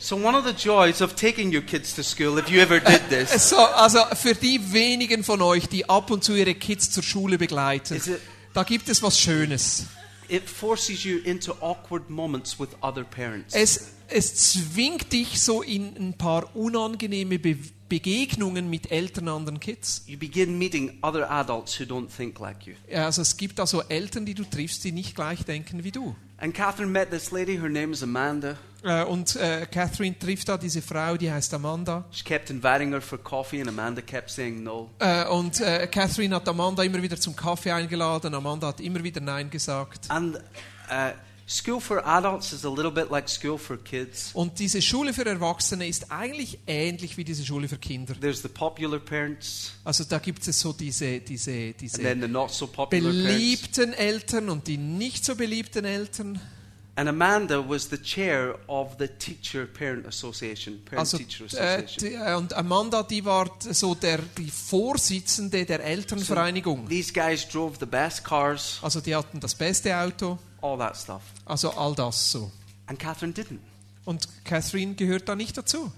[SPEAKER 5] So, one of the joys of taking your kids to school, if you ever did this,
[SPEAKER 3] So, also für die wenigen von euch, die ab und zu ihre Kids zur Schule begleiten,
[SPEAKER 5] Is it-
[SPEAKER 3] da gibt es was Schönes.
[SPEAKER 5] it forces you into awkward moments with other parents.
[SPEAKER 3] Es, es zwingt dich so in ein paar unangenehme Be Begegnungen mit Eltern anderen Kids.
[SPEAKER 5] You begin meeting other adults who don't think like you.
[SPEAKER 3] Ja, Also es gibt also Eltern, die du triffst, die nicht gleich denken wie du.
[SPEAKER 5] And Catherine met this lady, her name is Amanda.
[SPEAKER 3] Äh, Und äh, Catherine trifft da diese Frau, die heißt Amanda.
[SPEAKER 5] She kept inviting her for coffee, and Amanda kept saying no.
[SPEAKER 3] Äh, Und äh, Catherine hat Amanda immer wieder zum Kaffee eingeladen. Amanda hat immer wieder Nein gesagt.
[SPEAKER 5] And uh, school for adults is a little bit like school for kids.
[SPEAKER 3] Und diese Schule für Erwachsene ist eigentlich ähnlich wie diese Schule für Kinder.
[SPEAKER 5] There's the popular parents,
[SPEAKER 3] Also da gibt es so diese, diese,
[SPEAKER 5] and then
[SPEAKER 3] diese
[SPEAKER 5] the not so popular parents.
[SPEAKER 3] beliebten Eltern und die nicht so beliebten Eltern.
[SPEAKER 5] And Amanda was the chair of the Teacher Parent Association, Parent
[SPEAKER 3] Also, äh,
[SPEAKER 5] Teacher Association.
[SPEAKER 3] die, äh, und Amanda, die war d- so der, die Vorsitzende der Elternvereinigung.
[SPEAKER 5] These guys drove the best cars,
[SPEAKER 3] Also, die hatten das beste Auto,
[SPEAKER 5] all that stuff.
[SPEAKER 3] also all das so.
[SPEAKER 5] And Catherine didn't.
[SPEAKER 3] Und Catherine gehört da nicht dazu.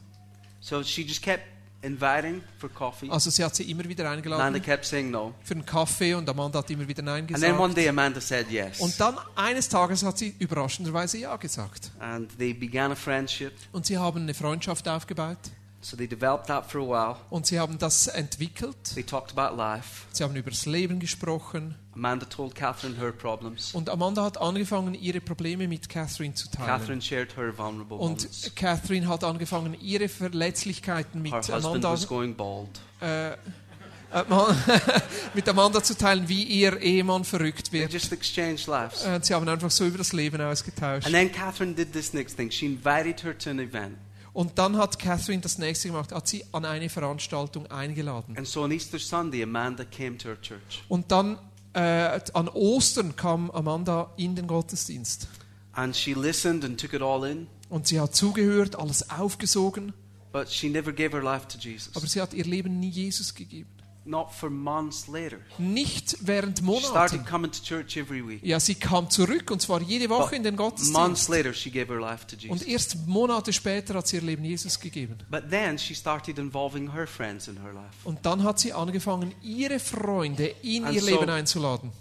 [SPEAKER 5] So she just kept inviting for coffee.
[SPEAKER 3] Also, sie hat sie immer wieder
[SPEAKER 5] Amanda
[SPEAKER 3] eingeladen
[SPEAKER 5] kept saying no.
[SPEAKER 3] für einen Kaffee und Amanda hat immer wieder Nein
[SPEAKER 5] And then one
[SPEAKER 3] gesagt.
[SPEAKER 5] day Amanda said yes.
[SPEAKER 3] Und dann eines Tages hat sie überraschenderweise Ja gesagt.
[SPEAKER 5] And they began a friendship.
[SPEAKER 3] Und sie haben eine Freundschaft aufgebaut
[SPEAKER 5] So they developed that for a while.
[SPEAKER 3] und sie haben das entwickelt.
[SPEAKER 5] They talked about life.
[SPEAKER 3] Sie haben über das Leben gesprochen
[SPEAKER 5] Amanda told Catherine her problems.
[SPEAKER 3] und Amanda hat angefangen, ihre Probleme mit Catherine zu teilen.
[SPEAKER 5] Catherine shared her vulnerable moments.
[SPEAKER 3] Und Catherine hat angefangen, ihre Verletzlichkeiten mit
[SPEAKER 5] Her husband
[SPEAKER 3] Amanda,
[SPEAKER 5] was going bald.
[SPEAKER 3] äh, Ma- mit Amanda zu teilen, wie ihr Ehemann verrückt
[SPEAKER 5] They
[SPEAKER 3] wird.
[SPEAKER 5] just exchanged lives.
[SPEAKER 3] Äh, Sie haben einfach so über das Leben ausgetauscht.
[SPEAKER 5] And then Catherine did this next thing. She invited her to an event.
[SPEAKER 3] Und dann hat Catherine das nächste gemacht, hat sie an eine Veranstaltung eingeladen.
[SPEAKER 5] And so on Easter Sunday, Amanda came to her church.
[SPEAKER 3] Und dann äh, an Ostern kam Amanda in den Gottesdienst.
[SPEAKER 5] And she listened and took it all in,
[SPEAKER 3] Und sie hat zugehört, alles aufgesogen,
[SPEAKER 5] but she never gave her life to
[SPEAKER 3] aber
[SPEAKER 5] Jesus.
[SPEAKER 3] sie hat ihr Leben nie Jesus gegeben.
[SPEAKER 5] Not for months later.
[SPEAKER 3] Nicht während
[SPEAKER 5] She started
[SPEAKER 3] Monaten.
[SPEAKER 5] coming to church every week.
[SPEAKER 3] Ja, sie kam zurück und zwar jede Woche in den
[SPEAKER 5] But months
[SPEAKER 3] Gottesdienst.
[SPEAKER 5] later, she gave her life to
[SPEAKER 3] Und
[SPEAKER 5] Jesus.
[SPEAKER 3] erst Monate später hat sie ihr Leben Jesus gegeben.
[SPEAKER 5] But then she started involving her friends in her life.
[SPEAKER 3] Und dann hat sie angefangen, ihre Freunde in
[SPEAKER 5] And
[SPEAKER 3] ihr
[SPEAKER 5] so-
[SPEAKER 3] Leben einzuladen.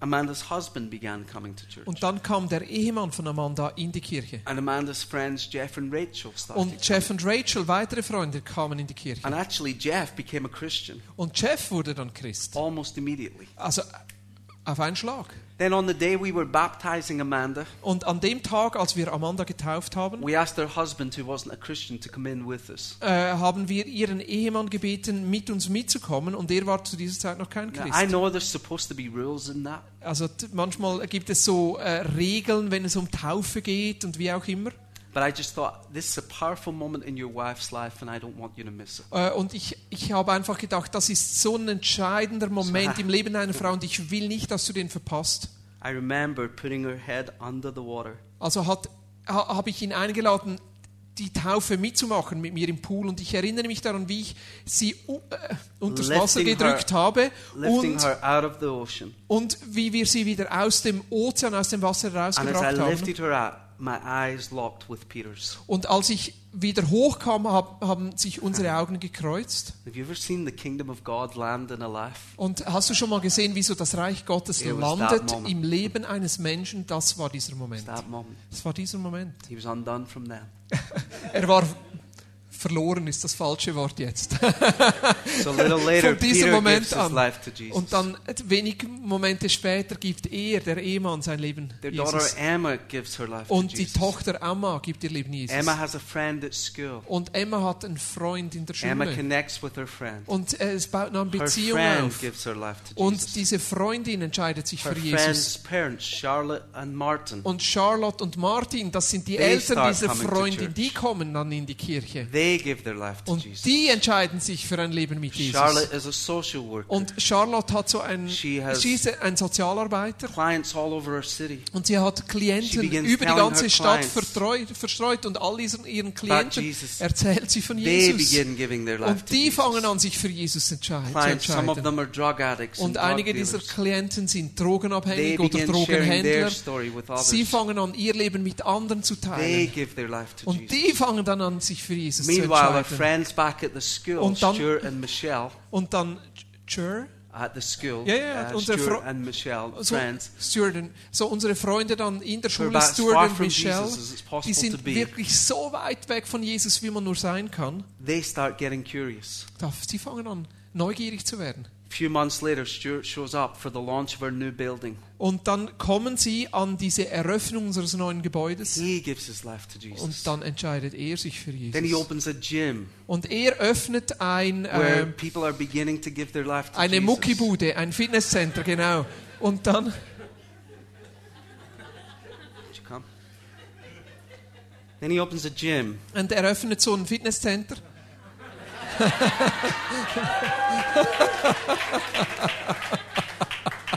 [SPEAKER 5] Amanda's husband began coming to church.
[SPEAKER 3] Und dann kam der Ehemann von Amanda in die Kirche.
[SPEAKER 5] And Amanda's friends, Jeff and Rachel, started.
[SPEAKER 3] Und Jeff und Rachel, weitere Freunde, kamen in die Kirche.
[SPEAKER 5] And actually, Jeff became a Christian
[SPEAKER 3] Und Jeff wurde dann Christ.
[SPEAKER 5] almost immediately.
[SPEAKER 3] Also äh, auf einen Schlag.
[SPEAKER 5] Then on the day we were baptizing Amanda,
[SPEAKER 3] Und an dem Tag, als wir Amanda getauft haben,
[SPEAKER 5] we asked her husband, who wasn't a Christian, to come in with us.
[SPEAKER 3] äh, haben wir ihren Ehemann gebeten, mit uns mitzukommen. Und er war zu dieser Zeit noch kein
[SPEAKER 5] Now, I
[SPEAKER 3] Christ.
[SPEAKER 5] know there's supposed to be rules in that,
[SPEAKER 3] Also t- manchmal gibt es so äh, Regeln, wenn es um Taufe geht und wie auch immer.
[SPEAKER 5] but I just thought this is a powerful moment in your wife's life, and I don't want you to miss it.
[SPEAKER 3] Äh, Und ich, ich habe einfach gedacht, das ist so ein entscheidender Moment im Leben einer Frau und ich will nicht, dass du den verpasst.
[SPEAKER 5] I remember putting her head under the water,
[SPEAKER 3] Also hat, ha, habe ich ihn eingeladen, die Taufe mitzumachen mit mir im Pool und ich erinnere mich daran, wie ich sie u- äh, unters Wasser
[SPEAKER 5] Lifting
[SPEAKER 3] gedrückt
[SPEAKER 5] her-
[SPEAKER 3] habe
[SPEAKER 5] lifting
[SPEAKER 3] und,
[SPEAKER 5] her out of the ocean.
[SPEAKER 3] und wie wir sie wieder aus dem Ozean, aus dem Wasser
[SPEAKER 5] And as I
[SPEAKER 3] herausgebracht haben.
[SPEAKER 5] lifted her out, my eyes locked with Peter's.
[SPEAKER 3] Und als ich wieder hochkam, hab, haben sich unsere Augen gekreuzt.
[SPEAKER 5] Have you ever seen the kingdom of God land in a life?
[SPEAKER 3] Und hast du schon mal gesehen, wie so das Reich Gottes
[SPEAKER 5] It was that
[SPEAKER 3] landet
[SPEAKER 5] moment.
[SPEAKER 3] im Leben eines Menschen? Das war dieser Moment.
[SPEAKER 5] It's that moment.
[SPEAKER 3] Das war dieser Moment.
[SPEAKER 5] He was undone from then.
[SPEAKER 3] Er war verloren, ist das falsche Wort jetzt.
[SPEAKER 5] So a little later,
[SPEAKER 3] Von diesem
[SPEAKER 5] Peter
[SPEAKER 3] Moment
[SPEAKER 5] gives his
[SPEAKER 3] an.
[SPEAKER 5] life to Jesus.
[SPEAKER 3] Und dann äh, wenige Momente später gibt er, der Ehemann, sein Leben
[SPEAKER 5] Their daughter
[SPEAKER 3] Jesus.
[SPEAKER 5] Emma gives her life to
[SPEAKER 3] Und die
[SPEAKER 5] Jesus.
[SPEAKER 3] Tochter Emma gibt ihr Leben Jesus.
[SPEAKER 5] Emma has a friend at school.
[SPEAKER 3] Und Emma hat einen Freund in der
[SPEAKER 5] Emma
[SPEAKER 3] Schule.
[SPEAKER 5] connects with her friend.
[SPEAKER 3] Und äh, es baut noch eine
[SPEAKER 5] Her
[SPEAKER 3] Beziehung
[SPEAKER 5] friend
[SPEAKER 3] auf.
[SPEAKER 5] gives her life to
[SPEAKER 3] Und
[SPEAKER 5] Jesus.
[SPEAKER 3] diese Freundin entscheidet sich
[SPEAKER 5] Her
[SPEAKER 3] für Jesus.
[SPEAKER 5] friend's parents, Charlotte and Martin,
[SPEAKER 3] Und Charlotte und Martin, das sind die
[SPEAKER 5] They
[SPEAKER 3] Eltern
[SPEAKER 5] start
[SPEAKER 3] dieser
[SPEAKER 5] coming to
[SPEAKER 3] Freundin,
[SPEAKER 5] church.
[SPEAKER 3] die kommen dann in die Kirche.
[SPEAKER 5] they give their life to
[SPEAKER 3] Und
[SPEAKER 5] Jesus.
[SPEAKER 3] die entscheiden sich für ein Leben mit Jesus.
[SPEAKER 5] Charlotte is a social worker.
[SPEAKER 3] Und Charlotte hat so einen,
[SPEAKER 5] She has-
[SPEAKER 3] sie ist ein Sozialarbeiter.
[SPEAKER 5] Clients all over her city
[SPEAKER 3] Und sie hat
[SPEAKER 5] She
[SPEAKER 3] Klienten
[SPEAKER 5] begins
[SPEAKER 3] über die
[SPEAKER 5] telling her
[SPEAKER 3] ganze Stadt
[SPEAKER 5] clients.
[SPEAKER 3] vertreut, verstreut und all diesen, ihren Klienten
[SPEAKER 5] Jesus.
[SPEAKER 3] erzählt sie von
[SPEAKER 5] they
[SPEAKER 3] Jesus.
[SPEAKER 5] begin giving their life
[SPEAKER 3] Und
[SPEAKER 5] to
[SPEAKER 3] die fangen
[SPEAKER 5] Jesus.
[SPEAKER 3] an, sich für Jesus entscheid- zu
[SPEAKER 5] Clients, some of
[SPEAKER 3] entscheiden.
[SPEAKER 5] them are drug addicts and
[SPEAKER 3] Und
[SPEAKER 5] drug
[SPEAKER 3] einige dieser
[SPEAKER 5] dealers.
[SPEAKER 3] Klienten sind
[SPEAKER 5] They
[SPEAKER 3] drogenabhängig oder
[SPEAKER 5] begin sharing their
[SPEAKER 3] Drogenhändler.
[SPEAKER 5] story with
[SPEAKER 3] Sie
[SPEAKER 5] others.
[SPEAKER 3] fangen an, ihr Leben mit anderen zu
[SPEAKER 5] They
[SPEAKER 3] teilen.
[SPEAKER 5] give their life to
[SPEAKER 3] Und
[SPEAKER 5] Jesus.
[SPEAKER 3] die fangen dann an, sich für Jesus zu
[SPEAKER 5] Meanwhile, our
[SPEAKER 3] entscheiden.
[SPEAKER 5] friends back at the school,
[SPEAKER 3] Und dann-
[SPEAKER 5] Stuart and Michelle,
[SPEAKER 3] Und dann, Jer,
[SPEAKER 5] at the school,
[SPEAKER 3] Ja, ja,
[SPEAKER 5] uh,
[SPEAKER 3] unsere
[SPEAKER 5] Stuart
[SPEAKER 3] Fre-
[SPEAKER 5] and Michelle,
[SPEAKER 3] so,
[SPEAKER 5] friends,
[SPEAKER 3] Stuart und- so unsere Freunde dann in der Schule,
[SPEAKER 5] about as far
[SPEAKER 3] Stuart und
[SPEAKER 5] from
[SPEAKER 3] Michelle,
[SPEAKER 5] Jesus as it's possible
[SPEAKER 3] die
[SPEAKER 5] to
[SPEAKER 3] sind
[SPEAKER 5] be.
[SPEAKER 3] wirklich so weit weg von Jesus, wie man nur sein kann.
[SPEAKER 5] they start getting curious.
[SPEAKER 3] Da- Sie fangen an, neugierig zu werden.
[SPEAKER 5] A few months later, Stuart shows up for the launch of our new building.
[SPEAKER 3] Und dann kommen sie an diese Eröffnung unseres neuen Gebäudes
[SPEAKER 5] He gives his life to Jesus.
[SPEAKER 3] und dann entscheidet er sich für
[SPEAKER 5] Then he
[SPEAKER 3] Jesus.
[SPEAKER 5] opens a gym
[SPEAKER 3] Und er öffnet ein,
[SPEAKER 5] where
[SPEAKER 3] äh,
[SPEAKER 5] people are beginning to give their life to
[SPEAKER 3] eine
[SPEAKER 5] Jesus.
[SPEAKER 3] Muckibude, ein Fitnesscenter, genau. Und dann,
[SPEAKER 5] Would you come? Then he opens a gym
[SPEAKER 3] und er öffnet so ein Fitnesscenter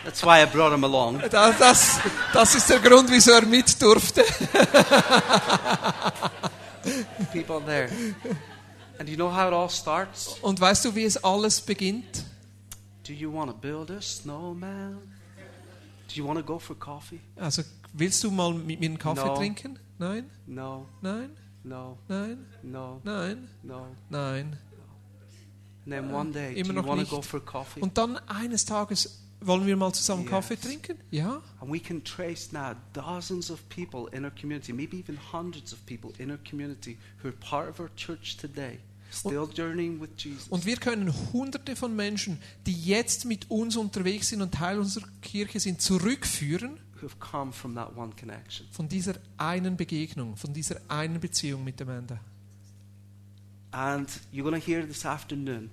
[SPEAKER 5] that's That's why I brought him along.
[SPEAKER 3] Das, das, das ist der Grund, wieso er mit durfte.
[SPEAKER 5] People there. And you know how it all starts?
[SPEAKER 3] Und weißt du, wie es alles beginnt?
[SPEAKER 5] Do you want to build a snowman? Do you want to go for coffee?
[SPEAKER 3] Also, willst du mal mit mir einen Kaffee
[SPEAKER 5] No.
[SPEAKER 3] trinken? Nein?
[SPEAKER 5] No,
[SPEAKER 3] Nein?
[SPEAKER 5] no,
[SPEAKER 3] Nein?
[SPEAKER 5] no,
[SPEAKER 3] Nein?
[SPEAKER 5] no.
[SPEAKER 3] Nein.
[SPEAKER 5] And then one day, do
[SPEAKER 3] immer
[SPEAKER 5] you
[SPEAKER 3] noch Uh,
[SPEAKER 5] want to
[SPEAKER 3] nicht.
[SPEAKER 5] go for coffee?
[SPEAKER 3] Und dann eines Tages wollen wir mal zusammen
[SPEAKER 5] Yes.
[SPEAKER 3] Kaffee trinken? Ja?
[SPEAKER 5] And we can trace now dozens of people in our community, maybe even hundreds of people in our community who are part of our church today, still journeying with Jesus.
[SPEAKER 3] Und wir können hunderte von Menschen, die jetzt mit uns unterwegs sind und Teil unserer Kirche sind, zurückführen
[SPEAKER 5] who have come from that one connection.
[SPEAKER 3] von dieser einen Begegnung, von dieser einen Beziehung mit dem Ende.
[SPEAKER 5] And you're going to hear this afternoon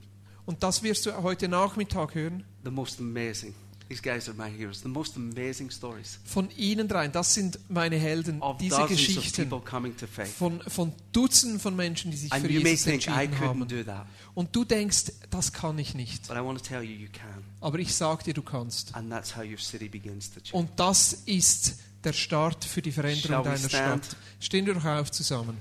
[SPEAKER 3] Und das wirst du heute Nachmittag hören
[SPEAKER 5] the most amazing. These guys are my heroes. The most amazing stories
[SPEAKER 3] von ihnen dreien. Das sind meine Helden,
[SPEAKER 5] of
[SPEAKER 3] diese
[SPEAKER 5] dozens of
[SPEAKER 3] Geschichten
[SPEAKER 5] people coming to faith.
[SPEAKER 3] von, von Dutzenden von Menschen, die sich
[SPEAKER 5] And
[SPEAKER 3] für
[SPEAKER 5] you may
[SPEAKER 3] Jesus
[SPEAKER 5] think I
[SPEAKER 3] entschieden
[SPEAKER 5] couldn't
[SPEAKER 3] haben.
[SPEAKER 5] do that,
[SPEAKER 3] Und du denkst, das kann ich nicht.
[SPEAKER 5] but I want to tell you, you can.
[SPEAKER 3] Aber ich sag dir, du kannst.
[SPEAKER 5] And that's how your city begins to change.
[SPEAKER 3] Und das ist der Start für die
[SPEAKER 5] Shall
[SPEAKER 3] Veränderung
[SPEAKER 5] we
[SPEAKER 3] deiner
[SPEAKER 5] stand?
[SPEAKER 3] Stadt. Stehen wir doch auf zusammen.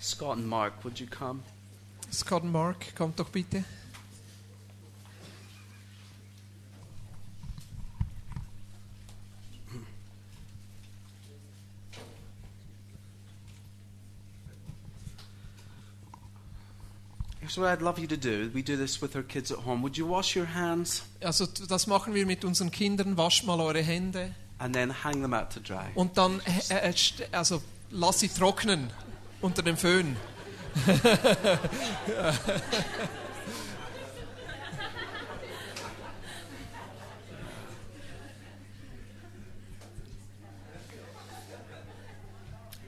[SPEAKER 5] Scott and Mark, would you come?
[SPEAKER 3] Scott und Mark, kommt doch bitte.
[SPEAKER 5] Here's what I'd love you to do. We do this with our kids at home. Would you wash your hands
[SPEAKER 3] Also t- das machen wir mit unseren Kindern. Wascht mal eure Hände
[SPEAKER 5] and then hang them out to dry?
[SPEAKER 3] und dann äh, äh, st- also lass sie trocknen unter dem Föhn.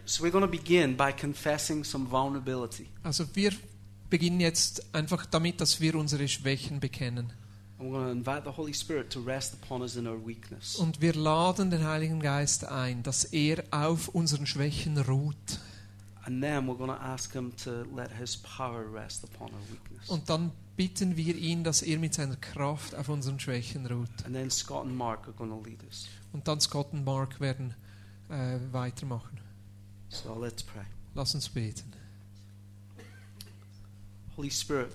[SPEAKER 5] So we're going to begin by confessing some vulnerability.
[SPEAKER 3] Also wir beginnen jetzt einfach damit, dass wir unsere Schwächen bekennen
[SPEAKER 5] And we're going to invite the Holy Spirit to rest upon us in our weakness.
[SPEAKER 3] und wir laden den Heiligen Geist ein, dass er auf unseren Schwächen ruht.
[SPEAKER 5] And then we're going to ask Him to let His power rest upon our weakness.
[SPEAKER 3] Und dann bitten wir ihn, dass er mit seiner Kraft auf unseren Schwächen ruht.
[SPEAKER 5] And then Scott and Mark are going to lead us.
[SPEAKER 3] Und dann Scott und Mark werden äh, weitermachen.
[SPEAKER 5] So let's pray.
[SPEAKER 3] Lass uns beten.
[SPEAKER 5] Holy Spirit,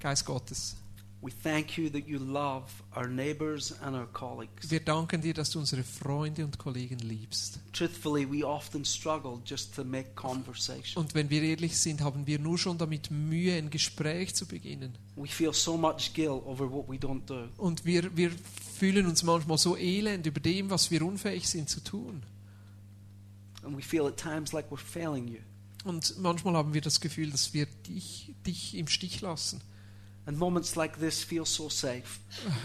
[SPEAKER 3] Geist Gottes,
[SPEAKER 5] we thank you that you love our neighbors and our colleagues.
[SPEAKER 3] wir danken dir, dass du unsere Freunde und Kollegen liebst.
[SPEAKER 5] Truthfully, we often struggle just to make conversation.
[SPEAKER 3] Und wenn wir ehrlich sind, haben wir nur schon damit Mühe, ein Gespräch zu beginnen.
[SPEAKER 5] We feel so much guilt over what we don't do.
[SPEAKER 3] Und wir, wir fühlen uns manchmal so elend über dem, was wir unfähig sind zu tun.
[SPEAKER 5] And we feel at times like we're failing you.
[SPEAKER 3] Und manchmal haben wir das Gefühl, dass wir dich, dich im Stich lassen.
[SPEAKER 5] And moments like this feel so safe.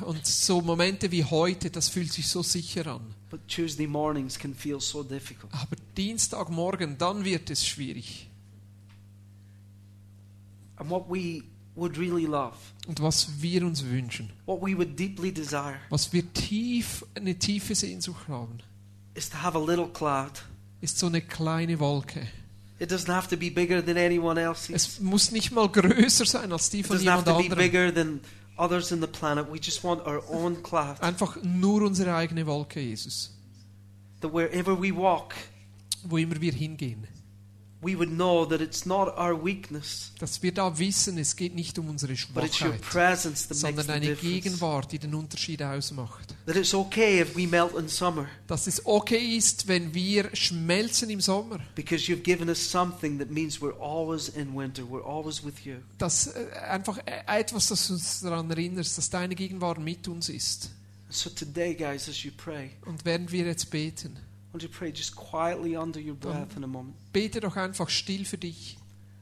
[SPEAKER 3] Und so Momente wie heute, das fühlt sich so sicher an.
[SPEAKER 5] But Tuesday mornings can feel so difficult.
[SPEAKER 3] Aber Dienstagmorgen, dann wird es schwierig.
[SPEAKER 5] And what we would really love,
[SPEAKER 3] Und was wir uns wünschen,
[SPEAKER 5] what we would deeply desire,
[SPEAKER 3] was wir tief, eine tiefe Sehnsucht haben,
[SPEAKER 5] is to have a little cloud.
[SPEAKER 3] ist so eine kleine Wolke.
[SPEAKER 5] It doesn't have to be bigger than anyone else's.
[SPEAKER 3] Es muss nicht mal größer sein als die
[SPEAKER 5] It
[SPEAKER 3] von
[SPEAKER 5] doesn't have
[SPEAKER 3] jemand
[SPEAKER 5] to be
[SPEAKER 3] anderem.
[SPEAKER 5] bigger than others in the planet. We just want our own cloud.
[SPEAKER 3] Einfach nur unsere eigene Wolke, Jesus.
[SPEAKER 5] That wherever we walk,
[SPEAKER 3] Wo immer wir hingehen.
[SPEAKER 5] we would know that it's not our weakness,
[SPEAKER 3] Dass wir da wissen, es geht nicht um unsere
[SPEAKER 5] but it's your
[SPEAKER 3] Schwachheit,
[SPEAKER 5] presence that makes
[SPEAKER 3] sondern
[SPEAKER 5] the
[SPEAKER 3] eine
[SPEAKER 5] difference.
[SPEAKER 3] Gegenwart, die den Unterschied ausmacht.
[SPEAKER 5] That it's okay if we melt in summer
[SPEAKER 3] Dass es okay ist, wenn wir schmelzen im Sommer.
[SPEAKER 5] because you've given us something that means we're always in winter, we're always with you.
[SPEAKER 3] dass äh, einfach äh, etwas, das uns daran erinnert, dass deine Gegenwart mit uns ist.
[SPEAKER 5] So today, guys, as you pray,
[SPEAKER 3] Und während wir jetzt beten,
[SPEAKER 5] Would you pray just quietly under your breath in a moment
[SPEAKER 3] bete doch einfach still für dich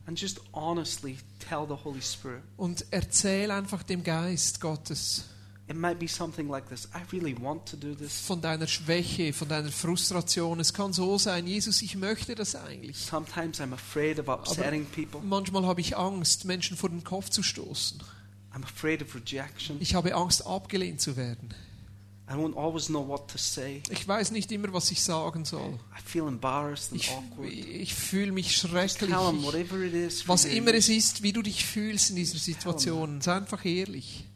[SPEAKER 5] and just honestly tell the Holy Spirit?
[SPEAKER 3] und erzähl einfach dem Geist Gottes
[SPEAKER 5] It might be something like this I really want to do this.
[SPEAKER 3] von deiner Schwäche, von deiner Frustration. Es kann so sein, Jesus, ich möchte das eigentlich.
[SPEAKER 5] Sometimes I'm afraid of upsetting people,
[SPEAKER 3] Manchmal habe ich Angst, Menschen vor den Kopf zu stoßen.
[SPEAKER 5] I'm afraid of rejection,
[SPEAKER 3] Ich habe Angst, abgelehnt zu werden.
[SPEAKER 5] I won't always know what to say.
[SPEAKER 3] Ich weiß nicht immer, was ich sagen soll.
[SPEAKER 5] I feel embarrassed and
[SPEAKER 3] Ich,
[SPEAKER 5] awkward.
[SPEAKER 3] ich fühle mich
[SPEAKER 5] Just
[SPEAKER 3] schrecklich.
[SPEAKER 5] tell them whatever it is. for
[SPEAKER 3] Was
[SPEAKER 5] you.
[SPEAKER 3] immer es ist, wie du dich fühlst in dieser Situation, sei einfach ehrlich.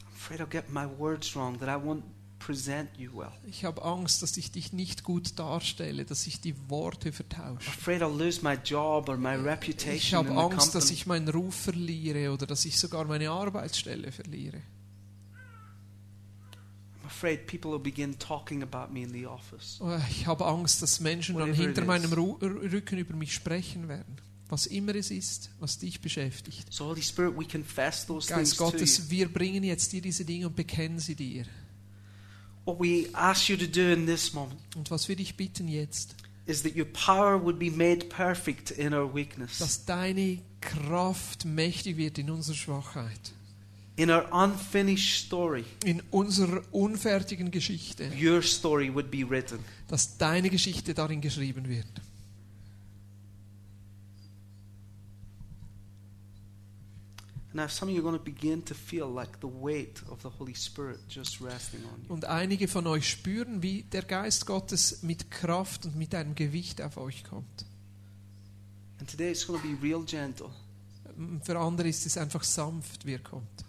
[SPEAKER 5] I'm afraid I'll get my words wrong, that I won't present you well.
[SPEAKER 3] Ich habe Angst, dass ich dich nicht gut darstelle, dass ich die Worte
[SPEAKER 5] I'm
[SPEAKER 3] vertausche.
[SPEAKER 5] afraid I'll lose my job or my reputation
[SPEAKER 3] Ich
[SPEAKER 5] in
[SPEAKER 3] habe
[SPEAKER 5] the
[SPEAKER 3] Angst, dass
[SPEAKER 5] company.
[SPEAKER 3] ich meinen Ruf verliere oder dass ich sogar meine Arbeitsstelle verliere.
[SPEAKER 5] I'm afraid people will begin talking about me in the office.
[SPEAKER 3] Oh, Ich habe Angst, dass Menschen dann
[SPEAKER 5] Whatever
[SPEAKER 3] hinter
[SPEAKER 5] it
[SPEAKER 3] meinem
[SPEAKER 5] is.
[SPEAKER 3] Ru- R- Rücken über mich sprechen werden. Was immer es ist, was dich beschäftigt.
[SPEAKER 5] So, Holy Spirit, we confess those
[SPEAKER 3] Geist
[SPEAKER 5] things to you.
[SPEAKER 3] Gottes, wir bringen jetzt dir diese Dinge und bekennen sie dir.
[SPEAKER 5] What we ask you to do in this moment
[SPEAKER 3] Und was wir dich bitten jetzt,
[SPEAKER 5] is that your power would be made perfect in our weakness,
[SPEAKER 3] dass deine Kraft mächtig wird in unserer Schwachheit,
[SPEAKER 5] in our unfinished story.
[SPEAKER 3] in unserer unfertigen Geschichte,
[SPEAKER 5] Your story would be written.
[SPEAKER 3] dass deine Geschichte darin geschrieben wird.
[SPEAKER 5] Now, some of you are going to begin to feel like the weight of the Holy Spirit just resting on you.
[SPEAKER 3] Und einige von euch spüren, wie der Geist Gottes mit Kraft und mit einem Gewicht auf euch kommt.
[SPEAKER 5] And today it's going to be real gentle.
[SPEAKER 3] Für andere ist es einfach sanft, wie er kommt.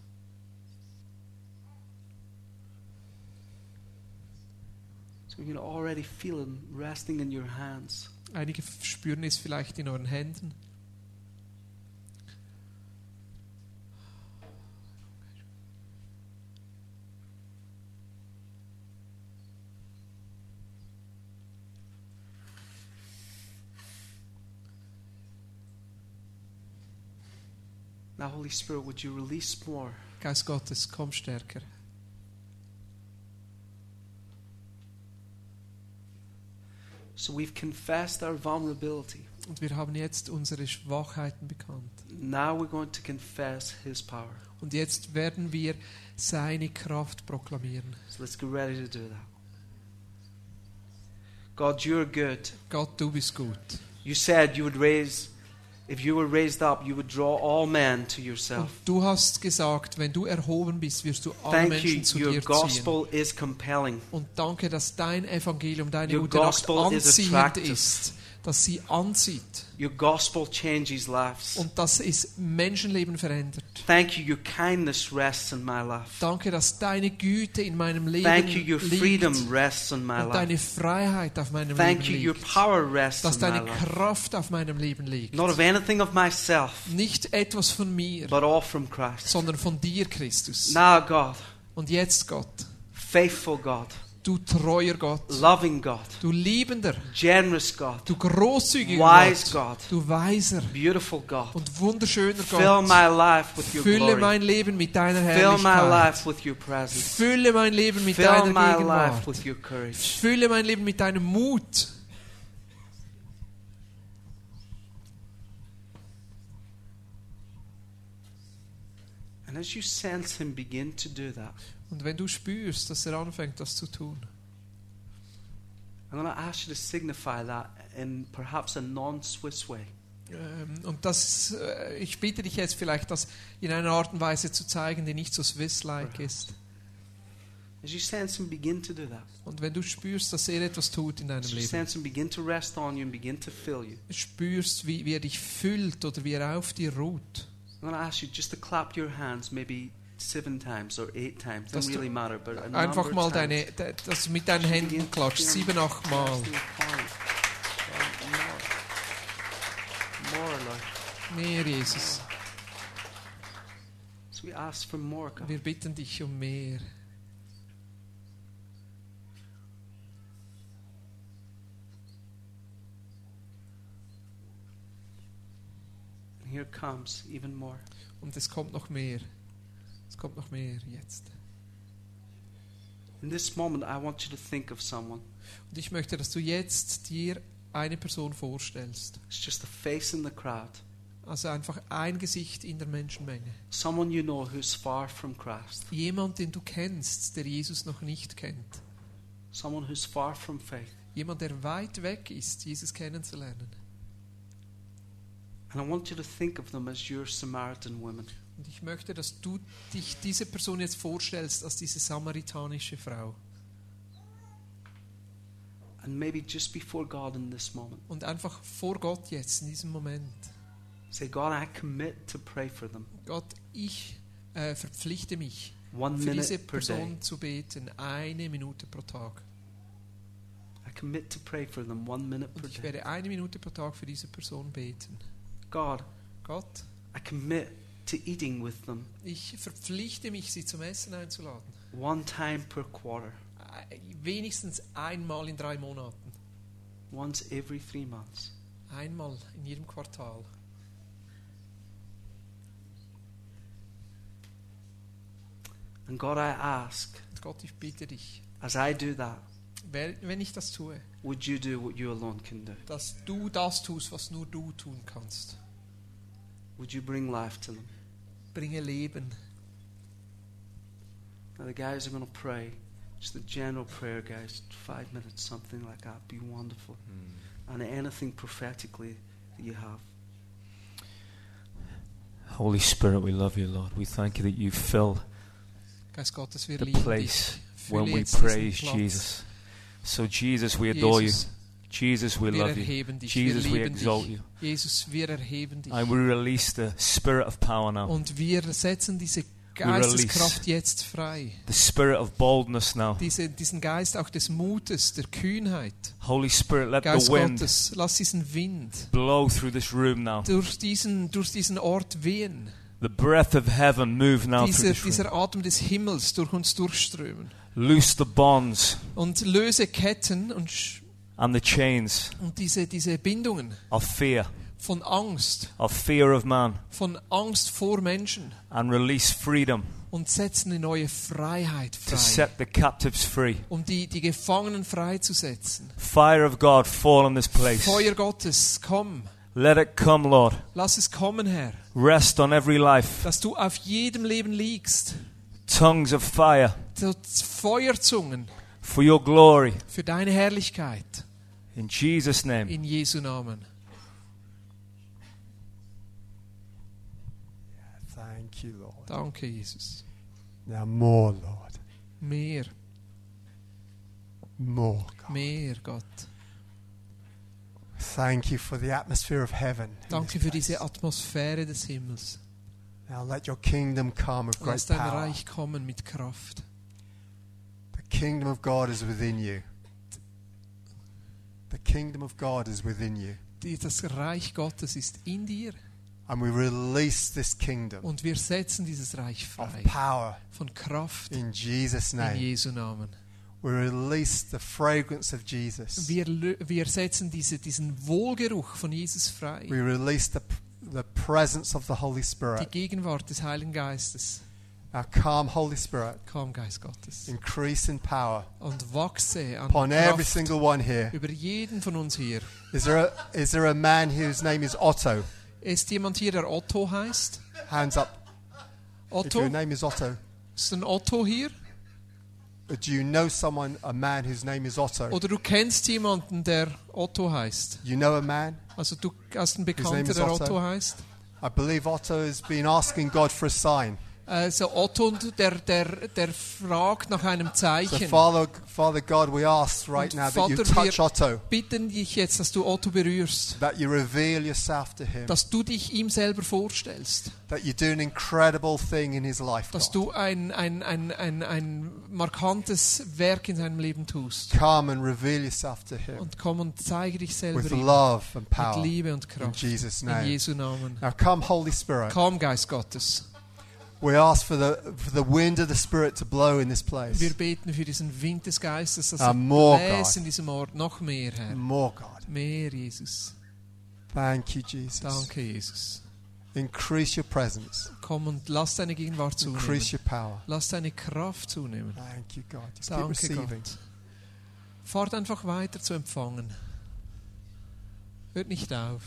[SPEAKER 5] So you're going to already feel Him resting in your hands.
[SPEAKER 3] Einige f- spüren es vielleicht in euren Händen.
[SPEAKER 5] Now, Holy Spirit, would you release more?
[SPEAKER 3] Geist Gottes, komm stärker.
[SPEAKER 5] So we've confessed our vulnerability.
[SPEAKER 3] Und wir haben jetzt unsere Schwachheiten bekannt.
[SPEAKER 5] Now we're going to confess His power.
[SPEAKER 3] Und jetzt werden wir seine Kraft proklamieren.
[SPEAKER 5] So let's get ready to do that. God, you're good.
[SPEAKER 3] Gott, du bist gut.
[SPEAKER 5] You said you would raise, if you were raised up, you would draw all men to
[SPEAKER 3] Und
[SPEAKER 5] yourself.
[SPEAKER 3] du hast gesagt, wenn du erhoben bist, wirst du alle
[SPEAKER 5] Thank you.
[SPEAKER 3] Menschen zu
[SPEAKER 5] Your
[SPEAKER 3] dir ziehen.
[SPEAKER 5] gospel is compelling.
[SPEAKER 3] Und danke, dass dein Evangelium, deine
[SPEAKER 5] Your
[SPEAKER 3] gute Nacht
[SPEAKER 5] gospel is
[SPEAKER 3] anziehend
[SPEAKER 5] attractive.
[SPEAKER 3] ist, dass sie anzieht
[SPEAKER 5] Your gospel changes lives.
[SPEAKER 3] und dass es Menschenleben verändert.
[SPEAKER 5] Thank you. Your kindness rests in my life.
[SPEAKER 3] Danke, dass deine Güte in meinem Leben
[SPEAKER 5] Thank you. Your
[SPEAKER 3] liegt
[SPEAKER 5] freedom
[SPEAKER 3] und
[SPEAKER 5] rests in my
[SPEAKER 3] deine
[SPEAKER 5] life.
[SPEAKER 3] Freiheit auf meinem
[SPEAKER 5] Thank you.
[SPEAKER 3] Leben
[SPEAKER 5] Your
[SPEAKER 3] liegt.
[SPEAKER 5] power rests
[SPEAKER 3] dass
[SPEAKER 5] in my
[SPEAKER 3] deine
[SPEAKER 5] life.
[SPEAKER 3] Kraft auf meinem Leben liegt.
[SPEAKER 5] Not of anything of myself,
[SPEAKER 3] Nicht etwas von mir,
[SPEAKER 5] but all from Christ.
[SPEAKER 3] sondern von dir, Christus.
[SPEAKER 5] Now, God,
[SPEAKER 3] Und jetzt, Gott,
[SPEAKER 5] faithful God,
[SPEAKER 3] du treuer Gott,
[SPEAKER 5] loving God,
[SPEAKER 3] du liebender,
[SPEAKER 5] generous God,
[SPEAKER 3] du großzügiger
[SPEAKER 5] Wise
[SPEAKER 3] Gott,
[SPEAKER 5] God.
[SPEAKER 3] du weiser
[SPEAKER 5] beautiful God,
[SPEAKER 3] und wunderschöner
[SPEAKER 5] fill
[SPEAKER 3] Gott.
[SPEAKER 5] my life with your
[SPEAKER 3] Fülle
[SPEAKER 5] glory.
[SPEAKER 3] mein Leben mit deiner
[SPEAKER 5] Fill my
[SPEAKER 3] Herrlichkeit.
[SPEAKER 5] life with your presence.
[SPEAKER 3] Fülle mein Leben mit
[SPEAKER 5] Fill my
[SPEAKER 3] deiner
[SPEAKER 5] life
[SPEAKER 3] Gegenwart.
[SPEAKER 5] with your courage.
[SPEAKER 3] Fülle mein Leben mit deinem Mut.
[SPEAKER 5] And as you sense Him begin to do that,
[SPEAKER 3] Und wenn du spürst, dass er anfängt, das zu tun,
[SPEAKER 5] I'm going to ask you to signify that in perhaps a non Swiss way.
[SPEAKER 3] Ähm, Und das, äh, ich bitte dich jetzt vielleicht, das in einer Art und Weise zu zeigen, die nicht so Swiss-like ist.
[SPEAKER 5] As you sense Him begin to do that,
[SPEAKER 3] Und wenn du spürst, dass er etwas tut in deinem
[SPEAKER 5] as you
[SPEAKER 3] Leben,
[SPEAKER 5] sense Him begin to rest on you and begin to fill you,
[SPEAKER 3] spürst, wie, wie er dich füllt oder wie er auf dir ruht,
[SPEAKER 5] I'm going to ask you just to clap your hands maybe seven times or eight times.
[SPEAKER 3] Dass
[SPEAKER 5] Doesn't
[SPEAKER 3] du
[SPEAKER 5] really matter, but a number
[SPEAKER 3] einfach
[SPEAKER 5] of
[SPEAKER 3] mal
[SPEAKER 5] times.
[SPEAKER 3] deine, de- dass du mit deinen Händen klatscht, sieben, acht Mal.
[SPEAKER 5] More, Lord.
[SPEAKER 3] Mehr, Jesus.
[SPEAKER 5] So we ask for more, God.
[SPEAKER 3] Wir bitten dich um mehr.
[SPEAKER 5] And here comes even more.
[SPEAKER 3] Und es kommt noch mehr. Es kommt noch mehr jetzt.
[SPEAKER 5] In this moment, I want you to think of someone.
[SPEAKER 3] Und ich möchte, dass du jetzt dir eine Person vorstellst.
[SPEAKER 5] It's just a face in the crowd.
[SPEAKER 3] Also einfach ein Gesicht in der Menschenmenge.
[SPEAKER 5] Someone you know who's far from Christ.
[SPEAKER 3] Jemand, den du kennst, der Jesus noch nicht kennt.
[SPEAKER 5] Someone who's far from faith.
[SPEAKER 3] Jemand, der weit weg ist, Jesus kennenzulernen.
[SPEAKER 5] And I want you to think of them as your Samaritan woman.
[SPEAKER 3] Und ich möchte, dass du dich diese Person jetzt vorstellst als diese samaritanische Frau.
[SPEAKER 5] And maybe just before God in this moment,
[SPEAKER 3] Und einfach vor Gott jetzt, in diesem Moment.
[SPEAKER 5] say, God, I commit to pray for them
[SPEAKER 3] Gott, ich äh, verpflichte mich,
[SPEAKER 5] one
[SPEAKER 3] für diese
[SPEAKER 5] minute per day.
[SPEAKER 3] Person zu beten, eine Minute pro Tag.
[SPEAKER 5] I commit to pray for them one minute
[SPEAKER 3] Und
[SPEAKER 5] per
[SPEAKER 3] ich
[SPEAKER 5] day.
[SPEAKER 3] werde eine Minute pro Tag für diese Person beten.
[SPEAKER 5] God,
[SPEAKER 3] Gott,
[SPEAKER 5] I commit to eating with them
[SPEAKER 3] ich verpflichte mich, sie zum Essen einzuladen.
[SPEAKER 5] one time per quarter,
[SPEAKER 3] Äh, Wenigstens einmal in drei Monaten.
[SPEAKER 5] once every three months.
[SPEAKER 3] Einmal in jedem Quartal.
[SPEAKER 5] And God, I ask,
[SPEAKER 3] Und Gott, ich bitte dich,
[SPEAKER 5] as I do that,
[SPEAKER 3] wel- wenn ich das tue,
[SPEAKER 5] would you do what you alone can do?
[SPEAKER 3] dass du das tust, was nur du tun kannst.
[SPEAKER 5] Would you bring life to them?
[SPEAKER 3] Bringe Leben.
[SPEAKER 5] Now, the guys are going to pray. Just a general prayer, guys. Five minutes, something like that. Be wonderful. And anything prophetically that you have.
[SPEAKER 8] Holy Spirit, we love you, Lord. We thank you that you fill
[SPEAKER 3] Geist Gottes, wir
[SPEAKER 8] the
[SPEAKER 3] lieben
[SPEAKER 8] place
[SPEAKER 3] dich. Fülle
[SPEAKER 8] when we
[SPEAKER 3] jetzt diesen
[SPEAKER 8] praise
[SPEAKER 3] Platz.
[SPEAKER 8] Jesus. So, Jesus, we adore you.
[SPEAKER 3] Jesus,
[SPEAKER 8] Jesus, we
[SPEAKER 3] wir
[SPEAKER 8] love you.
[SPEAKER 3] erheben dich.
[SPEAKER 8] Jesus,
[SPEAKER 3] wir
[SPEAKER 8] we
[SPEAKER 3] lieben
[SPEAKER 8] exalt
[SPEAKER 3] dich.
[SPEAKER 8] you.
[SPEAKER 3] Jesus, wir erheben dich.
[SPEAKER 8] And we release the spirit of power now,
[SPEAKER 3] Und wir setzen diese
[SPEAKER 8] release.
[SPEAKER 3] Geisteskraft jetzt frei.
[SPEAKER 8] the spirit of boldness now.
[SPEAKER 3] Diese, diesen Geist auch des Mutes, der Kühnheit.
[SPEAKER 8] Holy Spirit, let the
[SPEAKER 3] Geist
[SPEAKER 8] wind
[SPEAKER 3] Gottes, lass diesen Wind
[SPEAKER 8] blow through this room now.
[SPEAKER 3] durch diesen, durch diesen Ort wehen.
[SPEAKER 8] The breath of heaven move now
[SPEAKER 3] Dieser,
[SPEAKER 8] through this room.
[SPEAKER 3] dieser Atem des Himmels durch uns durchströmen.
[SPEAKER 8] Loose the bonds
[SPEAKER 3] Und löse Ketten und, sch-
[SPEAKER 8] and the chains
[SPEAKER 3] und diese, diese Bindungen
[SPEAKER 8] of fear,
[SPEAKER 3] von Angst,
[SPEAKER 8] of fear of man,
[SPEAKER 3] von Angst vor Menschen
[SPEAKER 8] and release freedom
[SPEAKER 3] und setz eine neue Freiheit
[SPEAKER 8] to
[SPEAKER 3] frei,
[SPEAKER 8] set the captives free.
[SPEAKER 3] um die, die Gefangenen freizusetzen.
[SPEAKER 8] Fire of God fall on this place.
[SPEAKER 3] Feuer Gottes, komm,
[SPEAKER 8] Let it come, Lord.
[SPEAKER 3] lass es kommen, Herr,
[SPEAKER 8] Rest on every life.
[SPEAKER 3] dass du auf jedem Leben liegst.
[SPEAKER 8] Tongues of fire
[SPEAKER 3] So Feuerzungen
[SPEAKER 8] for your glory.
[SPEAKER 3] für deine Herrlichkeit
[SPEAKER 8] In Jesus' name.
[SPEAKER 3] in Jesu Namen.
[SPEAKER 9] Thank you, Lord.
[SPEAKER 3] Danke, Jesus.
[SPEAKER 9] Now, more, Lord.
[SPEAKER 3] Mehr,
[SPEAKER 9] More, God.
[SPEAKER 3] mehr, Gott.
[SPEAKER 9] Thank you for the atmosphere of heaven. in
[SPEAKER 3] Danke
[SPEAKER 9] this
[SPEAKER 3] für
[SPEAKER 9] place.
[SPEAKER 3] diese Atmosphäre des Himmels.
[SPEAKER 9] Now, let your kingdom come with great
[SPEAKER 3] Lass dein
[SPEAKER 9] power.
[SPEAKER 3] Reich kommen mit Kraft.
[SPEAKER 9] The kingdom of God is within you. The kingdom of God is within you.
[SPEAKER 3] Die- Das Reich Gottes ist in dir
[SPEAKER 9] And we release this kingdom
[SPEAKER 3] und wir setzen dieses Reich frei
[SPEAKER 9] of power
[SPEAKER 3] von Kraft
[SPEAKER 9] in Jesus'
[SPEAKER 3] in
[SPEAKER 9] name.
[SPEAKER 3] Jesu Namen.
[SPEAKER 9] We release the fragrance of Jesus.
[SPEAKER 3] Wir, lö- wir setzen diese, diesen Wohlgeruch von Jesus frei,
[SPEAKER 9] We release the, the presence of the Holy
[SPEAKER 3] die
[SPEAKER 9] Spirit.
[SPEAKER 3] Gegenwart des Heiligen Geistes.
[SPEAKER 9] Now, calm, Holy Spirit,
[SPEAKER 3] Komm, Geist Gottes,
[SPEAKER 9] increase in power
[SPEAKER 3] und wachse an
[SPEAKER 9] upon every
[SPEAKER 3] Kraft
[SPEAKER 9] single one here.
[SPEAKER 3] über jeden von uns hier.
[SPEAKER 9] Is there a, is there a man whose name is Otto?
[SPEAKER 3] Ist jemand hier, der Otto heißt?
[SPEAKER 9] Hands up. If
[SPEAKER 3] Otto?
[SPEAKER 9] your name is Otto,
[SPEAKER 3] Ist ein Otto hier?
[SPEAKER 9] do you know someone, a man whose name is Otto?
[SPEAKER 3] Oder du kennst jemanden, der Otto heißt?
[SPEAKER 9] You know a man?
[SPEAKER 3] Also du hast einen
[SPEAKER 9] name
[SPEAKER 3] Bekannten,
[SPEAKER 9] is
[SPEAKER 3] der
[SPEAKER 9] Otto.
[SPEAKER 3] Otto heißt?
[SPEAKER 9] I believe Otto has been asking God for a sign.
[SPEAKER 3] Also Otto, der, der, der fragt nach einem
[SPEAKER 9] So,
[SPEAKER 3] Zeichen.
[SPEAKER 9] Father, Father God, we ask right
[SPEAKER 3] Und
[SPEAKER 9] now that you
[SPEAKER 3] Vater, wir-
[SPEAKER 9] touch Otto,
[SPEAKER 3] Bitten dich jetzt, dass du Otto berührst,
[SPEAKER 9] that you reveal yourself to him,
[SPEAKER 3] dass du dich ihm selber vorstellst,
[SPEAKER 9] that you do an incredible thing in his life.
[SPEAKER 3] dass
[SPEAKER 9] God.
[SPEAKER 3] du ein, ein, ein, ein, ein markantes Werk in seinem Leben tust.
[SPEAKER 9] Come and reveal yourself to him
[SPEAKER 3] Und komm und zeige dich selber
[SPEAKER 9] with
[SPEAKER 3] ihm,
[SPEAKER 9] love and
[SPEAKER 3] mit
[SPEAKER 9] power.
[SPEAKER 3] Liebe und
[SPEAKER 9] In
[SPEAKER 3] Kraft.
[SPEAKER 9] Jesus'
[SPEAKER 3] In
[SPEAKER 9] name.
[SPEAKER 3] Jesu Namen.
[SPEAKER 9] Now come, Holy Spirit.
[SPEAKER 3] Komm, Geist Gottes.
[SPEAKER 9] We ask for the, for the wind of the Spirit to blow in this
[SPEAKER 3] Wir
[SPEAKER 9] place.
[SPEAKER 3] beten für diesen Wind des Geistes, dass
[SPEAKER 9] Ah,
[SPEAKER 3] er
[SPEAKER 9] more,
[SPEAKER 3] bläst
[SPEAKER 9] God.
[SPEAKER 3] in diesem Ort. Noch mehr, Herr.
[SPEAKER 9] More, God.
[SPEAKER 3] Mehr, Jesus.
[SPEAKER 9] Thank you, Jesus.
[SPEAKER 3] Danke, Jesus.
[SPEAKER 9] Increase your presence.
[SPEAKER 3] Komm und lass deine Gegenwart zunehmen.
[SPEAKER 9] Increase your power.
[SPEAKER 3] Lass deine Kraft zunehmen.
[SPEAKER 9] Thank you, God. Just keep
[SPEAKER 3] Danke,
[SPEAKER 9] receiving.
[SPEAKER 3] Gott. Fahrt einfach weiter zu empfangen. Hört nicht auf.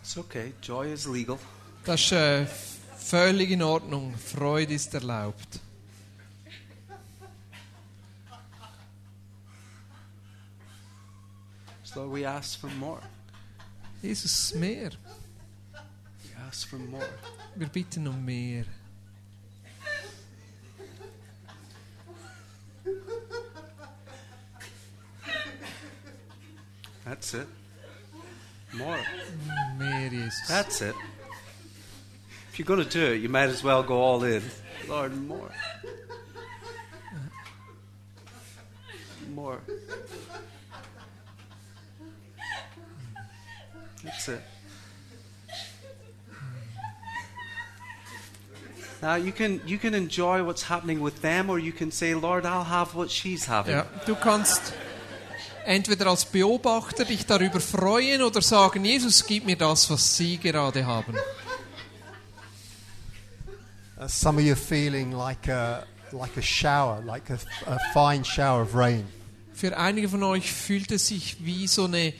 [SPEAKER 5] It's okay. Joy is legal.
[SPEAKER 3] Das ist äh, völlig in Ordnung. Freude ist erlaubt.
[SPEAKER 5] So we ask for more.
[SPEAKER 3] Jesus, mehr.
[SPEAKER 5] We ask for more.
[SPEAKER 3] Wir bitten um mehr.
[SPEAKER 5] That's it. More.
[SPEAKER 3] Mehr, Jesus.
[SPEAKER 5] That's it. If you're going to do it, you might as well go all in. Lord, more. More. That's it. Now you can you can enjoy what's happening with them, or you can say, "Lord, I'll have what she's having."
[SPEAKER 3] Ja, du kannst entweder als Beobachter dich darüber freuen oder sagen, Jesus, gib mir das, was sie gerade haben.
[SPEAKER 9] Uh, some of you are feeling like a, like a shower, like a, a fine shower of rain.
[SPEAKER 3] Für einige von euch fühlt es sich wie so eine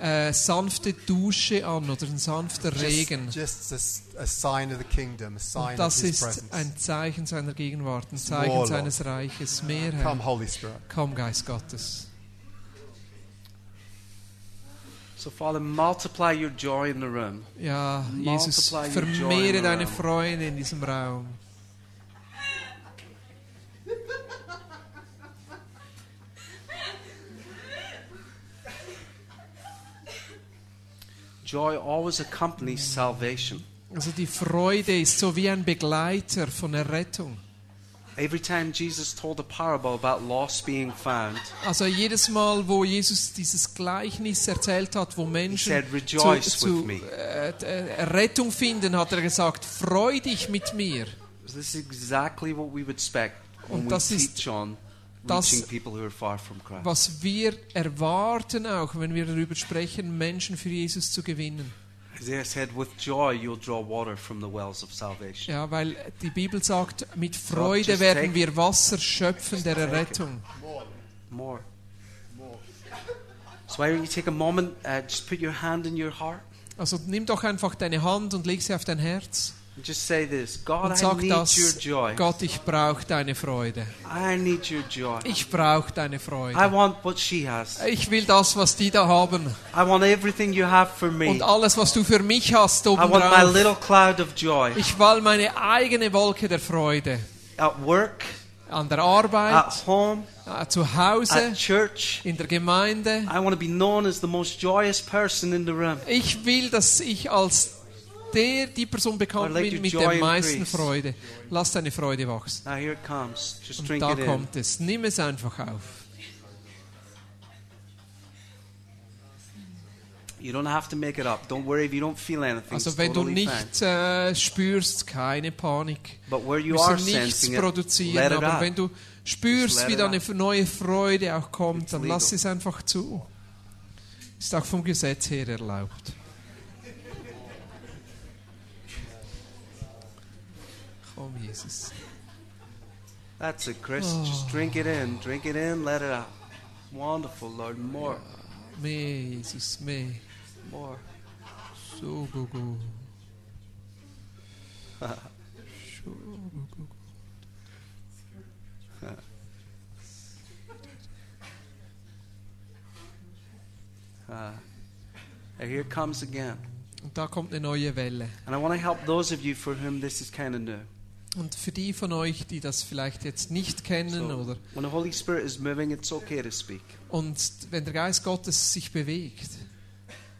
[SPEAKER 3] äh, sanfte Dusche an oder ein sanfter
[SPEAKER 9] Just,
[SPEAKER 3] Regen.
[SPEAKER 9] just a s- a, sign of the kingdom, a sign
[SPEAKER 3] Und
[SPEAKER 9] of
[SPEAKER 3] das
[SPEAKER 9] his
[SPEAKER 3] ist
[SPEAKER 9] presence.
[SPEAKER 3] ein Zeichen seiner Gegenwart, ein
[SPEAKER 9] more,
[SPEAKER 3] Zeichen
[SPEAKER 9] Lord.
[SPEAKER 3] seines Reiches. Mehr,
[SPEAKER 9] Come,
[SPEAKER 3] Herr.
[SPEAKER 9] Holy Spirit.
[SPEAKER 3] Komm, Geist Gottes.
[SPEAKER 5] So, Father, multiply your joy in the room.
[SPEAKER 3] Ja, Jesus,
[SPEAKER 5] Multiply your joy
[SPEAKER 3] vermehre
[SPEAKER 5] in
[SPEAKER 3] deine
[SPEAKER 5] the room.
[SPEAKER 3] Freude in diesem Raum.
[SPEAKER 5] Joy always accompanies salvation.
[SPEAKER 3] Also die Freude ist so wie ein Begleiter von Errettung.
[SPEAKER 5] Every time Jesus told a parable about lost being found,
[SPEAKER 3] Also jedes Mal, wo Jesus dieses Gleichnis erzählt hat, wo Menschen
[SPEAKER 5] said, "Rejoice
[SPEAKER 3] zu,
[SPEAKER 5] with me."
[SPEAKER 3] zu äh, äh, Rettung finden, hat er gesagt, freu dich mit mir.
[SPEAKER 5] this is exactly what we would expect when
[SPEAKER 3] Und
[SPEAKER 5] we
[SPEAKER 3] das ist-
[SPEAKER 5] teach on
[SPEAKER 3] das-
[SPEAKER 5] reaching people who are far from Christ.
[SPEAKER 3] Was wir erwarten auch, wenn wir darüber sprechen, Menschen für Jesus zu gewinnen.
[SPEAKER 5] Isaiah said, "With joy you'll draw water from the wells of salvation."
[SPEAKER 3] Ja, weil die Bibel sagt, mit
[SPEAKER 5] Just
[SPEAKER 3] Freude
[SPEAKER 5] take-
[SPEAKER 3] werden wir Wasser schöpfen der Errettung.
[SPEAKER 5] More. So why don't you take a moment, uh, just put your hand in your heart,
[SPEAKER 3] Also nimm doch einfach deine Hand und leg sie auf dein Herz
[SPEAKER 5] and just say this: God,
[SPEAKER 3] und
[SPEAKER 5] I
[SPEAKER 3] sag
[SPEAKER 5] need your
[SPEAKER 3] das,
[SPEAKER 5] joy.
[SPEAKER 3] Gott, ich brauche deine Freude.
[SPEAKER 5] I need your joy.
[SPEAKER 3] Ich brauche deine
[SPEAKER 5] I
[SPEAKER 3] Freude.
[SPEAKER 5] want what she has.
[SPEAKER 3] Ich will das, was die da haben.
[SPEAKER 5] I want everything you have for me.
[SPEAKER 3] Und alles, was du für mich hast,
[SPEAKER 5] I want my little
[SPEAKER 3] obendrauf.
[SPEAKER 5] cloud of joy
[SPEAKER 3] Ich will meine eigene Wolke der Freude.
[SPEAKER 5] at work,
[SPEAKER 3] An der
[SPEAKER 5] at
[SPEAKER 3] Arbeit,
[SPEAKER 5] home,
[SPEAKER 3] äh, zu
[SPEAKER 5] at
[SPEAKER 3] Hause,
[SPEAKER 5] Ah. church.
[SPEAKER 3] in der Gemeinde.
[SPEAKER 5] I want to be known as the most joyous person in the room.
[SPEAKER 3] Ich will, dass ich als der, die Person bekannt
[SPEAKER 5] Lord, let your
[SPEAKER 3] bin mit
[SPEAKER 5] joy
[SPEAKER 3] der meisten
[SPEAKER 5] increase.
[SPEAKER 3] Freude. Lass deine Freude wachsen.
[SPEAKER 5] Now here it comes. Just
[SPEAKER 3] Und
[SPEAKER 5] drink
[SPEAKER 3] da
[SPEAKER 5] it in.
[SPEAKER 3] kommt es. Nimm es einfach auf.
[SPEAKER 5] You don't have to make it up. Don't worry if you don't feel anything.
[SPEAKER 3] Also
[SPEAKER 5] It's
[SPEAKER 3] wenn du
[SPEAKER 5] totally fine.
[SPEAKER 3] nichts äh, spürst, keine Panik.
[SPEAKER 5] But where
[SPEAKER 3] Wir
[SPEAKER 5] you are
[SPEAKER 3] müssen nichts
[SPEAKER 5] sensing it,
[SPEAKER 3] produzieren,
[SPEAKER 5] let it
[SPEAKER 3] aber
[SPEAKER 5] out.
[SPEAKER 3] wenn du
[SPEAKER 5] Just
[SPEAKER 3] spürst,
[SPEAKER 5] let
[SPEAKER 3] wie
[SPEAKER 5] it
[SPEAKER 3] da eine
[SPEAKER 5] out.
[SPEAKER 3] neue Freude auch kommt,
[SPEAKER 5] It's
[SPEAKER 3] dann
[SPEAKER 5] legal.
[SPEAKER 3] lass es einfach zu. Ist auch vom Gesetz her erlaubt. Komm, Jesus.
[SPEAKER 5] That's it, Chris.
[SPEAKER 3] Oh.
[SPEAKER 5] Just drink it in. Drink it in. Let it out. Wonderful, Lord. More,
[SPEAKER 3] Mehr, Jesus, mehr.
[SPEAKER 5] more.
[SPEAKER 3] So gut.
[SPEAKER 5] Uh, and here it comes again.
[SPEAKER 3] Und da kommt eine neue Welle.
[SPEAKER 5] And I want to help those of you for whom this is kind of new.
[SPEAKER 3] Und für die von euch, die das vielleicht jetzt nicht kennen
[SPEAKER 5] So,
[SPEAKER 3] oder
[SPEAKER 5] when the Holy Spirit is moving, it's okay to speak.
[SPEAKER 3] und wenn der Geist Gottes sich bewegt,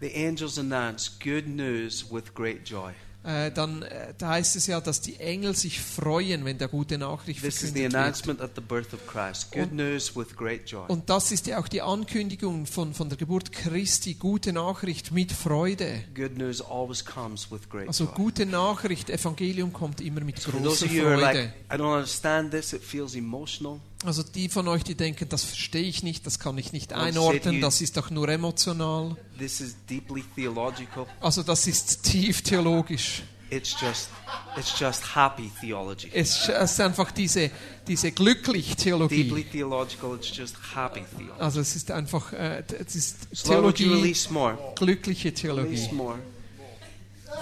[SPEAKER 5] The angels announce good news with great joy.
[SPEAKER 3] Äh, dann äh, da heißt es ja, dass die Engel sich freuen, wenn der gute Nachricht
[SPEAKER 5] This is the
[SPEAKER 3] verkündet wird.
[SPEAKER 5] announcement at the birth of Christ. Good news with great joy.
[SPEAKER 3] Und das ist ja auch die Ankündigung von, von der Geburt Christi, gute Nachricht mit Freude.
[SPEAKER 5] Good news always comes with great
[SPEAKER 3] Also
[SPEAKER 5] joy.
[SPEAKER 3] gute Nachricht, Evangelium kommt immer mit
[SPEAKER 5] For
[SPEAKER 3] großer
[SPEAKER 5] those of you who are like,
[SPEAKER 3] Freude.
[SPEAKER 5] I don't understand this, it feels emotional.
[SPEAKER 3] Also die von euch, die denken, das verstehe ich nicht, das kann ich nicht
[SPEAKER 5] I'll say to
[SPEAKER 3] einordnen,
[SPEAKER 5] you-
[SPEAKER 3] das ist doch nur emotional.
[SPEAKER 5] This is deeply theological.
[SPEAKER 3] Also das ist tief theologisch.
[SPEAKER 5] It's just, it's just happy theology.
[SPEAKER 3] Es ist einfach diese, diese
[SPEAKER 5] Deeply
[SPEAKER 3] Glücklich-Theologie.
[SPEAKER 5] theological, it's just happy theology.
[SPEAKER 3] Also es ist einfach, äh, es ist
[SPEAKER 5] Lord, would you
[SPEAKER 3] Theologie,
[SPEAKER 5] release more?
[SPEAKER 3] glückliche
[SPEAKER 5] Release
[SPEAKER 3] Theologie.
[SPEAKER 5] more.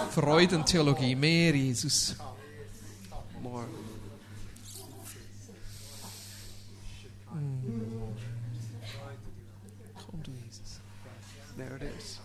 [SPEAKER 3] Freudentheologie, mehr Jesus.
[SPEAKER 5] more.
[SPEAKER 3] Komm, du Jesus.
[SPEAKER 5] There it is.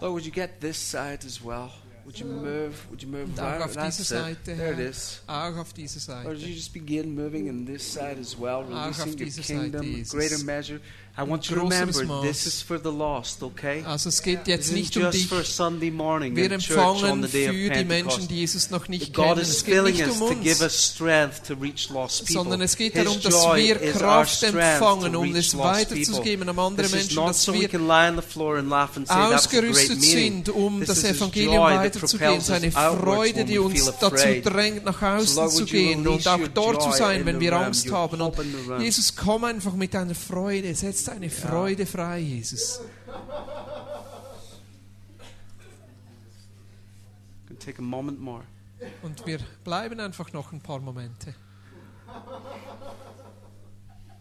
[SPEAKER 5] Lord, would you get this side as well? Would you move? Would you move
[SPEAKER 3] Und auch
[SPEAKER 5] right?
[SPEAKER 3] auf
[SPEAKER 5] That's
[SPEAKER 3] dieser
[SPEAKER 5] it.
[SPEAKER 3] Seite,
[SPEAKER 5] There it
[SPEAKER 3] Herr.
[SPEAKER 5] is.
[SPEAKER 3] Auch auf dieser
[SPEAKER 5] Lord, would you
[SPEAKER 3] Seite.
[SPEAKER 5] just begin moving in this side as well,
[SPEAKER 3] Auch auf
[SPEAKER 5] releasing your
[SPEAKER 3] dieser Seite,
[SPEAKER 5] kingdom,
[SPEAKER 3] Jesus.
[SPEAKER 5] greater measure. I want you to
[SPEAKER 3] großes
[SPEAKER 5] remember,
[SPEAKER 3] Maß.
[SPEAKER 5] this is for the lost, okay?
[SPEAKER 3] Also es geht
[SPEAKER 5] This
[SPEAKER 3] jetzt
[SPEAKER 5] isn't
[SPEAKER 3] nicht um
[SPEAKER 5] just
[SPEAKER 3] dich.
[SPEAKER 5] for Sunday morning
[SPEAKER 3] Wir
[SPEAKER 5] in church on
[SPEAKER 3] empfangen
[SPEAKER 5] the day of
[SPEAKER 3] für die Menschen,
[SPEAKER 5] Pentecost.
[SPEAKER 3] die Jesus noch nicht
[SPEAKER 5] God
[SPEAKER 3] kennen.
[SPEAKER 5] is
[SPEAKER 3] Es geht
[SPEAKER 5] filling
[SPEAKER 3] nicht
[SPEAKER 5] us
[SPEAKER 3] um
[SPEAKER 5] to give
[SPEAKER 3] uns,
[SPEAKER 5] us strength to reach lost people.
[SPEAKER 3] sondern es geht
[SPEAKER 5] His
[SPEAKER 3] darum, dass
[SPEAKER 5] joy
[SPEAKER 3] wir
[SPEAKER 5] is our
[SPEAKER 3] Kraft
[SPEAKER 5] strength
[SPEAKER 3] empfangen,
[SPEAKER 5] to
[SPEAKER 3] um
[SPEAKER 5] reach
[SPEAKER 3] es
[SPEAKER 5] lost
[SPEAKER 3] weiterzugeben
[SPEAKER 5] people.
[SPEAKER 3] an andere
[SPEAKER 5] This is
[SPEAKER 3] Menschen,
[SPEAKER 5] not
[SPEAKER 3] dass
[SPEAKER 5] so
[SPEAKER 3] wir
[SPEAKER 5] we can lie on the floor and laugh and say, "That was a great
[SPEAKER 3] ausgerüstet
[SPEAKER 5] meeting."
[SPEAKER 3] sind, um
[SPEAKER 5] This
[SPEAKER 3] das
[SPEAKER 5] is His
[SPEAKER 3] Evangelium
[SPEAKER 5] joy that
[SPEAKER 3] weiterzugeben,
[SPEAKER 5] propels us
[SPEAKER 3] seine
[SPEAKER 5] outwards
[SPEAKER 3] Freude,
[SPEAKER 5] when
[SPEAKER 3] die
[SPEAKER 5] we feel
[SPEAKER 3] uns dazu
[SPEAKER 5] afraid.
[SPEAKER 3] drängt, nach
[SPEAKER 5] So
[SPEAKER 3] außen
[SPEAKER 5] Lord,
[SPEAKER 3] zu
[SPEAKER 5] would you
[SPEAKER 3] gehen und
[SPEAKER 5] release
[SPEAKER 3] auch
[SPEAKER 5] your
[SPEAKER 3] dort zu
[SPEAKER 5] joy
[SPEAKER 3] sein,
[SPEAKER 5] in
[SPEAKER 3] wenn
[SPEAKER 5] the
[SPEAKER 3] wir
[SPEAKER 5] room,
[SPEAKER 3] Angst
[SPEAKER 5] your
[SPEAKER 3] haben. Und
[SPEAKER 5] hope in the room.
[SPEAKER 3] Jesus, komm einfach mit deiner Freude, setz deine Freude frei, Jesus.
[SPEAKER 5] Can Take a moment more.
[SPEAKER 3] Und wir bleiben einfach noch ein paar Momente.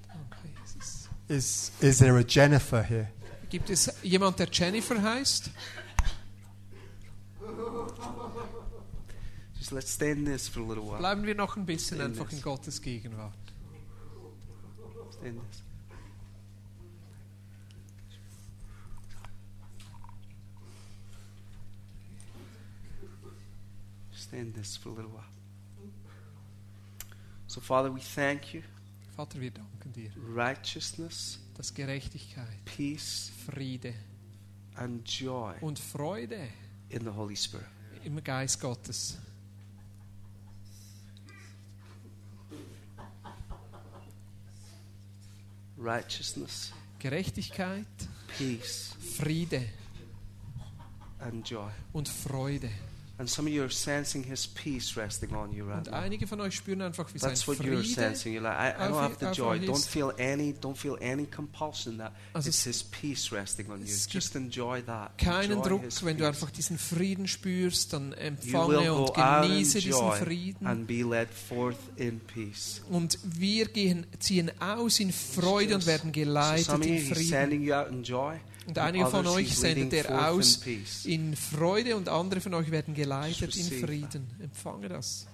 [SPEAKER 3] Danke, Jesus.
[SPEAKER 9] Is, is there a Jennifer here?
[SPEAKER 3] Gibt es jemand, der Jennifer heißt?
[SPEAKER 5] Just let's stay in this for a little while.
[SPEAKER 3] Bleiben wir noch ein bisschen
[SPEAKER 5] Amen.
[SPEAKER 3] einfach in Gottes Gegenwart.
[SPEAKER 5] Stay in this. Stay in this for a little while. So, Father, we thank you.
[SPEAKER 3] Vater, wir danken dir,
[SPEAKER 5] Righteousness,
[SPEAKER 3] dass Gerechtigkeit,
[SPEAKER 5] peace,
[SPEAKER 3] Friede
[SPEAKER 5] and joy
[SPEAKER 3] und Freude
[SPEAKER 5] in the Holy Spirit.
[SPEAKER 3] im Geist Gottes.
[SPEAKER 5] Righteousness,
[SPEAKER 3] Gerechtigkeit,
[SPEAKER 5] peace,
[SPEAKER 3] Friede
[SPEAKER 5] and joy.
[SPEAKER 3] und Freude.
[SPEAKER 5] And some of you are sensing His peace resting on you right
[SPEAKER 3] Und
[SPEAKER 5] now.
[SPEAKER 3] einige von euch spüren einfach, wie sein
[SPEAKER 5] That's what you're
[SPEAKER 3] Friede
[SPEAKER 5] sensing. You're like, I, I don't
[SPEAKER 3] auf-
[SPEAKER 5] have the
[SPEAKER 3] auf
[SPEAKER 5] joy.
[SPEAKER 3] euch
[SPEAKER 5] Don't
[SPEAKER 3] ist.
[SPEAKER 5] feel any, don't feel any compulsion. That
[SPEAKER 3] Also
[SPEAKER 5] it's
[SPEAKER 3] es-
[SPEAKER 5] His peace resting on you.
[SPEAKER 3] es gibt
[SPEAKER 5] Just enjoy that.
[SPEAKER 3] keinen
[SPEAKER 5] Enjoy
[SPEAKER 3] Druck,
[SPEAKER 5] His
[SPEAKER 3] wenn du
[SPEAKER 5] peace.
[SPEAKER 3] einfach diesen Frieden spürst, dann
[SPEAKER 5] You will
[SPEAKER 3] empfange
[SPEAKER 5] go
[SPEAKER 3] und
[SPEAKER 5] out
[SPEAKER 3] genieße
[SPEAKER 5] in
[SPEAKER 3] diesen
[SPEAKER 5] joy
[SPEAKER 3] Frieden.
[SPEAKER 5] and be led forth in peace.
[SPEAKER 3] Und wir gehen, ziehen aus in Freude und werden
[SPEAKER 5] So some
[SPEAKER 3] geleitet
[SPEAKER 5] of you,
[SPEAKER 3] in
[SPEAKER 5] He's
[SPEAKER 3] Frieden.
[SPEAKER 5] sending you out in joy.
[SPEAKER 3] Und
[SPEAKER 5] and
[SPEAKER 3] einige von
[SPEAKER 5] others
[SPEAKER 3] euch
[SPEAKER 5] he's
[SPEAKER 3] sendet
[SPEAKER 5] leading
[SPEAKER 3] er
[SPEAKER 5] forth
[SPEAKER 3] aus
[SPEAKER 5] in peace.
[SPEAKER 3] in Freude und andere von euch werden geleitet in
[SPEAKER 5] Just receive
[SPEAKER 3] Frieden. Empfange das.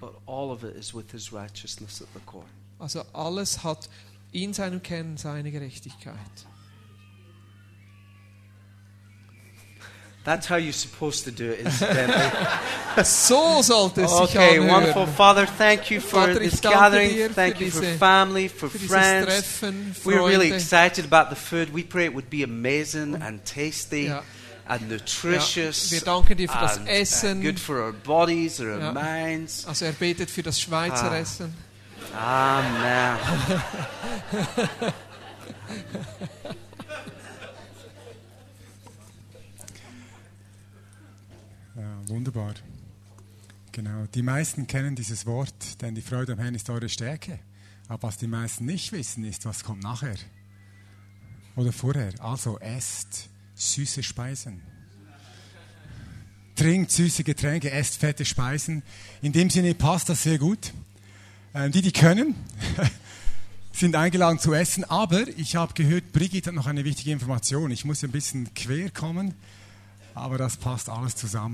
[SPEAKER 5] But all of it is with his righteousness at the core.
[SPEAKER 3] Also alles hat in seinem Kern seine Gerechtigkeit.
[SPEAKER 5] That's how you're supposed to do it, incidentally.
[SPEAKER 3] So sollte es sich
[SPEAKER 5] okay, wonderful.
[SPEAKER 3] anhören.
[SPEAKER 5] Father, thank you for
[SPEAKER 3] Vater, ich
[SPEAKER 5] this
[SPEAKER 3] danke
[SPEAKER 5] gathering.
[SPEAKER 3] dir
[SPEAKER 5] Thank
[SPEAKER 3] für
[SPEAKER 5] you for
[SPEAKER 3] diese-
[SPEAKER 5] family, for
[SPEAKER 3] Für dieses
[SPEAKER 5] friends.
[SPEAKER 3] Treffen,
[SPEAKER 5] We're really
[SPEAKER 3] Freunde.
[SPEAKER 5] excited about the food. We pray it would be amazing and tasty
[SPEAKER 3] Ja.
[SPEAKER 5] and
[SPEAKER 3] Ja,
[SPEAKER 5] nutritious
[SPEAKER 3] wir danken dir für das
[SPEAKER 5] and, and
[SPEAKER 3] Essen.
[SPEAKER 5] good for our bodies, our
[SPEAKER 3] Ja.
[SPEAKER 5] minds.
[SPEAKER 3] Also er betet für das Schweizer
[SPEAKER 5] Ah.
[SPEAKER 3] Essen.
[SPEAKER 5] Amen.
[SPEAKER 7] Ja, wunderbar. Genau. Die meisten kennen dieses Wort, denn die Freude am Herrn ist eure Stärke. Aber was die meisten nicht wissen, ist, was kommt nachher. Oder vorher. Also esst süße Speisen. Trinkt süße Getränke, esst fette Speisen. In dem Sinne passt das sehr gut. Ähm, die, die können, sind eingeladen zu essen. Aber ich habe gehört, Brigitte hat noch eine wichtige Information. Ich muss ein bisschen quer kommen, aber das passt alles zusammen.